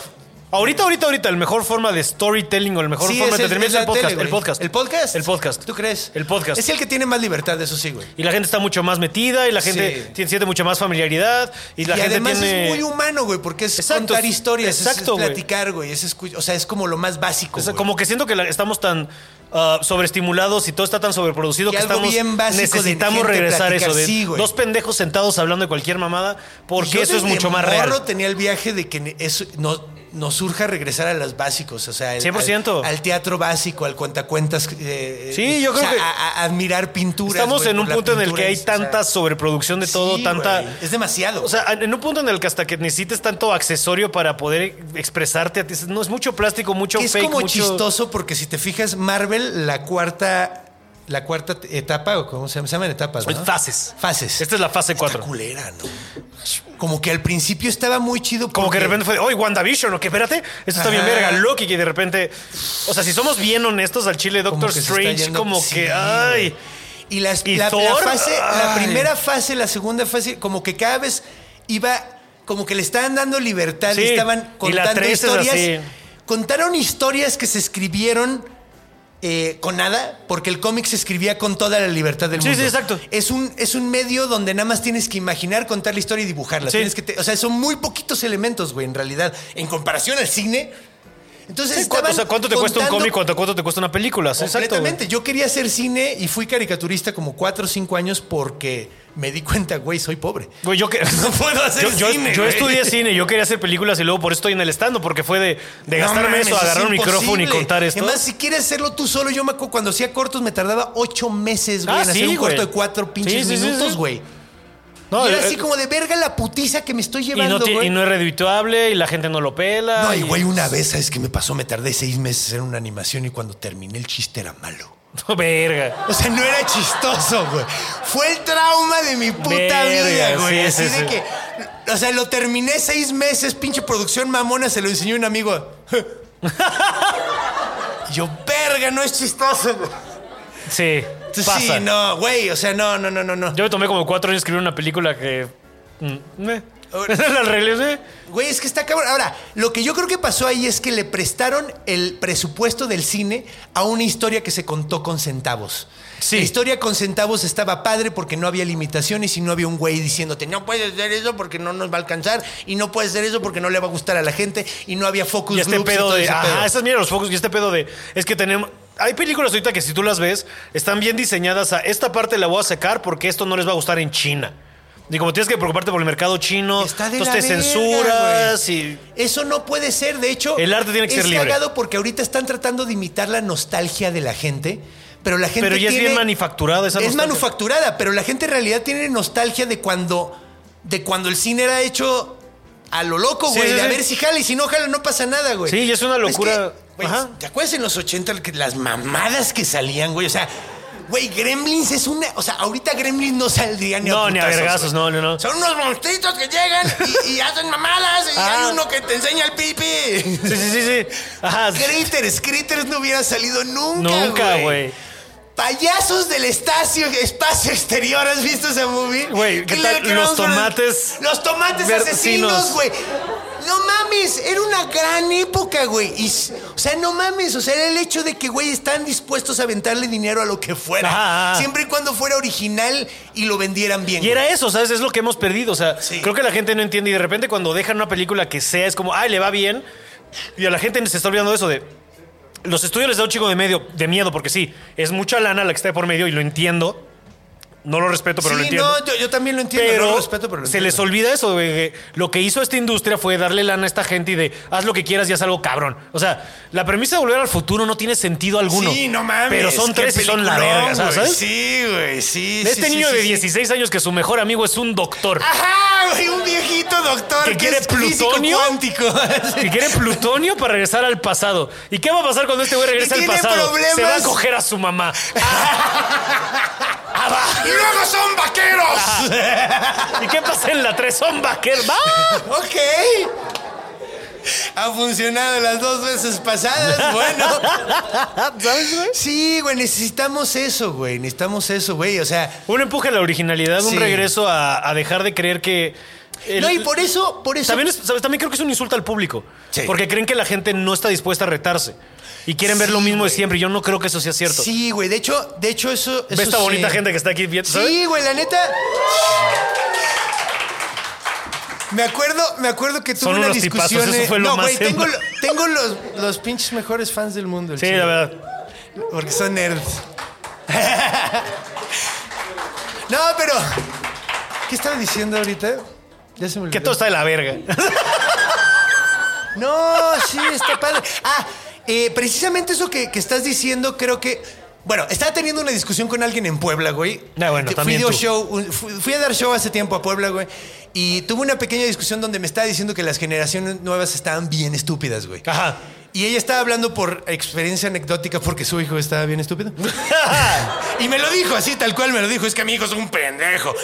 S3: Ahorita, ahorita, ahorita, la mejor forma de storytelling o la mejor
S1: Sí,
S3: forma de
S1: es el- es
S3: entretenimiento
S1: la
S3: es el podcast.
S1: tele,
S3: el
S1: güey.
S3: podcast.
S1: ¿El podcast?
S3: El podcast.
S1: ¿Tú crees?
S3: El podcast.
S1: Es el que tiene más libertad, eso sí, güey.
S3: Y la gente está mucho más metida y la gente
S1: Sí.
S3: tiene- siente mucha más familiaridad. Y la
S1: y
S3: gente
S1: además
S3: tiene.
S1: es muy humano, güey, porque es
S3: Exacto,
S1: contar historias, es-
S3: exacto,
S1: es,
S3: güey.
S1: platicar, güey, es escu- o sea, es como lo más básico.
S3: O sea,
S1: güey.
S3: como que siento que la- estamos tan ah, sobreestimulados y todo está tan sobreproducido
S1: Y
S3: que
S1: algo
S3: estamos
S1: bien básico de
S3: necesitamos
S1: gente
S3: regresar
S1: platicar,
S3: eso de
S1: sí, güey.
S3: dos pendejos sentados hablando de cualquier mamada porque
S1: Yo
S3: eso es
S1: desde
S3: mucho más
S1: morro
S3: real.
S1: tenía el viaje de que eso no nos surja regresar a los básicos, o sea, el-
S3: 100%.
S1: Al, al teatro básico, al cuentacuentas. eh,
S3: Sí, yo creo que-
S1: a- a- admirar pinturas.
S3: Estamos
S1: güey,
S3: en
S1: por
S3: un
S1: la
S3: punto en el
S1: pintura
S3: que hay
S1: es, o sea,
S3: tanta sobreproducción de todo,
S1: sí,
S3: tanta...
S1: güey, es demasiado.
S3: O sea, en un punto en el que hasta que necesites tanto accesorio para poder expresarte, a ti, no es mucho plástico, mucho
S1: Que es
S3: fake,
S1: como
S3: mucho-
S1: chistoso porque si te fijas, Marvel, la cuarta. La cuarta etapa, o cómo se llaman, se llaman etapas, ¿no?
S3: Fases.
S1: Fases.
S3: Esta es la fase
S1: Está
S3: 4.
S1: culera, ¿no? Como que al principio estaba muy chido.
S3: Como que de
S1: porque-
S3: repente fue, de, oye, WandaVision, ¿o qué? Espérate, esto está bien
S1: Ajá.
S3: verga, Loki, que de repente... O sea, si somos bien honestos al chile,
S1: como
S3: Doctor
S1: que se está
S3: Strange,
S1: yendo-
S3: como
S1: Sí,
S3: que...
S1: güey.
S3: ¡Ay!
S1: Y, las-
S3: ¿Y
S1: la, la
S3: Thor?
S1: fase, la
S3: Ay.
S1: primera fase, la segunda fase, como que cada vez iba, como que le estaban dando libertad,
S3: Sí.
S1: le
S3: Y
S1: estaban
S3: la
S1: contando
S3: tres es
S1: historias.
S3: así.
S1: Contaron historias que se escribieron eh, con nada, porque el cómic se escribía con toda la libertad del
S3: Sí,
S1: mundo.
S3: sí, exacto.
S1: Es un, es un medio donde nada más tienes que imaginar, contar la historia y dibujarla.
S3: Sí.
S1: Tienes que te- o sea, son muy poquitos elementos, güey, en realidad, en comparación al cine. Entonces,
S3: Sí, ¿Cuánto, o
S1: estaban
S3: sea, cuánto te cuesta un
S1: contando
S3: cómic? ¿Cuánto, ¿Cuánto te cuesta una película? Sí, Exacto. güey.
S1: Completamente. Yo quería hacer cine y fui caricaturista como 4 o 5 años porque me di cuenta, güey, soy pobre.
S3: Güey, yo que-
S1: (laughs) No puedo hacer
S3: Yo- yo-
S1: cine,
S3: Yo
S1: güey.
S3: estudié cine, yo quería hacer películas y luego por eso estoy en el estando, porque fue de, de
S1: No
S3: gastarme
S1: mames,
S3: eso, agarrar
S1: es
S3: un micrófono y
S1: imposible.
S3: contar esto.
S1: Además, si quieres hacerlo tú solo, yo me acuerdo cuando hacía cortos me tardaba 8 meses, güey,
S3: Ah,
S1: en hacer
S3: sí,
S1: un corto
S3: güey.
S1: de 4 pinches
S3: Sí, sí, sí,
S1: minutos,
S3: sí.
S1: güey.
S3: No,
S1: y era
S3: eh,
S1: así como de verga la putiza que me estoy
S3: y, no
S1: llevando,
S3: ti-
S1: güey.
S3: y no es redituable y la gente no lo pela.
S1: No, y güey, una vez, ¿sabes qué me pasó? Me tardé 6 meses en una animación y cuando terminé el chiste era malo.
S3: (laughs) No, verga.
S1: O sea, no era chistoso, güey. Fue el trauma de mi puta
S3: Verga,
S1: vida, güey.
S3: sí,
S1: Así
S3: sí,
S1: de
S3: sí.
S1: que. O sea, lo terminé seis meses, pinche producción mamona, se lo enseñó un amigo. (laughs) Y Yo, verga, no es chistoso, güey.
S3: Sí, pasa.
S1: Sí, no, güey. O sea, no, no, no, no, no.
S3: Yo me tomé como cuatro años escribir una película que... mm, eh. (laughs) la arreglé, eh.
S1: Güey, es que está cabrón. Ahora, lo que yo creo que pasó ahí es que le prestaron el presupuesto del cine a una historia que se contó con centavos.
S3: Sí.
S1: La historia con centavos estaba padre porque no había limitaciones y no había un güey diciéndote, no puedes hacer eso porque no nos va a alcanzar y no puedes hacer eso porque no le va a gustar a la gente y no había focus
S3: Y este
S1: groups y
S3: pedo
S1: todo
S3: de.
S1: ese
S3: Ajá,
S1: pedo.
S3: esas mira los focos. Y este pedo de. Es que tenemos. Hay películas ahorita que si tú las ves, están bien diseñadas a esta parte la voy a sacar porque esto no les va a gustar en China. Y como tienes que preocuparte por el mercado chino,
S1: Está de
S3: entonces
S1: la
S3: te
S1: verga,
S3: censuras y.
S1: Eso no puede ser. De hecho,
S3: El arte tiene que
S1: es
S3: ser libre.
S1: cagado porque ahorita están tratando de imitar la nostalgia de la gente, pero la gente
S3: Pero ya es
S1: tiene-
S3: bien manufacturada esa
S1: es
S3: nostalgia.
S1: manufacturada, pero la gente en realidad tiene nostalgia de cuando, de cuando el cine era hecho a lo loco,
S3: Sí,
S1: güey.
S3: sí,
S1: de a
S3: sí.
S1: ver si jala y si no jala, no pasa nada, güey.
S3: Sí, y es una locura.
S1: que, güey,
S3: Ajá.
S1: ¿Te acuerdas en los 80 que las mamadas que salían, güey? O sea, güey, Gremlins es una. O sea, ahorita Gremlins no saldría ni a
S3: No, ni a
S1: putazos,
S3: vergazos,
S1: güey.
S3: no, no, no.
S1: Son unos monstruitos que llegan y, y hacen mamadas y
S3: Ah.
S1: hay uno que te enseña el pipi.
S3: Sí, sí, sí, sí. Ajá.
S1: Critters, Critters no hubiera salido nunca, güey.
S3: Nunca, güey.
S1: Payasos del espacio, espacio exterior, ¿has visto esa movie?
S3: Güey, ¿qué
S1: Claire
S3: tal los
S1: Crawford,
S3: tomates
S1: Los tomates
S3: ver-
S1: asesinos,
S3: sinos?
S1: güey. No mames, era una gran época, güey. Y s- O sea, no mames, o sea, era el hecho de que, güey, están dispuestos a aventarle dinero a lo que fuera.
S3: Ajá, ajá.
S1: Siempre y cuando fuera original y lo vendieran bien.
S3: Y
S1: güey.
S3: era eso, ¿sabes? Es lo que hemos perdido. O sea,
S1: Sí.
S3: creo que la gente no entiende. Y de repente cuando dejan una película que sea, es como, ay, le va bien. Y a la gente se está olvidando de eso de. Los estudios les da un chico de medio, de miedo, porque sí, es mucha lana la que está de por medio y lo entiendo. No lo respeto, pero
S1: sí,
S3: lo entiendo.
S1: no, yo, yo también lo entiendo.
S3: pero
S1: no lo respeto, pero lo
S3: se
S1: entiendo.
S3: les olvida eso, güey. que Lo que hizo esta industria fue darle lana a esta gente y de haz lo que quieras y haz algo cabrón. O sea, la premisa de volver al futuro no tiene sentido alguno.
S1: Sí, no mames.
S3: Pero son
S1: qué
S3: tres y son la
S1: peliculón,
S3: verga, ¿sabes?
S1: güey. Sí, güey, sí.
S3: De este
S1: sí, sí,
S3: niño
S1: sí,
S3: de
S1: sí.
S3: 16 años que su mejor amigo es un doctor.
S1: Ajá, güey, un viejito doctor
S3: ¿Que
S1: que,
S3: quiere
S1: es físico
S3: plutonio? (laughs)
S1: cuántico.
S3: Que quiere plutonio para regresar al pasado. ¿Y qué va a pasar cuando este güey regresa
S1: Y
S3: al
S1: tiene
S3: pasado? Se va a
S1: problemas.
S3: coger a su mamá.
S1: y luego son
S3: Ah.
S1: vaqueros.
S3: ¿Y qué pasa en la 3? Son vaqueros. ¡Ah!
S1: ok. Ha funcionado las dos veces pasadas,
S3: (laughs)
S1: bueno. Sí, güey, necesitamos eso, güey. Necesitamos eso, güey. O sea,
S3: Un empuje a la originalidad, un
S1: Sí.
S3: regreso a, a dejar de creer que. el-
S1: no, y por eso, por eso.
S3: También, es- ¿sabes? También creo que es un insulto al público.
S1: Sí.
S3: Porque creen que la gente no está dispuesta a retarse. Y quieren ver
S1: Sí,
S3: lo mismo
S1: güey.
S3: de siempre. Y Yo no creo que eso sea cierto.
S1: Sí, güey. De hecho, de hecho, eso.
S3: Ve esta bonita gente que está aquí viendo. ¿sabes?
S1: Sí, güey, la neta. Me acuerdo, me acuerdo que tuve
S3: Son
S1: una
S3: unos tipazos,
S1: discusión.
S3: eso
S1: eh,
S3: fue lo
S1: no,
S3: más
S1: güey, tengo,
S3: emo.
S1: lo- tengo los, los pinches mejores fans del mundo. el
S3: Sí,
S1: chile.
S3: la verdad.
S1: Porque son nerds. (laughs) no, pero. ¿Qué estaba diciendo ahorita? Ya se me olvidó.
S3: Que todo está de la verga.
S1: No, está padre. Ah, eh, precisamente eso que, que estás diciendo, creo que. Bueno, estaba teniendo una discusión con alguien en Puebla, güey.
S3: Ah, bueno,
S1: Te- fui,
S3: también
S1: de
S3: tú.
S1: show, un- fui, fui a dar show hace tiempo a Puebla, güey. Y tuve una pequeña discusión donde me estaba diciendo que las generaciones nuevas estaban bien estúpidas, güey.
S3: Ajá.
S1: Y ella estaba hablando por experiencia anecdótica porque su hijo estaba bien
S3: (laughs)
S1: estúpido. y me lo dijo así, tal cual me lo dijo. Es que mi hijo es un pendejo.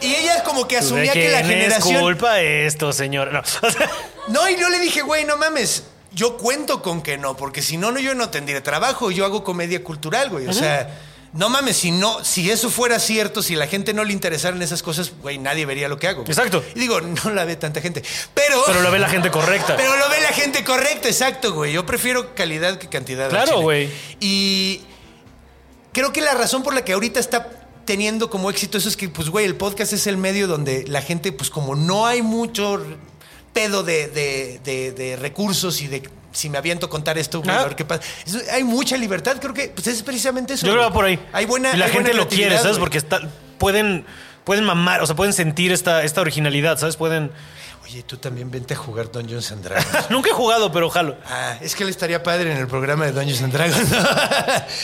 S1: Y ella como que
S3: Pues
S1: asumía que la
S3: Es
S1: generación...
S3: culpa esto, señor. No. (laughs) o sea,
S1: No, y yo le dije, güey, no mames. Yo cuento con que no, porque si no, no yo no tendría trabajo. Yo hago comedia cultural, güey. O sea, no mames, si no, si eso fuera cierto, si la gente no le interesaran esas cosas, güey, nadie vería lo que hago. güey.
S3: Exacto.
S1: Y digo, no la ve tanta gente. Pero.
S3: pero lo ve la gente correcta.
S1: Pero lo ve la gente correcta, exacto, güey. Yo prefiero calidad que cantidad. al
S3: Claro,
S1: chile.
S3: güey.
S1: Y creo que la razón por la que ahorita está teniendo como éxito eso es que, pues, güey, el podcast es el medio donde la gente, pues, como no hay mucho pedo de, de- de- de recursos y de si me aviento a contar esto, güey,
S3: Ah.
S1: a ver qué pasa. Eso- hay mucha libertad, creo que pues, es precisamente eso.
S3: Yo creo que
S1: güey.
S3: va por ahí.
S1: Hay buena.
S3: Y la
S1: hay
S3: gente
S1: buena
S3: lo quiere,
S1: creatividad,
S3: ¿sabes?
S1: güey.
S3: Porque está, pueden, pueden mamar, o sea, pueden sentir esta, esta originalidad, ¿sabes? Pueden.
S1: Oye, tú también vente a jugar Dungeons and Dragons. (laughs)
S3: Nunca he jugado, pero jalo.
S1: Ah, es que le estaría padre en el programa de Dungeons and Dragons.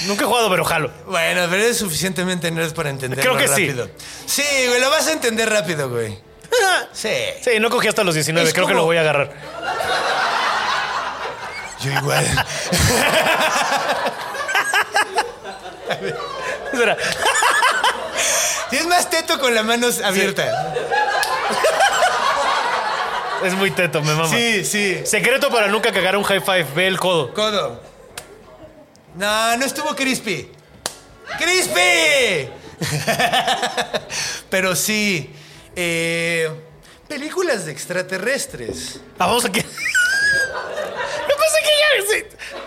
S3: Nunca he jugado, pero jalo.
S1: (laughs)
S3: (laughs)
S1: Bueno, pero eres suficientemente nerd para entenderlo
S3: Creo que sí.
S1: rápido. Sí. güey, lo vas a entender rápido, güey. Sí.
S3: Sí, no cogí hasta los 19,
S1: Es
S3: creo que
S1: como-
S3: lo voy a agarrar. (laughs)
S1: Yo igual.
S3: Espera.
S1: Tienes más teto con la mano abierta.
S3: Es muy teto, me mama.
S1: Sí, sí.
S3: Secreto para nunca cagar un high five, ve el codo.
S1: Codo. No, no estuvo crispy. ¡Crispy! (laughs) pero sí. eh, películas de extraterrestres.
S3: Ah, vamos aquí. (laughs) Me pasa que ya. sí.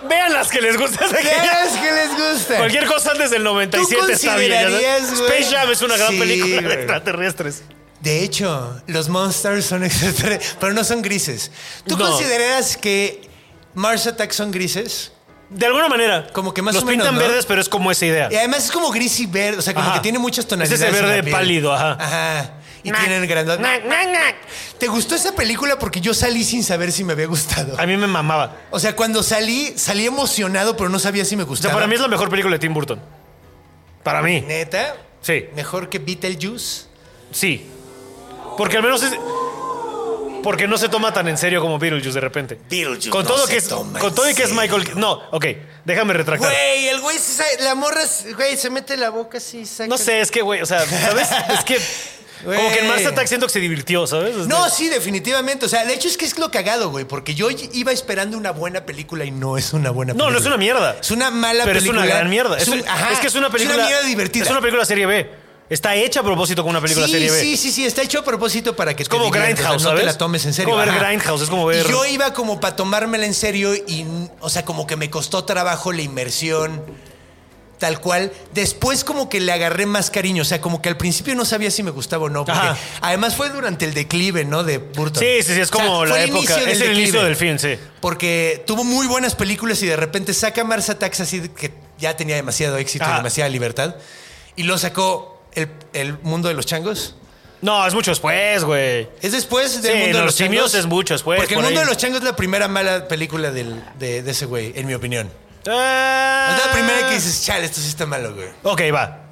S3: Vean las que les gustan.
S1: ¿Qué es que les gusta?
S3: Cualquier cosa antes del 97 está bien. ya sabes.
S1: considerarías, güey?
S3: Space Jam es una gran
S1: Sí,
S3: película de
S1: güey.
S3: extraterrestres.
S1: De hecho, los monsters son extraterrestres, pero no son grises. ¿Tú
S3: No.
S1: consideras que Mars Attack son grises?
S3: De alguna manera.
S1: Como que más
S3: Los
S1: o menos,
S3: pintan
S1: ¿no?
S3: verdes, pero es como esa idea.
S1: Y además es como gris y verde, o sea, como
S3: Ajá.
S1: que tiene muchas
S3: Es
S1: tonalidades.
S3: ese
S1: en la
S3: verde
S1: piel.
S3: pálido, ajá.
S1: Ajá. Y tienen grandes. ¿Te gustó esa película? Porque yo salí sin saber si me había gustado.
S3: A mí me mamaba.
S1: O sea, cuando salí, salí emocionado, pero no sabía si me
S3: O sea,
S1: gustaba.
S3: para mí es la mejor película de Tim Burton. Para mí.
S1: ¿Neta?
S3: Sí.
S1: ¿Mejor que Beetlejuice?
S3: Sí. Porque al menos es. Porque no se toma tan en serio como Beetlejuice de repente.
S1: Beetlejuice
S3: Con
S1: no
S3: todo
S1: se
S3: que es.
S1: toma
S3: Con
S1: en
S3: todo y que es
S1: serio.
S3: Michael. No, ok. Déjame retractar.
S1: Güey, el güey, se sa- la morra, se- güey, se mete la boca así, saca...
S3: No sé, es que, güey, o sea, ¿sabes? Es que. Como que en
S1: (laughs)
S3: Mars
S1: Güey.
S3: Attack siento que se divirtió, ¿sabes? O sea,
S1: No, sí, definitivamente. O sea, el hecho es que es lo cagado, güey, porque yo iba esperando una buena película y no es una buena película.
S3: No, no es una mierda.
S1: Es una mala
S3: Pero
S1: película.
S3: es una gran mierda. Es,
S1: Es, un-
S3: un-
S1: ajá,
S3: es que es una película.
S1: Es una mierda divertida.
S3: Es una película serie B. Está hecha a propósito como una película
S1: sí,
S3: serie B.
S1: Sí, sí, sí, está hecho a propósito para que
S3: Es como Grindhouse,
S1: no te
S3: ¿sabes?
S1: la tomes en serio.
S3: Como ver
S1: ajá.
S3: Grindhouse, es como ver-
S1: Y yo iba como para tomármela en serio y, n- o sea, como que me costó trabajo la inmersión, tal cual. Después como que le agarré más cariño, o sea, como que al principio no sabía si me gustaba o no. Porque
S3: Ajá.
S1: además fue durante el declive, ¿no? De Burton.
S3: Sí, sí, sí, es
S1: O sea,
S3: como
S1: fue
S3: la
S1: el
S3: época.
S1: inicio del
S3: Es el inicio
S1: declive.
S3: del fin, sí.
S1: Porque tuvo muy buenas películas y de repente saca Mars Attacks así de que ya tenía demasiado éxito, y
S3: Ajá.
S1: demasiada libertad. Y lo sacó el, el mundo de los changos.
S3: No, es mucho después, güey.
S1: Es después del
S3: Sí,
S1: mundo de
S3: Los
S1: los
S3: Simios
S1: changos.
S3: es mucho después,
S1: Porque el
S3: por
S1: mundo
S3: ahí.
S1: de los changos es la primera mala película del- de, de ese güey, en mi opinión.
S3: Ah.
S1: Es la primera que dices, chale, esto sí está malo, güey.
S3: Ok, va.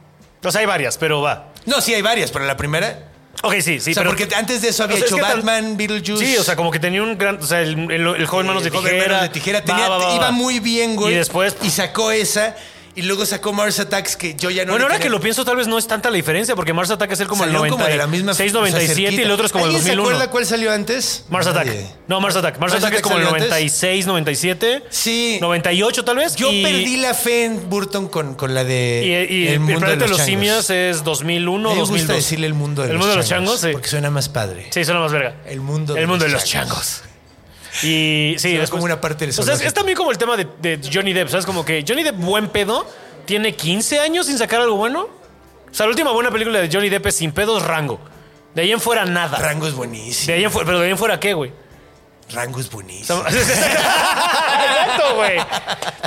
S3: O sea, hay varias, pero va.
S1: No, sí hay varias, pero la primera.
S3: Ok, sí, sí.
S1: o sea,
S3: pero,
S1: porque antes de eso había
S3: O sea, es
S1: hecho
S3: que tan-
S1: Batman, Beetlejuice.
S3: Sí, o sea, como que tenía un gran. O sea, el, el- el joven manos de
S1: El joven
S3: tijera.
S1: Manos de tijera.
S3: Va,
S1: Tenía-
S3: va, va,
S1: iba
S3: va.
S1: muy bien, güey.
S3: Y después.
S1: Y sacó esa. Y luego sacó Mars Attacks, que yo ya no. le
S3: bueno, ahora
S1: tenía-
S3: que lo pienso, tal vez no es tanta la diferencia, porque Mars Attack es el como el
S1: Salieron como
S3: 96,
S1: de la misma.
S3: 97 y el otro es como el
S1: ¿Alguien
S3: 2001.
S1: ¿Se acuerda cuál salió antes?
S3: Mars Attack.
S1: Nadie.
S3: No, Mars Attack. Mars,
S1: Mars
S3: Attack, es
S1: Attack
S3: como el
S1: salió antes.
S3: 96, 97.
S1: Sí.
S3: 98 tal vez.
S1: Yo
S3: y-
S1: perdí la fe en Burton con, con la de.
S3: Y, y el,
S1: mundo
S3: planeta de los,
S1: changos.
S3: simios es 2001,
S1: A mí me
S3: 2002.
S1: gusta decirle el mundo de,
S3: el
S1: los,
S3: mundo
S1: changos,
S3: de los changos, sí.
S1: Porque suena más padre.
S3: Sí, suena más verga.
S1: El mundo de
S3: El mundo
S1: los
S3: de los
S1: changos.
S3: changos. Y sí,
S1: Suena
S3: después-
S1: como una parte del
S3: O sea, es,
S1: zoológico.
S3: es también como el tema de, de Johnny Depp, ¿sabes? Como que Johnny Depp, buen pedo, tiene 15 años sin sacar algo bueno. O sea, la última buena película de Johnny Depp es Sin Pedos Rango. De ahí en fuera nada.
S1: Rango es
S3: De
S1: buenísimo.
S3: ahí en fuera, pero de ahí en fuera qué, güey.
S1: Rango es
S3: O
S1: buenísimo.
S3: sea, Exacto, güey.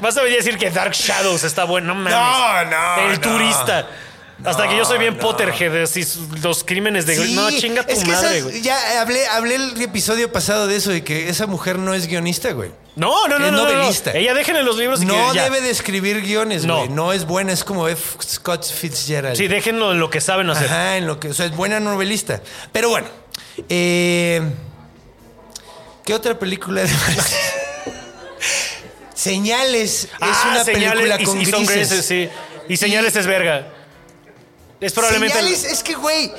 S3: Vas a venir a decir que Dark Shadows está bueno. (laughs) No mames.
S1: No, no, no.
S3: El turista. Hasta que yo soy bien
S1: no.
S3: Potterhead, así, los crímenes de...
S1: Sí,
S3: no, chinga tu
S1: es que
S3: madre,
S1: esas-
S3: güey.
S1: Ya hablé, hablé el episodio pasado de eso, de que esa mujer no es guionista, güey.
S3: No, no, no,
S1: Es
S3: no, no, no.
S1: novelista.
S3: Ella déjenle los libros y
S1: No
S3: que ya.
S1: debe de escribir guiones,
S3: No.
S1: güey. No es buena, es como F. Scott Fitzgerald.
S3: Sí, déjenlo en lo que saben hacer.
S1: Ajá, en lo que, o sea, es buena novelista. Pero bueno, eh, ¿qué otra película de (laughs) Señales es
S3: Ah,
S1: una
S3: señales
S1: película
S3: y-
S1: con
S3: y, son
S1: grises.
S3: grises, sí. Y señales es verga. Es probablemente...
S1: Señales, es que, güey,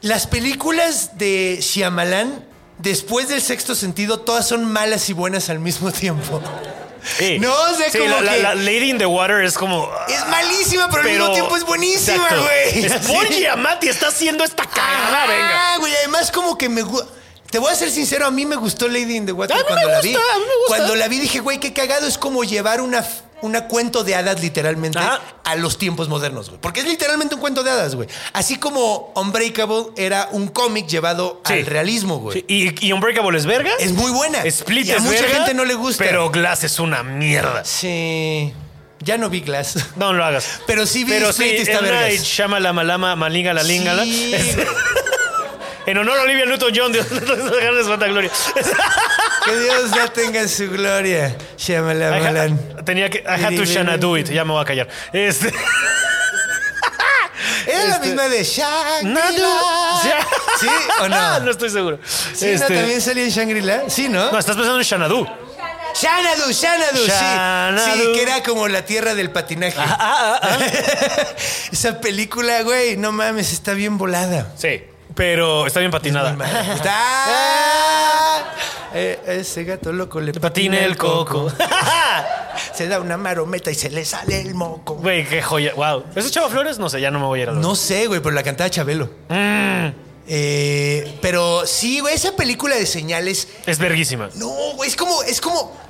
S1: las películas de Shyamalan, después del sexto sentido, todas son malas y buenas al mismo tiempo.
S3: Sí.
S1: No, o sea,
S3: Sí,
S1: como
S3: la, la-
S1: que-
S3: la Lady in the Water es como...
S1: Es malísima, pero, al
S3: Pero-
S1: mismo tiempo es buenísima,
S3: Exacto.
S1: güey.
S3: Es
S1: Así.
S3: Paul Giamatti está haciendo esta cagada, venga.
S1: Ah, güey, además como que me gu- te voy a ser sincero, a mí me gustó Lady in the Water
S3: A mí me
S1: cuando la vi.
S3: gusta, a mí me gusta.
S1: Cuando la vi dije, güey, qué cagado es como llevar una f- una cuento de hadas literalmente
S3: Ajá.
S1: a los tiempos modernos, güey. Porque es literalmente un cuento de hadas, güey. Así como Unbreakable era un cómic llevado
S3: Sí.
S1: al realismo, güey.
S3: Sí, Y, y Unbreakable es verga.
S1: Es muy buena.
S3: Split
S1: y a
S3: es
S1: mucha
S3: verga,
S1: gente no le gusta.
S3: Pero Glass es una mierda.
S1: sí, ya no vi Glass.
S3: No lo hagas.
S1: Pero sí vi Split y está
S3: M.
S1: vergas.
S3: Night Shyamalan, lama, malinga, la linga, la-
S1: Sí,
S3: Es-
S1: güey.
S3: En honor a Olivia Newton-John, Dios (laughs) de Santa Gloria.
S1: que Dios ya tenga en su gloria. Shyamalan.
S3: I ha-
S1: Malan.
S3: (laughs) tenía que... I had to shana do it. Ya me voy a callar. Este...
S1: Es la misma de Shangri-La.
S3: (laughs) Ya.
S1: ¿Sí o Oh, no?
S3: Ah, (laughs) No estoy seguro.
S1: ¿Sí, no?
S3: Este-
S1: ¿También salía en Shangri-La? Sí, ¿no?
S3: No, estás pensando en Xanadu.
S1: Xanadu, Xanadu, sí. Sí,
S3: Xanadu.
S1: que era como la tierra del patinaje.
S3: Ah,
S1: (laughs) Esa película, güey, no mames, está bien volada.
S3: Sí. Pero está bien patinada. (laughs)
S1: Está... Eh, a ese gato loco le
S3: Patine el coco.
S1: (laughs) Se da una marometa y se le sale el moco.
S3: Güey, qué joya. Wow. ¿Eso Chava Flores? No sé, ya no me voy a ir a los.
S1: No sé, güey, pero la cantaba Chabelo.
S3: Mm.
S1: Eh, pero sí, güey, esa película de señales
S3: Es verguísima.
S1: No, güey, es como, es como.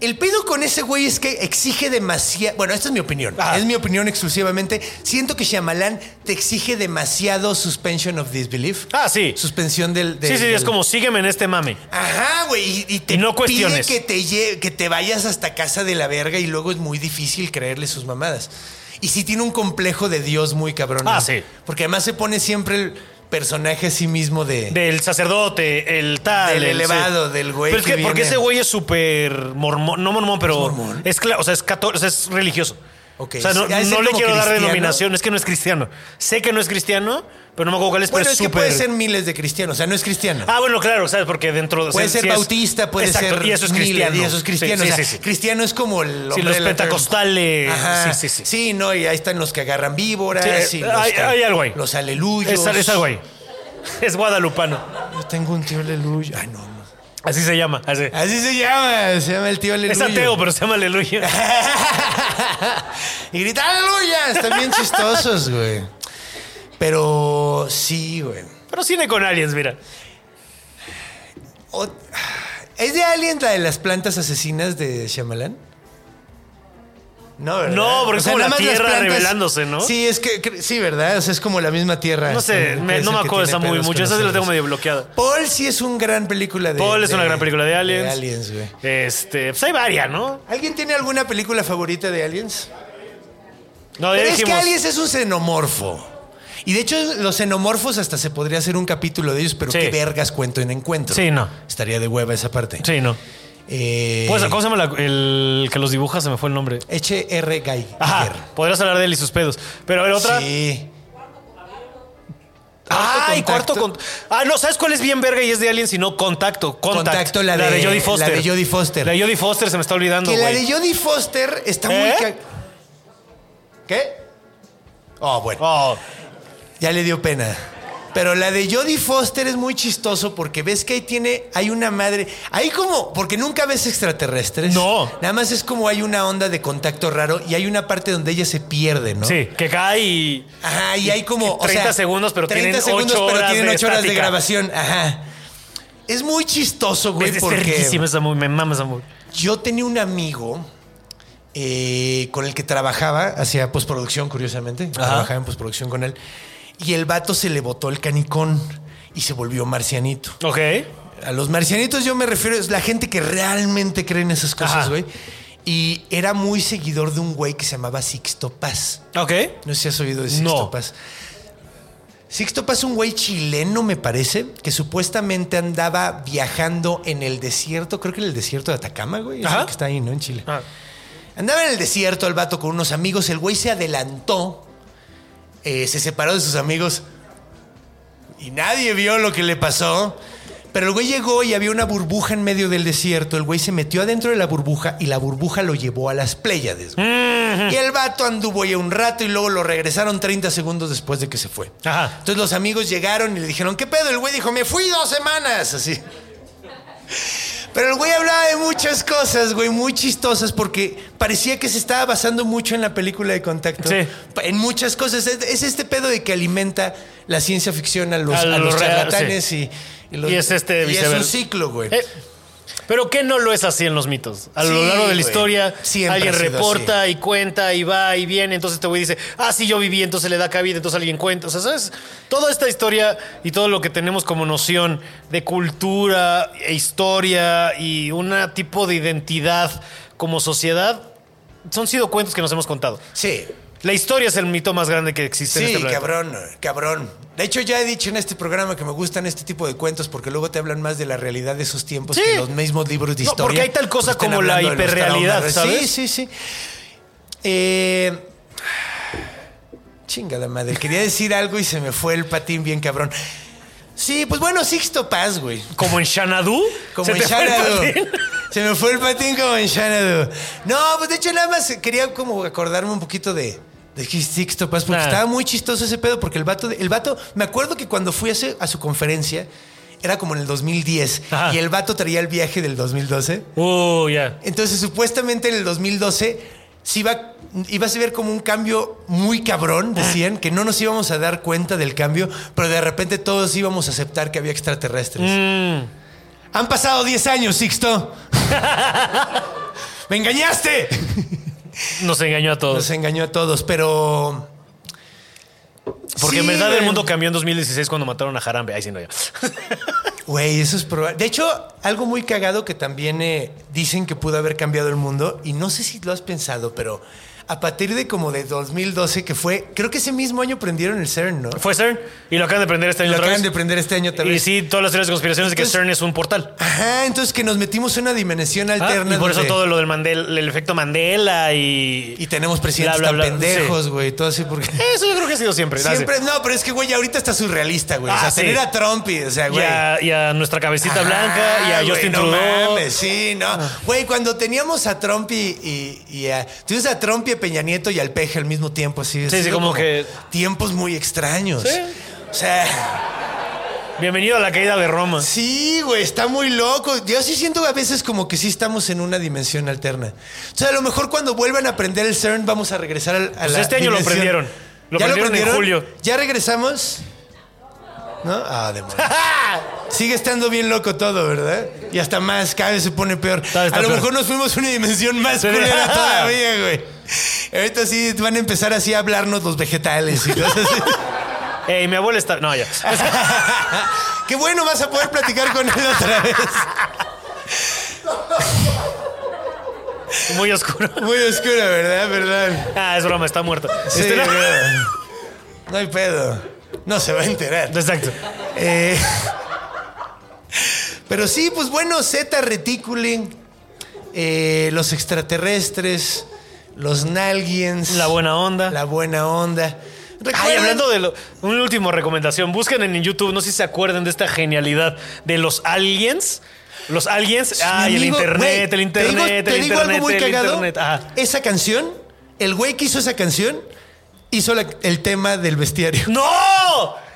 S1: El pedo con ese güey es que exige demasiado. Bueno, esta es mi opinión.
S3: Ah.
S1: Es mi opinión exclusivamente. Siento que Shyamalan te exige demasiado suspension of disbelief.
S3: Ah, sí.
S1: Suspensión del. del-
S3: Sí, sí, es
S1: del-
S3: como sígueme en este mame.
S1: Ajá, güey. Y, y te
S3: Y no
S1: pide
S3: cuestiones.
S1: que te, lle- que te vayas hasta casa de la verga y luego es muy difícil creerle sus mamadas. Y sí tiene un complejo de Dios muy cabrón.
S3: Ah,
S1: ¿no?
S3: sí.
S1: Porque además se pone siempre el personaje a sí mismo de.
S3: Del sacerdote, el tal.
S1: Del
S3: el-
S1: elevado, del güey
S3: Pero es
S1: que
S3: que, porque
S1: viene-
S3: ese güey es súper mormón. No mormón, pero. Es
S1: mormón?
S3: cla- o sea, es cató- o sea, es religioso.
S1: Ok.
S3: O sea, no,
S1: ¿Ha de
S3: no
S1: ser
S3: le
S1: como
S3: quiero dar
S1: cristiano?
S3: denominación. Es que no es cristiano. Sé que no es cristiano, pero no me acuerdo cuál es,
S1: Bueno,
S3: pero
S1: es,
S3: es
S1: que puede
S3: súper-
S1: ser miles de cristianos, o sea, no es cristiano.
S3: Ah, bueno, claro, ¿sabes? Porque dentro de.
S1: puede
S3: sí
S1: ser
S3: es-
S1: bautista, puede
S3: Exacto,
S1: ser
S3: Y eso es
S1: mil,
S3: cristiano.
S1: y eso es cristiano.
S3: Sí,
S1: o
S3: sí,
S1: sea,
S3: sí, sí.
S1: Cristiano es como el
S3: Sí,
S1: hombre
S3: los
S1: de la
S3: pentecostales.
S1: Ajá.
S3: Sí, sí, sí.
S1: no, y ahí están los que agarran víboras.
S3: Sí, eh,
S1: y los
S3: hay,
S1: que-
S3: hay algo ahí.
S1: Los aleluyos.
S3: Es, es algo ahí. Es guadalupano.
S1: Yo tengo un tío aleluyo. Ay, no. no.
S3: Así se llama. así.
S1: Así se llama, se llama el tío aleluyo.
S3: Es ateo, pero se llama aleluya.
S1: (laughs) y gritan aleluya, están bien chistosos, güey. Pero sí, güey.
S3: Pero cine con aliens, mira.
S1: O- ¿Es de Alien la de las plantas asesinas de Shyamalan? No, ¿verdad?
S3: No, porque es como
S1: nada
S3: la
S1: más las
S3: Tierra revelándose, ¿no?
S1: Sí, es que, que- sí, ¿verdad? O sea, es como la misma tierra.
S3: No sé,
S1: Este,
S3: me-
S1: que es
S3: no
S1: el
S3: me
S1: que tiene
S3: acuerdo de esa movie
S1: pedos
S3: mucho.
S1: con
S3: Esa sí la tengo
S1: nosotros.
S3: medio bloqueada.
S1: Paul sí es una gran película de
S3: Paul es una gran película de Aliens.
S1: De Aliens, güey.
S3: Este, pues hay varias, ¿no?
S1: ¿Alguien tiene alguna película favorita de Aliens?
S3: No, ya
S1: Pero es que
S3: dijimos.
S1: Aliens es un xenomorfo. Y de hecho, los xenomorfos hasta se podría hacer un capítulo de ellos, pero
S3: Sí.
S1: qué vergas cuento en encuentro.
S3: Sí, no.
S1: Estaría de hueva esa parte.
S3: Sí, no.
S1: Eh,
S3: Pues, ¿cómo se llama la- el que los dibuja? Se me fue el nombre.
S1: H.R. Geiger.
S3: Ajá. Podrías hablar de él y sus pedos. Pero a ver, otra.
S1: Sí.
S3: Ay,
S1: Contacto.
S3: cuarto con. Ah, no, ¿sabes cuál es bien verga y es de Aliens? Sino contacto. Contact.
S1: Contacto, la de-
S3: de Jodie Foster.
S1: la de Jodie Foster.
S3: La de Jodie Foster se me está olvidando,
S1: Que la de
S3: güey.
S1: Jodie Foster está
S3: ¿Eh?
S1: muy... ca- ¿Qué? Oh, bueno.
S3: Oh,
S1: Ya le dio pena. Pero la de Jodie Foster es muy chistoso porque ves que ahí tiene, hay una madre, ahí como, porque nunca ves extraterrestres.
S3: No.
S1: Nada más es como hay una onda de contacto raro y hay una parte donde ella se pierde, ¿no?
S3: sí, que cae y.
S1: Ajá, y hay como. o
S3: 30
S1: sea,
S3: segundos, pero tienen ocho
S1: pero
S3: horas
S1: tienen
S3: de
S1: ocho horas de
S3: estática.
S1: grabación. Ajá. Es muy chistoso, güey,
S3: Pues Es, es verguísima
S1: porque
S3: esa movie, me mama esa movie.
S1: yo tenía un amigo eh, con el que trabajaba, hacía postproducción, curiosamente. Trabajaba en postproducción con él. Y el vato se le botó el canicón y se volvió marcianito.
S3: Ok.
S1: A los marcianitos yo me refiero es la gente que realmente cree en esas
S3: Ajá.
S1: cosas, güey. y era muy seguidor de un güey que se llamaba Sixto Paz.
S3: Ok.
S1: No sé si has oído de Sixto
S3: No.
S1: Paz. Sixto Paz es un güey chileno, me parece, que supuestamente andaba viajando en el desierto, creo que en el desierto de Atacama, güey. Es
S3: Ajá.
S1: el que está ahí, ¿no? En Chile.
S3: Ah,
S1: Andaba en el desierto el vato con unos amigos. El güey se adelantó, eh, se separó de sus amigos y nadie vio lo que le pasó. Pero el güey llegó y había una burbuja en medio del desierto. El güey se metió adentro de la burbuja y la burbuja lo llevó a las Pléyades. güey. Y el vato anduvo ahí un rato y luego lo regresaron 30 segundos después de que se fue.
S3: Ajá.
S1: Entonces los amigos llegaron y le dijeron, ¿qué pedo? El güey dijo, me fui dos semanas. Así. Pero el güey hablaba de muchas cosas, güey, muy chistosas, porque parecía que se estaba basando mucho en la película de contacto.
S3: Sí.
S1: Pa- En muchas cosas. Es, es este pedo de que alimenta la ciencia ficción a los,
S3: A
S1: a
S3: lo
S1: los
S3: real,
S1: charlatanes
S3: sí.
S1: y, los-
S3: Y es este
S1: y es un
S3: viceversa.
S1: ciclo, güey.
S3: Eh, pero que no lo es así en los mitos. A lo
S1: Sí,
S3: largo de la
S1: güey.
S3: historia,
S1: Siempre
S3: alguien
S1: ha sido
S3: reporta y cuenta y va y viene. Entonces este güey dice, ah, sí, yo viví, entonces le da cabida, entonces alguien cuenta. O sea, ¿sabes? Toda esta historia y todo lo que tenemos como noción de cultura e historia y un tipo de identidad como sociedad, son sido cuentos que nos hemos contado.
S1: Sí.
S3: La historia es el mito más grande que existe
S1: Sí,
S3: en este planeta.
S1: cabrón, cabrón. De hecho, ya he dicho en este programa que me gustan este tipo de cuentos porque luego te hablan más de la realidad de esos tiempos
S3: Sí.
S1: que los mismos libros de
S3: No,
S1: historia.
S3: porque hay tal cosa
S1: están
S3: como la
S1: hablando de los
S3: hiperrealidad,
S1: traumas.
S3: ¿sabes?
S1: Sí, sí, sí. Eh, chingada madre. Quería decir algo y se me fue el patín bien cabrón. Sí, pues bueno, Sixto Paz, güey.
S3: Como en Xanadu.
S1: Como
S3: se
S1: en
S3: te fue el patín.
S1: Xanadu. (laughs) Se me fue el patín como en Xanadu. No, pues de hecho nada más quería como acordarme un poquito de, de que Sixto Paz, porque
S3: Ah.
S1: estaba muy chistoso ese pedo, porque el vato, de- el vato, me acuerdo que cuando fui a, ese- a su conferencia, era como en el 2010,
S3: Ajá.
S1: y el vato traía el viaje del 2012.
S3: Uh, ya.
S1: Entonces, supuestamente en el 2012 se iba, iba a ver como un cambio muy cabrón,
S3: Ah.
S1: decían, que no nos íbamos a dar cuenta del cambio, pero de repente todos íbamos a aceptar que había extraterrestres.
S3: Mm.
S1: Han pasado 10 años,
S3: (laughs)
S1: Sixto. ¡Me engañaste!
S3: Nos engañó a todos.
S1: Nos engañó a todos, pero.
S3: Porque en
S1: Sí,
S3: verdad el
S1: güey.
S3: mundo cambió en 2016 cuando mataron a Harambe. Ahí sí no ya.
S1: Güey, eso es probable. De hecho, algo muy cagado que también eh, dicen que pudo haber cambiado el mundo, y no sé si lo has pensado, pero a partir de como de 2012, que fue, creo que ese mismo año prendieron el CERN, ¿no?
S3: Fue CERN y lo acaban de prender este año
S1: Lo
S3: otra
S1: acaban
S3: vez.
S1: de prender este año también.
S3: Y sí, todas las teorías de conspiraciones de que
S1: Entonces-
S3: CERN es un portal.
S1: Ajá, entonces que nos metimos en una dimensión
S3: Ah,
S1: alterna.
S3: y por eso
S1: donde-
S3: todo lo del Mandel, el efecto Mandela y.
S1: Y tenemos presidentes
S3: Bla, bla,
S1: tan
S3: bla.
S1: pendejos, güey, todo así
S3: (laughs)
S1: porque...
S3: Eso yo creo que ha sido siempre. ¿no?
S1: Siempre, no, pero es que, güey, ahorita está surrealista, güey. o
S3: Ah,
S1: sea,
S3: sí.
S1: tener a Trump y, o sea,
S3: Y
S1: güey.
S3: a, y a nuestra cabecita blanca y a
S1: Ah,
S3: Justin
S1: güey, no
S3: Trudeau. Ah.
S1: mames, sí, no. Güey, cuando teníamos a Trump y, y- y a. Tuvimos a Trump y a Peña Nieto y al Peje al mismo tiempo, así. ha
S3: sí,
S1: sido
S3: como que-
S1: Tiempos muy extraños. O sea,
S3: Bienvenido a la caída de Roma.
S1: sí, güey, está muy loco. Yo sí siento a veces como que sí estamos en una dimensión alterna. O sea, a lo mejor cuando vuelvan a prender el CERN vamos a regresar al- a,
S3: Pues
S1: la
S3: este año lo
S1: dimensión.
S3: prendieron. Lo
S1: ¿Ya
S3: prendieron en julio.
S1: ¿Ya regresamos? ¿No? Ah, demonios.
S3: (laughs)
S1: Sigue estando bien loco todo, ¿verdad? Y hasta más, cada vez se pone peor.
S3: Cada vez está
S1: a lo
S3: peor.
S1: mejor nos fuimos a una dimensión más
S3: Sí.
S1: culera
S3: (laughs)
S1: todavía, güey. Ahorita sí van a empezar así a hablarnos los vegetales y cosas
S3: (laughs)
S1: así.
S3: Ey, mi abuela está. No, ya.
S1: (laughs) Ah, Qué bueno, vas a poder platicar con él otra vez.
S3: Muy oscuro.
S1: Muy oscura, ¿verdad? Perdón.
S3: Ah, es broma, está muerta.
S1: Sí,
S3: Este, no.
S1: güey. No hay pedo. No se va a enterar.
S3: (laughs) Exacto.
S1: Eh, pero sí, pues bueno, Z Reticuli, eh, los extraterrestres, los Nalgians.
S3: La buena onda.
S1: La buena onda.
S3: Ay,
S1: Recuerden-
S3: hablando de lo, una última recomendación, busquen en YouTube, no sé si se acuerdan de esta genialidad de los aliens. Los aliens, ay, el
S1: Mi amigo,
S3: internet,
S1: güey,
S3: el internet,
S1: te digo,
S3: el
S1: te digo
S3: internet,
S1: algo muy
S3: el
S1: cagado.
S3: internet. Ah,
S1: Esa canción, el güey que hizo esa canción, hizo la- el tema del bestiario.
S3: ¡No!